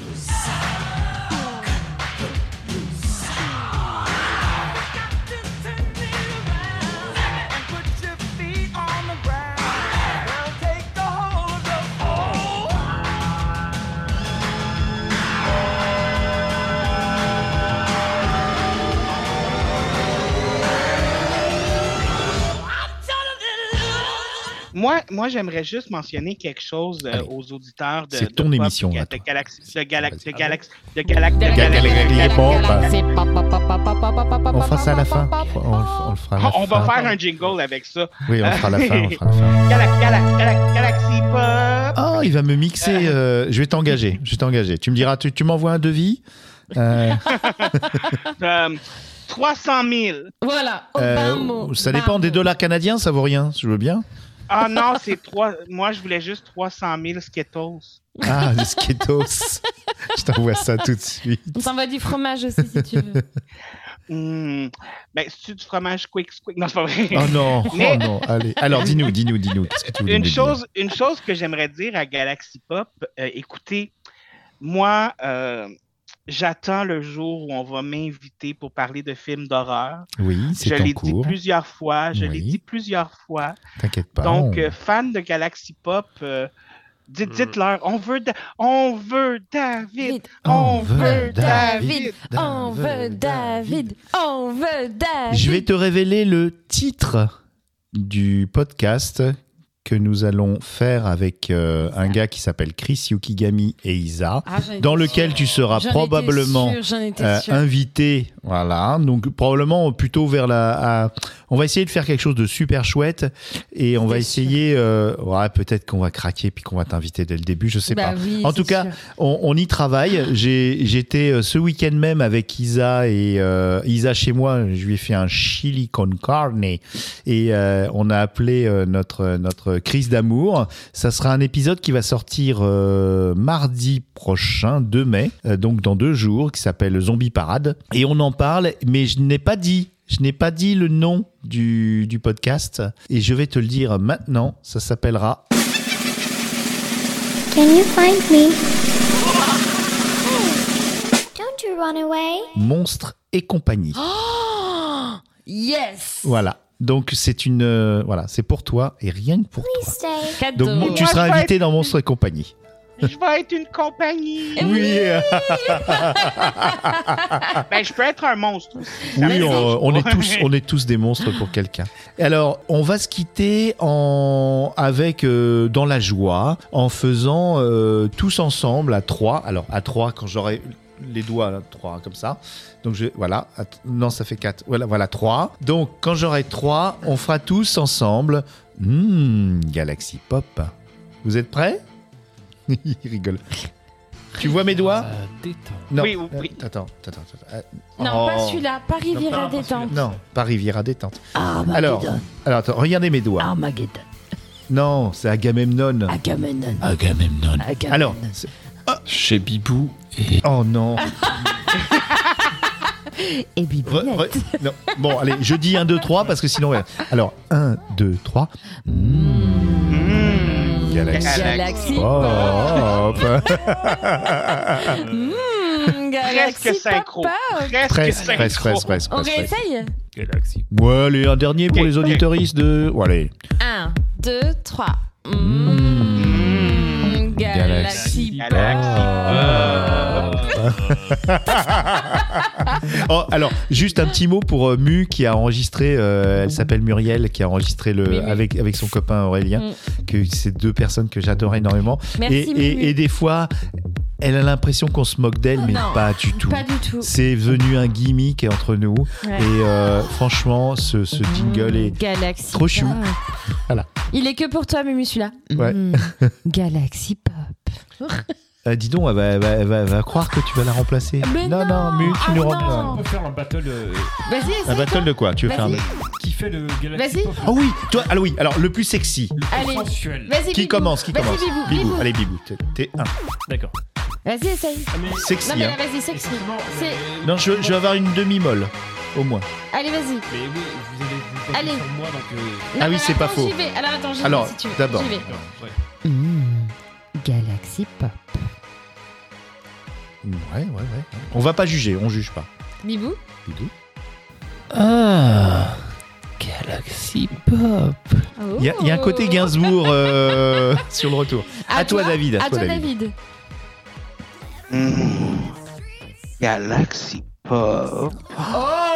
[SPEAKER 6] Moi, moi j'aimerais juste mentionner quelque chose euh,
[SPEAKER 4] Allez.
[SPEAKER 6] aux auditeurs de,
[SPEAKER 4] C'est
[SPEAKER 6] de
[SPEAKER 4] ton
[SPEAKER 6] Pop,
[SPEAKER 4] émission,
[SPEAKER 6] de,
[SPEAKER 4] là,
[SPEAKER 6] de
[SPEAKER 4] toi.
[SPEAKER 6] Galaxy, de Galaxy, de
[SPEAKER 4] Vas-y.
[SPEAKER 6] Galaxy, de Galaxy, de Galaxy, de Galaxy.
[SPEAKER 4] bah, On fera ça bah. à la fin. On, le- on le fera à la
[SPEAKER 6] Ah, On va
[SPEAKER 4] fin.
[SPEAKER 6] faire un jingle avec ça.
[SPEAKER 4] Oui, on le fera à la fin. on le fera à la fin.
[SPEAKER 6] *laughs* Galaxy, Galaxy, Galaxy, Galaxy Pop.
[SPEAKER 4] Ah, il va me mixer. euh, je vais t'engager. Je vais t'engager. Tu me diras, tu, tu m'envoies un devis. Euh,
[SPEAKER 6] Euh, 300 000.
[SPEAKER 5] Voilà, au
[SPEAKER 4] euh,
[SPEAKER 5] bas mot,
[SPEAKER 4] ça
[SPEAKER 5] bas
[SPEAKER 4] dépend des
[SPEAKER 5] mot.
[SPEAKER 4] dollars canadiens, ça vaut rien. Je veux bien.
[SPEAKER 6] Ah non, c'est trois. Moi, je voulais juste 300 000 Skittles.
[SPEAKER 4] Ah, les Skittles.
[SPEAKER 6] *laughs*
[SPEAKER 4] je t'envoie ça tout de suite.
[SPEAKER 5] On s'envoie du fromage aussi si
[SPEAKER 4] *laughs*
[SPEAKER 5] tu veux.
[SPEAKER 6] Hmm. Ben, c'est-tu du fromage quick, quick? Non, c'est pas vrai.
[SPEAKER 4] Oh non, oh
[SPEAKER 6] Mais-
[SPEAKER 4] non. Allez, alors dis-nous, dis-nous, dis-nous. Qu'est-ce que tu voulais
[SPEAKER 6] une,
[SPEAKER 4] nous dire
[SPEAKER 6] chose, une chose que j'aimerais dire à Galaxy Pop, euh, écoutez, moi, euh, j'attends le jour où on va m'inviter pour parler de films d'horreur.
[SPEAKER 4] Oui,
[SPEAKER 6] Je
[SPEAKER 4] c'est en
[SPEAKER 6] l'ai dit
[SPEAKER 4] cours.
[SPEAKER 6] plusieurs fois, je l'ai
[SPEAKER 4] Oui.
[SPEAKER 6] dit plusieurs fois.
[SPEAKER 4] T'inquiète pas.
[SPEAKER 6] Donc,
[SPEAKER 4] on-
[SPEAKER 6] euh, fans de Galaxy Pop, euh, dites- dites-leur, on veut, Da- on veut David,
[SPEAKER 5] Vite.
[SPEAKER 6] on, veut David.
[SPEAKER 5] on veut David, on veut David.
[SPEAKER 4] Je vais te révéler le titre du podcast que nous allons faire avec euh, un gars qui s'appelle Chris Yukigami et Isa,
[SPEAKER 5] Ah, j'en étais
[SPEAKER 4] dans
[SPEAKER 5] sûre.
[SPEAKER 4] lequel tu seras
[SPEAKER 5] J'en étais
[SPEAKER 4] probablement
[SPEAKER 5] sûre, J'en
[SPEAKER 4] euh,
[SPEAKER 5] étais sûre.
[SPEAKER 4] invité. Voilà, donc probablement plutôt vers la. à- On va essayer de faire quelque chose de super chouette et on va
[SPEAKER 5] C'est
[SPEAKER 4] essayer. euh, ouais, peut-être qu'on va craquer puis qu'on va t'inviter dès le début, je sais
[SPEAKER 5] Bah
[SPEAKER 4] pas.
[SPEAKER 5] oui,
[SPEAKER 4] En
[SPEAKER 5] c'est
[SPEAKER 4] tout cas,
[SPEAKER 5] sûr.
[SPEAKER 4] On, on y travaille. J'ai- J'étais euh, ce week-end même avec Isa et euh, Isa chez moi. Je lui ai fait un chili con carne et euh, on a appelé euh, notre notre crise d'amour. Ça sera un épisode qui va sortir euh, mardi prochain, 2 mai, euh, donc dans deux jours, qui s'appelle Zombie Parade. Et on en parle, mais je n'ai pas dit. Je n'ai pas dit le nom du, du podcast et je vais te le dire maintenant. Ça s'appellera.
[SPEAKER 12] Can you find me? Don't you run away?
[SPEAKER 4] Monstres et compagnie.
[SPEAKER 5] Oh yes.
[SPEAKER 4] Voilà. Donc c'est une euh, voilà, c'est pour toi et rien que pour
[SPEAKER 12] Please stay.
[SPEAKER 4] toi. Donc mon- tu
[SPEAKER 6] Moi,
[SPEAKER 4] seras
[SPEAKER 6] je vais
[SPEAKER 4] invité dans Monstres et compagnie.
[SPEAKER 6] Je vais être une compagnie.
[SPEAKER 4] Oui. Ah.
[SPEAKER 6] Ben, je peux être un monstre aussi. Ça
[SPEAKER 4] Oui,
[SPEAKER 6] me dérange
[SPEAKER 4] on, on est
[SPEAKER 6] pas.
[SPEAKER 4] tous, on est tous des monstres pour quelqu'un. Et Alors, on va se quitter en avec euh, dans la joie, en faisant euh, tous ensemble à trois. Alors à trois, quand j'aurai les doigts là, trois comme ça. Donc je voilà, Att- non ça fait quatre. Voilà, voilà trois. Donc quand j'aurai trois, on fera tous ensemble. Hmm, Galaxy Pop. Vous êtes prêts *laughs* Il rigole. Tu vois mes doigts
[SPEAKER 2] Euh, détends.
[SPEAKER 4] Non.
[SPEAKER 6] Oui, oui.
[SPEAKER 4] Attends, attends, attends. Euh,
[SPEAKER 5] Non, pas
[SPEAKER 4] oh.
[SPEAKER 5] celui-là.
[SPEAKER 4] Non,
[SPEAKER 5] Paris Riviera
[SPEAKER 4] pas- pas
[SPEAKER 5] détente.
[SPEAKER 4] Non, pas Riviera détente.
[SPEAKER 9] Armageddon.
[SPEAKER 4] Alors, alors attends, regardez mes doigts.
[SPEAKER 9] Armageddon.
[SPEAKER 4] Non, c'est Agamemnon.
[SPEAKER 9] Agamemnon.
[SPEAKER 4] Agamemnon.
[SPEAKER 9] Ah, Agamemnon.
[SPEAKER 4] Alors, c'est-
[SPEAKER 2] Chez Bibou.
[SPEAKER 4] oh non.
[SPEAKER 9] Et Bibounette.
[SPEAKER 4] Re- re- non. Bon, allez, je dis 1, 2, 3 parce que sinon. ouais. Alors, 1, 2, 3. Hmm.
[SPEAKER 6] Mmh.
[SPEAKER 4] Galaxy.
[SPEAKER 5] Galaxy.
[SPEAKER 4] Oh. Hop.
[SPEAKER 5] Hmm, Galaxy
[SPEAKER 6] Presque synchro.
[SPEAKER 5] Papa.
[SPEAKER 4] Presque,
[SPEAKER 6] Presque
[SPEAKER 4] presque,
[SPEAKER 6] synchro.
[SPEAKER 4] presque, presque.
[SPEAKER 5] On
[SPEAKER 4] presque.
[SPEAKER 5] réessaye
[SPEAKER 2] Galaxy.
[SPEAKER 4] Ouais, allez, un dernier pour les auditoristes de. Ouais, allez.
[SPEAKER 5] 1, 2, 3.
[SPEAKER 4] Mmh,
[SPEAKER 6] Hmm.
[SPEAKER 5] Mmh, Galaxy
[SPEAKER 6] Galaxy.
[SPEAKER 4] Ah.
[SPEAKER 6] Ah.
[SPEAKER 4] Oh, alors, juste un petit mot pour euh, Mu qui a enregistré, euh, elle s'appelle Muriel, qui a enregistré le,
[SPEAKER 5] Oui, oui.
[SPEAKER 4] Avec, avec son copain Aurélien, que c'est deux personnes que j'adore énormément.
[SPEAKER 5] Merci,
[SPEAKER 4] et, et-
[SPEAKER 5] Mimi.
[SPEAKER 4] et des fois, elle a l'impression qu'on se moque d'elle, mais
[SPEAKER 5] Oh Non,
[SPEAKER 4] pas du tout. Mmh,
[SPEAKER 5] Pas du tout.
[SPEAKER 4] C'est venu un gimmick entre nous.
[SPEAKER 5] Ouais. Mm.
[SPEAKER 4] Et euh, franchement, ce, ce jingle est.
[SPEAKER 5] Galaxy
[SPEAKER 4] Trop chou.
[SPEAKER 5] Pop.
[SPEAKER 4] Voilà.
[SPEAKER 5] Il est que pour toi, Mimi, celui-là. Mmh.
[SPEAKER 4] Ouais. *laughs*
[SPEAKER 9] Mm. Galaxy Pop.
[SPEAKER 4] Euh, dis donc, elle va, elle va- elle va- elle va croire que tu vas la remplacer.
[SPEAKER 5] Mais
[SPEAKER 4] non, non,
[SPEAKER 5] non,
[SPEAKER 4] Mu, tu
[SPEAKER 5] ah
[SPEAKER 4] nous
[SPEAKER 5] non.
[SPEAKER 2] On
[SPEAKER 4] remplaces.
[SPEAKER 2] peut faire un battle euh,
[SPEAKER 5] Vas-y,
[SPEAKER 4] Un
[SPEAKER 5] essaye,
[SPEAKER 4] battle
[SPEAKER 5] toi.
[SPEAKER 4] de quoi Tu veux faire un
[SPEAKER 5] Vas-y.
[SPEAKER 4] battle
[SPEAKER 2] qui fait le Galaxy
[SPEAKER 5] Vas-y.
[SPEAKER 2] Pop
[SPEAKER 4] Ah oui, toi, alors oui, alors le plus sexy.
[SPEAKER 2] le plus
[SPEAKER 5] Allez.
[SPEAKER 2] sensuel.
[SPEAKER 5] Vas-y,
[SPEAKER 4] Qui
[SPEAKER 5] Bibou.
[SPEAKER 4] commence Qui
[SPEAKER 5] Vas-y,
[SPEAKER 4] commence
[SPEAKER 5] Bibou, Bibou.
[SPEAKER 4] allez Bibou, t'es- t'es un.
[SPEAKER 2] D'accord.
[SPEAKER 5] Vas-y, essaye.
[SPEAKER 2] Ah, mais-
[SPEAKER 4] Sexy,
[SPEAKER 5] Non, mais là,
[SPEAKER 4] hein.
[SPEAKER 5] vas-y, sexy. C'est-
[SPEAKER 4] Non, je, je vais avoir une demi-molle, au moins.
[SPEAKER 5] Allez, vas-y.
[SPEAKER 2] Mais oui, vous allez vous poser
[SPEAKER 5] Allez.
[SPEAKER 2] sur moi donc. euh,
[SPEAKER 5] Non,
[SPEAKER 4] Ah oui,
[SPEAKER 5] mais
[SPEAKER 4] c'est pas
[SPEAKER 5] attends,
[SPEAKER 4] faux.
[SPEAKER 5] j'y vais. Alors, attends, j'y vais
[SPEAKER 4] Alors,
[SPEAKER 5] si tu veux.
[SPEAKER 4] d'abord.
[SPEAKER 5] J'y vais.
[SPEAKER 2] d'accord, ouais.
[SPEAKER 9] Mm. Galaxy Pop.
[SPEAKER 4] Ouais, ouais, ouais. ouais. On va pas juger, on juge pas.
[SPEAKER 5] Bibou.
[SPEAKER 4] Bibou.
[SPEAKER 9] Ah. Galaxy Pop.
[SPEAKER 4] Il y, a- il y a un côté Gainsbourg
[SPEAKER 5] *laughs*
[SPEAKER 4] euh, sur le retour. À, toi, David.
[SPEAKER 5] Oh. À toi, David.
[SPEAKER 6] Mmh. Galaxy Pop.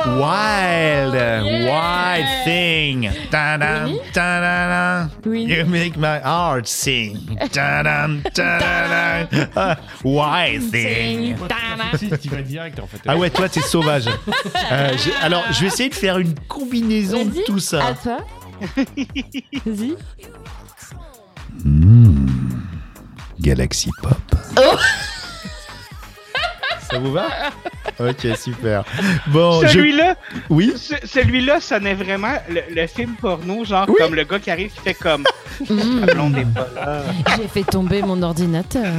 [SPEAKER 4] Wild,
[SPEAKER 5] Yeah.
[SPEAKER 4] wild thing. Ta-dam,
[SPEAKER 5] Winnie
[SPEAKER 4] ta-da-da.
[SPEAKER 5] Winnie.
[SPEAKER 4] You make my heart sing. Ta-dam, ta-da-da. Ah, wild thing.
[SPEAKER 5] Ting, tana.
[SPEAKER 2] Si, tu vas direct en fait.
[SPEAKER 4] Ah ouais, toi, t'es
[SPEAKER 5] *laughs*
[SPEAKER 4] sauvage. Euh, j'ai- alors, je vais essayer de faire une combinaison de
[SPEAKER 5] Vas-y,
[SPEAKER 4] tout ça. *laughs*
[SPEAKER 5] À toi. Vas-y.
[SPEAKER 4] Galaxy Pop. Oh. ça vous va Ok, super. Bon, je-
[SPEAKER 6] Celui-là,
[SPEAKER 4] Oui
[SPEAKER 6] ce- celui-là sonnait vraiment le, le film porno, genre comme le gars qui arrive qui
[SPEAKER 4] *laughs*
[SPEAKER 6] fait comme
[SPEAKER 5] Mm.
[SPEAKER 6] la blonde est pas là.
[SPEAKER 5] J'ai fait tomber mon ordinateur.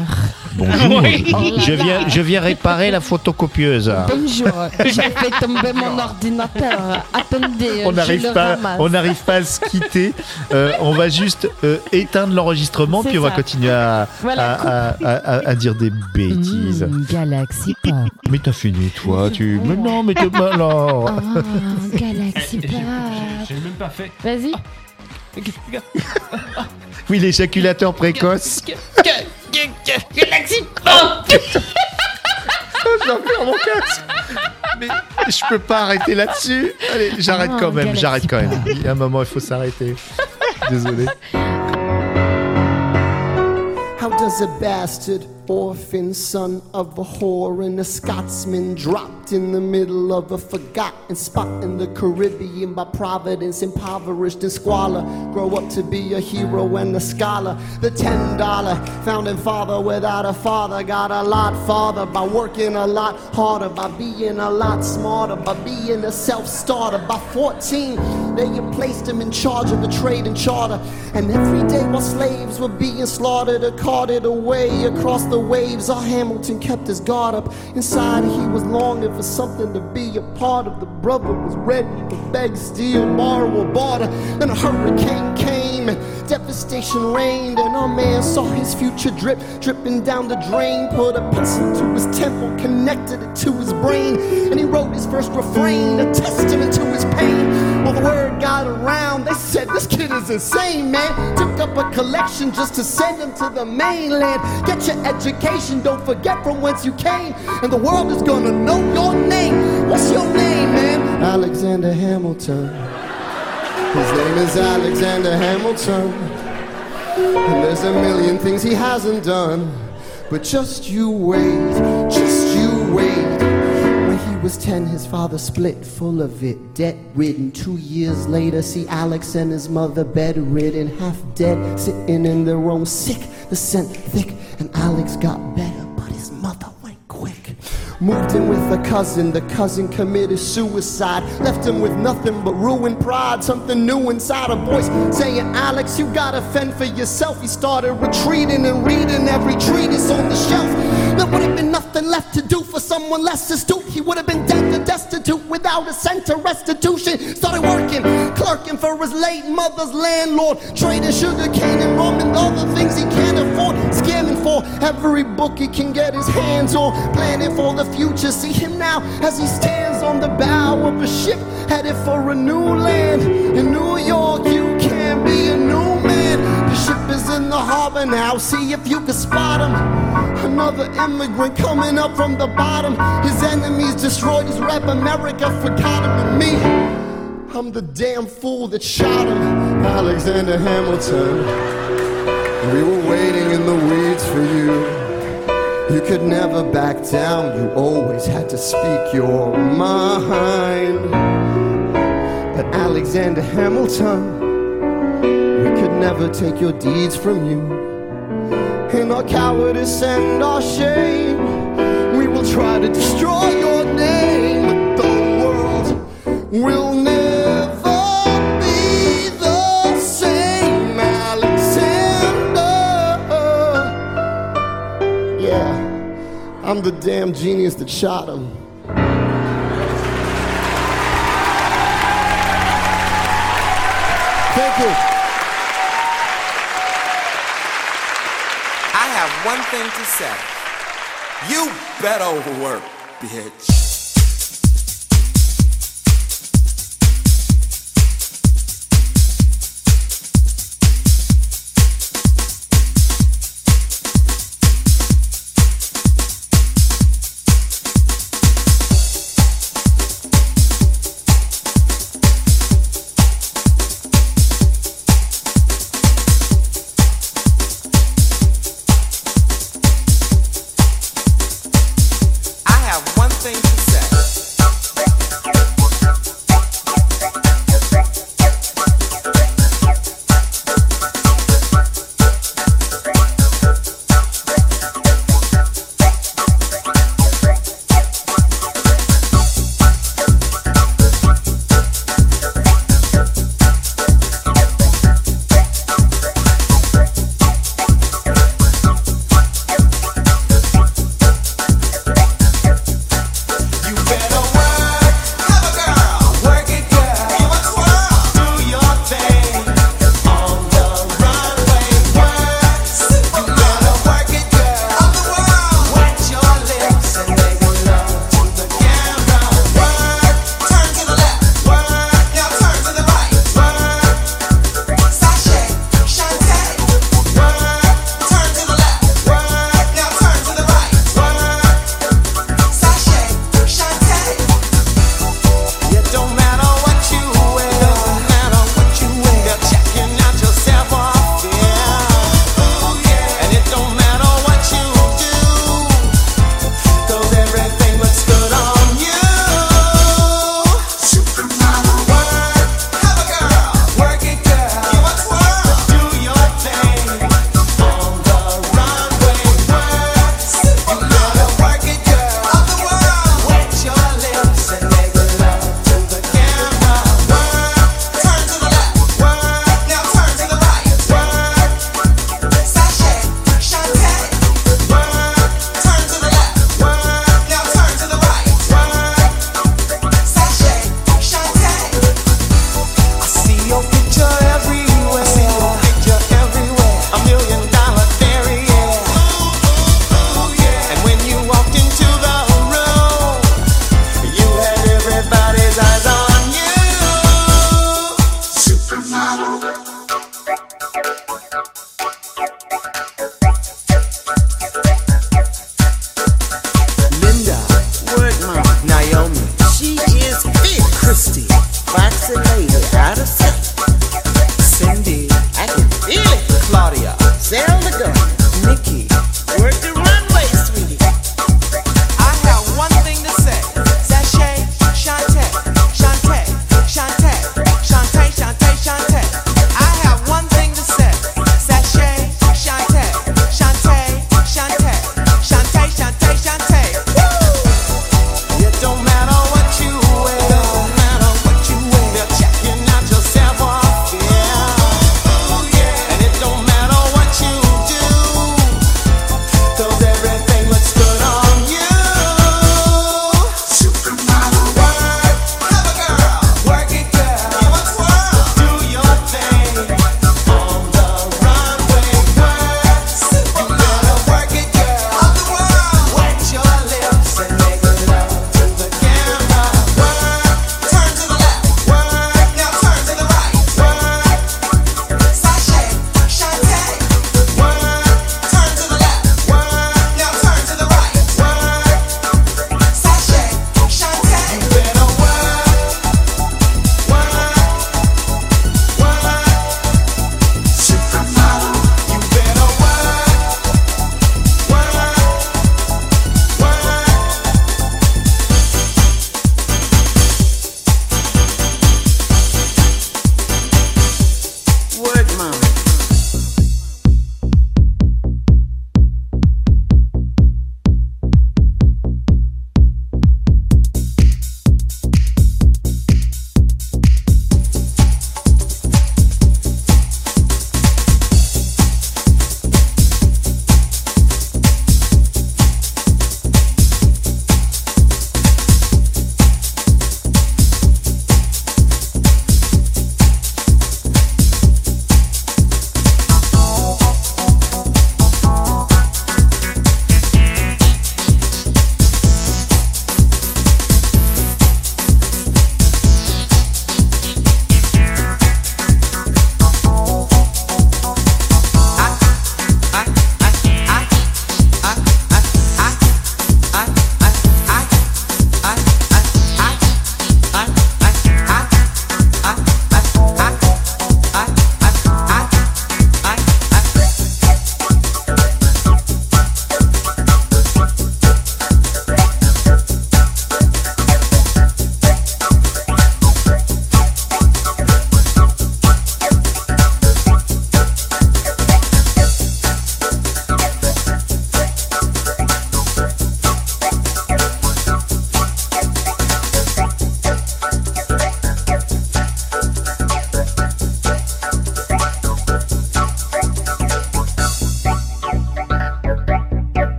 [SPEAKER 4] Bonjour.
[SPEAKER 6] Oui.
[SPEAKER 5] Oh là
[SPEAKER 4] Je
[SPEAKER 5] là.
[SPEAKER 4] viens, je viens réparer la photocopieuse.
[SPEAKER 5] Bonjour, euh,
[SPEAKER 4] *laughs*
[SPEAKER 5] j'ai fait tomber mon ordinateur. Attendez,
[SPEAKER 4] On
[SPEAKER 5] je
[SPEAKER 4] n'arrive
[SPEAKER 5] le
[SPEAKER 4] pas,
[SPEAKER 5] ramasse.
[SPEAKER 4] on n'arrive pas à se quitter. Euh, on va juste euh, éteindre l'enregistrement
[SPEAKER 5] C'est
[SPEAKER 4] puis on va
[SPEAKER 5] ça.
[SPEAKER 4] continuer à,
[SPEAKER 5] Voilà, Mmh.
[SPEAKER 4] à- à- à- à dire des bêtises.
[SPEAKER 5] Hmm,
[SPEAKER 9] Mm, Galaxy Pop.
[SPEAKER 4] Mais t'as fini toi, tu.
[SPEAKER 5] bon.
[SPEAKER 4] Mais non, mais t'es mal. alors.
[SPEAKER 9] Ah,
[SPEAKER 2] Eh,
[SPEAKER 9] Galaxy
[SPEAKER 5] *laughs*
[SPEAKER 2] j'ai-
[SPEAKER 9] Pop.
[SPEAKER 2] J'ai j'ai même pas fait.
[SPEAKER 5] Vas-y.
[SPEAKER 4] Oui, l'éjaculateur précoce. Oh, Je dois faire mon casque. Mais je peux pas arrêter là-dessus. Allez, j'arrête
[SPEAKER 9] Ah,
[SPEAKER 4] quand même,
[SPEAKER 9] Galaxy
[SPEAKER 4] j'arrête quand même. Il y a un moment, il faut s'arrêter. Désolé.
[SPEAKER 13] How does a bastard orphan son of a whore and a Scotsman dropped in the middle of a forgotten spot in the Caribbean by providence, impoverished and squalor, grow up to be a hero and a scholar? The ten dollar founding father without a father got a lot farther by working a lot harder, by being a lot smarter, by being a self starter. By 14, they had placed him in charge of the trade and charter, and every day while slaves were being slaughtered or carted away across the the waves, our Hamilton kept his guard up. Inside, he was longing for something to be a part of. The brother was ready to beg, steal, borrow, or barter. Then a hurricane came, and devastation reigned, and our man saw his future drip, dripping down the drain. Put a pencil to his temple, connected it to his brain, and he wrote his first refrain, a testament to his pain. Well, the word got around, they said, This kid is insane, man. Took up a collection just to send him to the mainland. Get your education, don't forget from whence you came, and the world is gonna know your name. What's your name, man? Alexander Hamilton. His name is Alexander Hamilton. And there's a million things he hasn't done. But just you wait, just you wait. When he was 10, his father split, full of it, debt ridden. Two years later, see Alex and his mother bedridden, half dead, sitting in their room, sick, the scent thick. And Alex got better, but his mother went quick. Moved in with a cousin, the cousin committed suicide. Left him with nothing but ruined pride. Something new inside a voice saying, Alex, you gotta fend for yourself. He started retreating and reading every treatise on the shelf. There would have been nothing left to do for someone less astute. He would have been dead and destitute without a cent to restitution. Started working, clerking for his late mother's landlord. Trading sugar cane and rum and other things he can't afford. Scamming for every book he can get his hands on. Planning for the future. See him now as he stands on the bow of a ship, headed for a new land. In New York, you can be a new man. The ship is in the harbor now. See if you can spot him. Another immigrant coming up from the bottom. His enemies destroyed his rep. America forgot him and me. I'm the damn fool that shot him, Alexander Hamilton. We were waiting in the weeds for you. You could never back down, you always had to speak your mind. But Alexander Hamilton, we could never take your deeds from you. In our cowardice and our shame, we will try to destroy your name. But the world will never be the same, Alexander. Yeah, I'm the damn genius that shot him. Thank you.
[SPEAKER 14] I have one thing to say. You better work, bitch. I have one thing to say.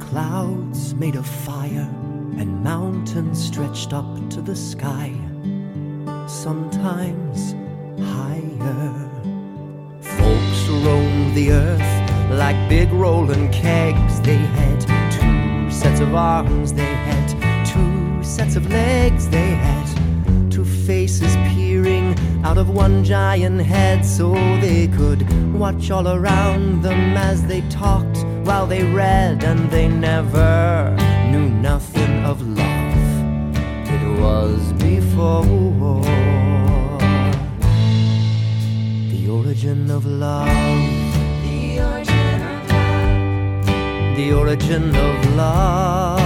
[SPEAKER 15] clouds made of fire and mountains stretched up to the sky, sometimes higher. Folks roamed the earth like big rolling kegs. They had two sets of arms, they had two sets of legs, they had two faces peering out of one giant head so they could watch all around them as they talked while they read, and they never knew nothing of love. It was before the origin of love. The origin of love. The origin of love.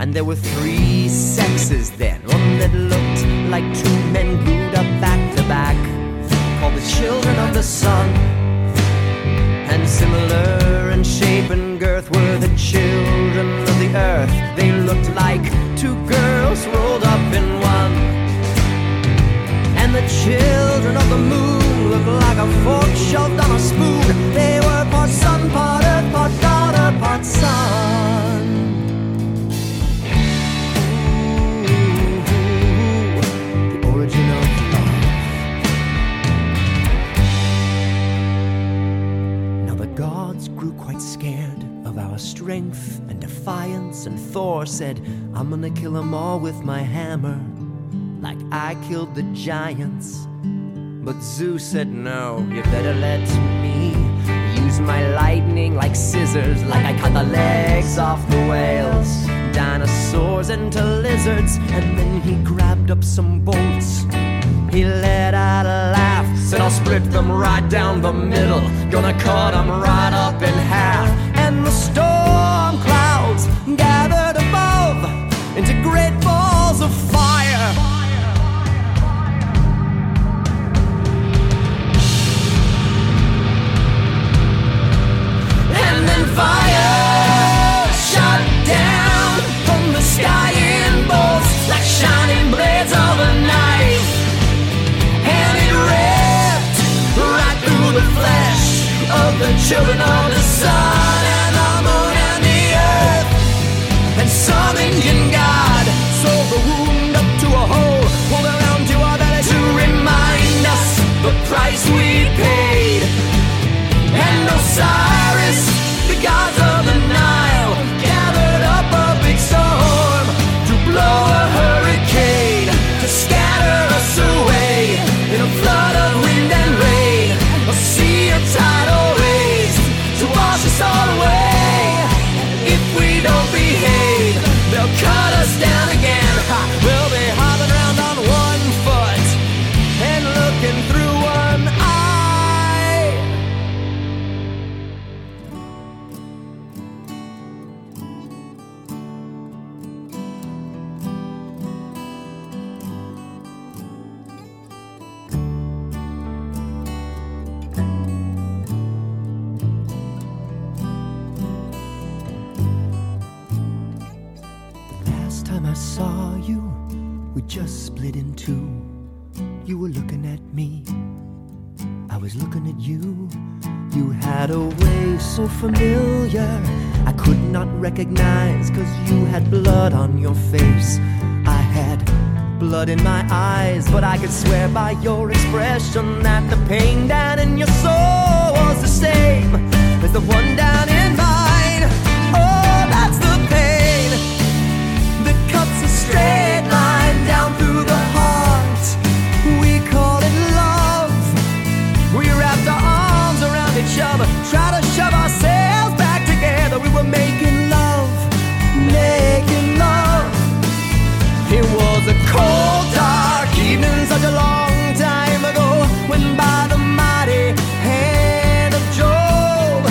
[SPEAKER 15] And there were three sexes then. One that looked like two men glued up back to back, called the children of the sun. And similar in shape and girth were the children of the earth. They looked like two girls rolled up in one. And the children of the moon looked like a fork shoved on a spoon. They were part sun, part earth, part daughter, part sun. the origin of love. Now the gods grew quite scared of our strength and defiance, and Thor said, I'm gonna kill them all with my hammer, like I killed the giants. But Zeus said, No, you better let me use my lightning like scissors, like I cut the legs off the whales, dinosaurs into lizards. And then he grabbed up some bolts. He let out a laugh, said, I'll split them right down the middle, gonna cut them right up in half. And the storm clouds gathered above into great balls of fire. and then fire shot down from the sky in bolts like shining blades of a knife, and it ripped right through the flesh of the children of the sun and the moon and the earth, and some Indian god sewed the wound up to a hole, pulled around to our belly to remind us the price we paid and Osiris, the gods of the Nile, gathered up a big storm to blow a hurricane, to scatter us away in a flood of wind and rain, a sea of tidal waves to wash us all away. If we don't behave, they'll cut us down again. Ha, we'll be hopping around on one foot and looking through one eye. Last time I saw you, we just split in two. You were looking at me, I was looking at you. You had a way so familiar, I could not recognize, cause you had blood on your face. I had blood in my eyes, but I could swear by your expression that the pain down in your soul was the same as the one down in mine. Oh, that's the pain that cuts a straight line down through the heart. We call it love. We wrapped our arms around each other, try to shove ourselves back together. We were making love, making love. It was a cold, dark evening, such a long time ago, when by the mighty hand of Job.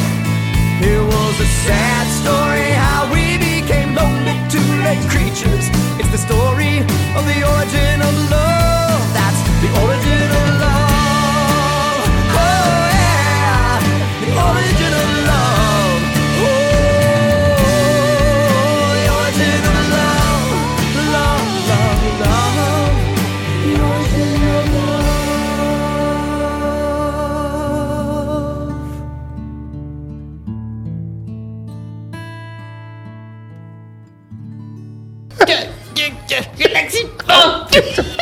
[SPEAKER 15] It was a sad story how we became lonely two-legged creatures. It's the story of the origin of love. That's the origin of love. Oh yeah, the origin of love. Oh, the origin of love, love, love, love. The origin of love.
[SPEAKER 11] Galaxy Pop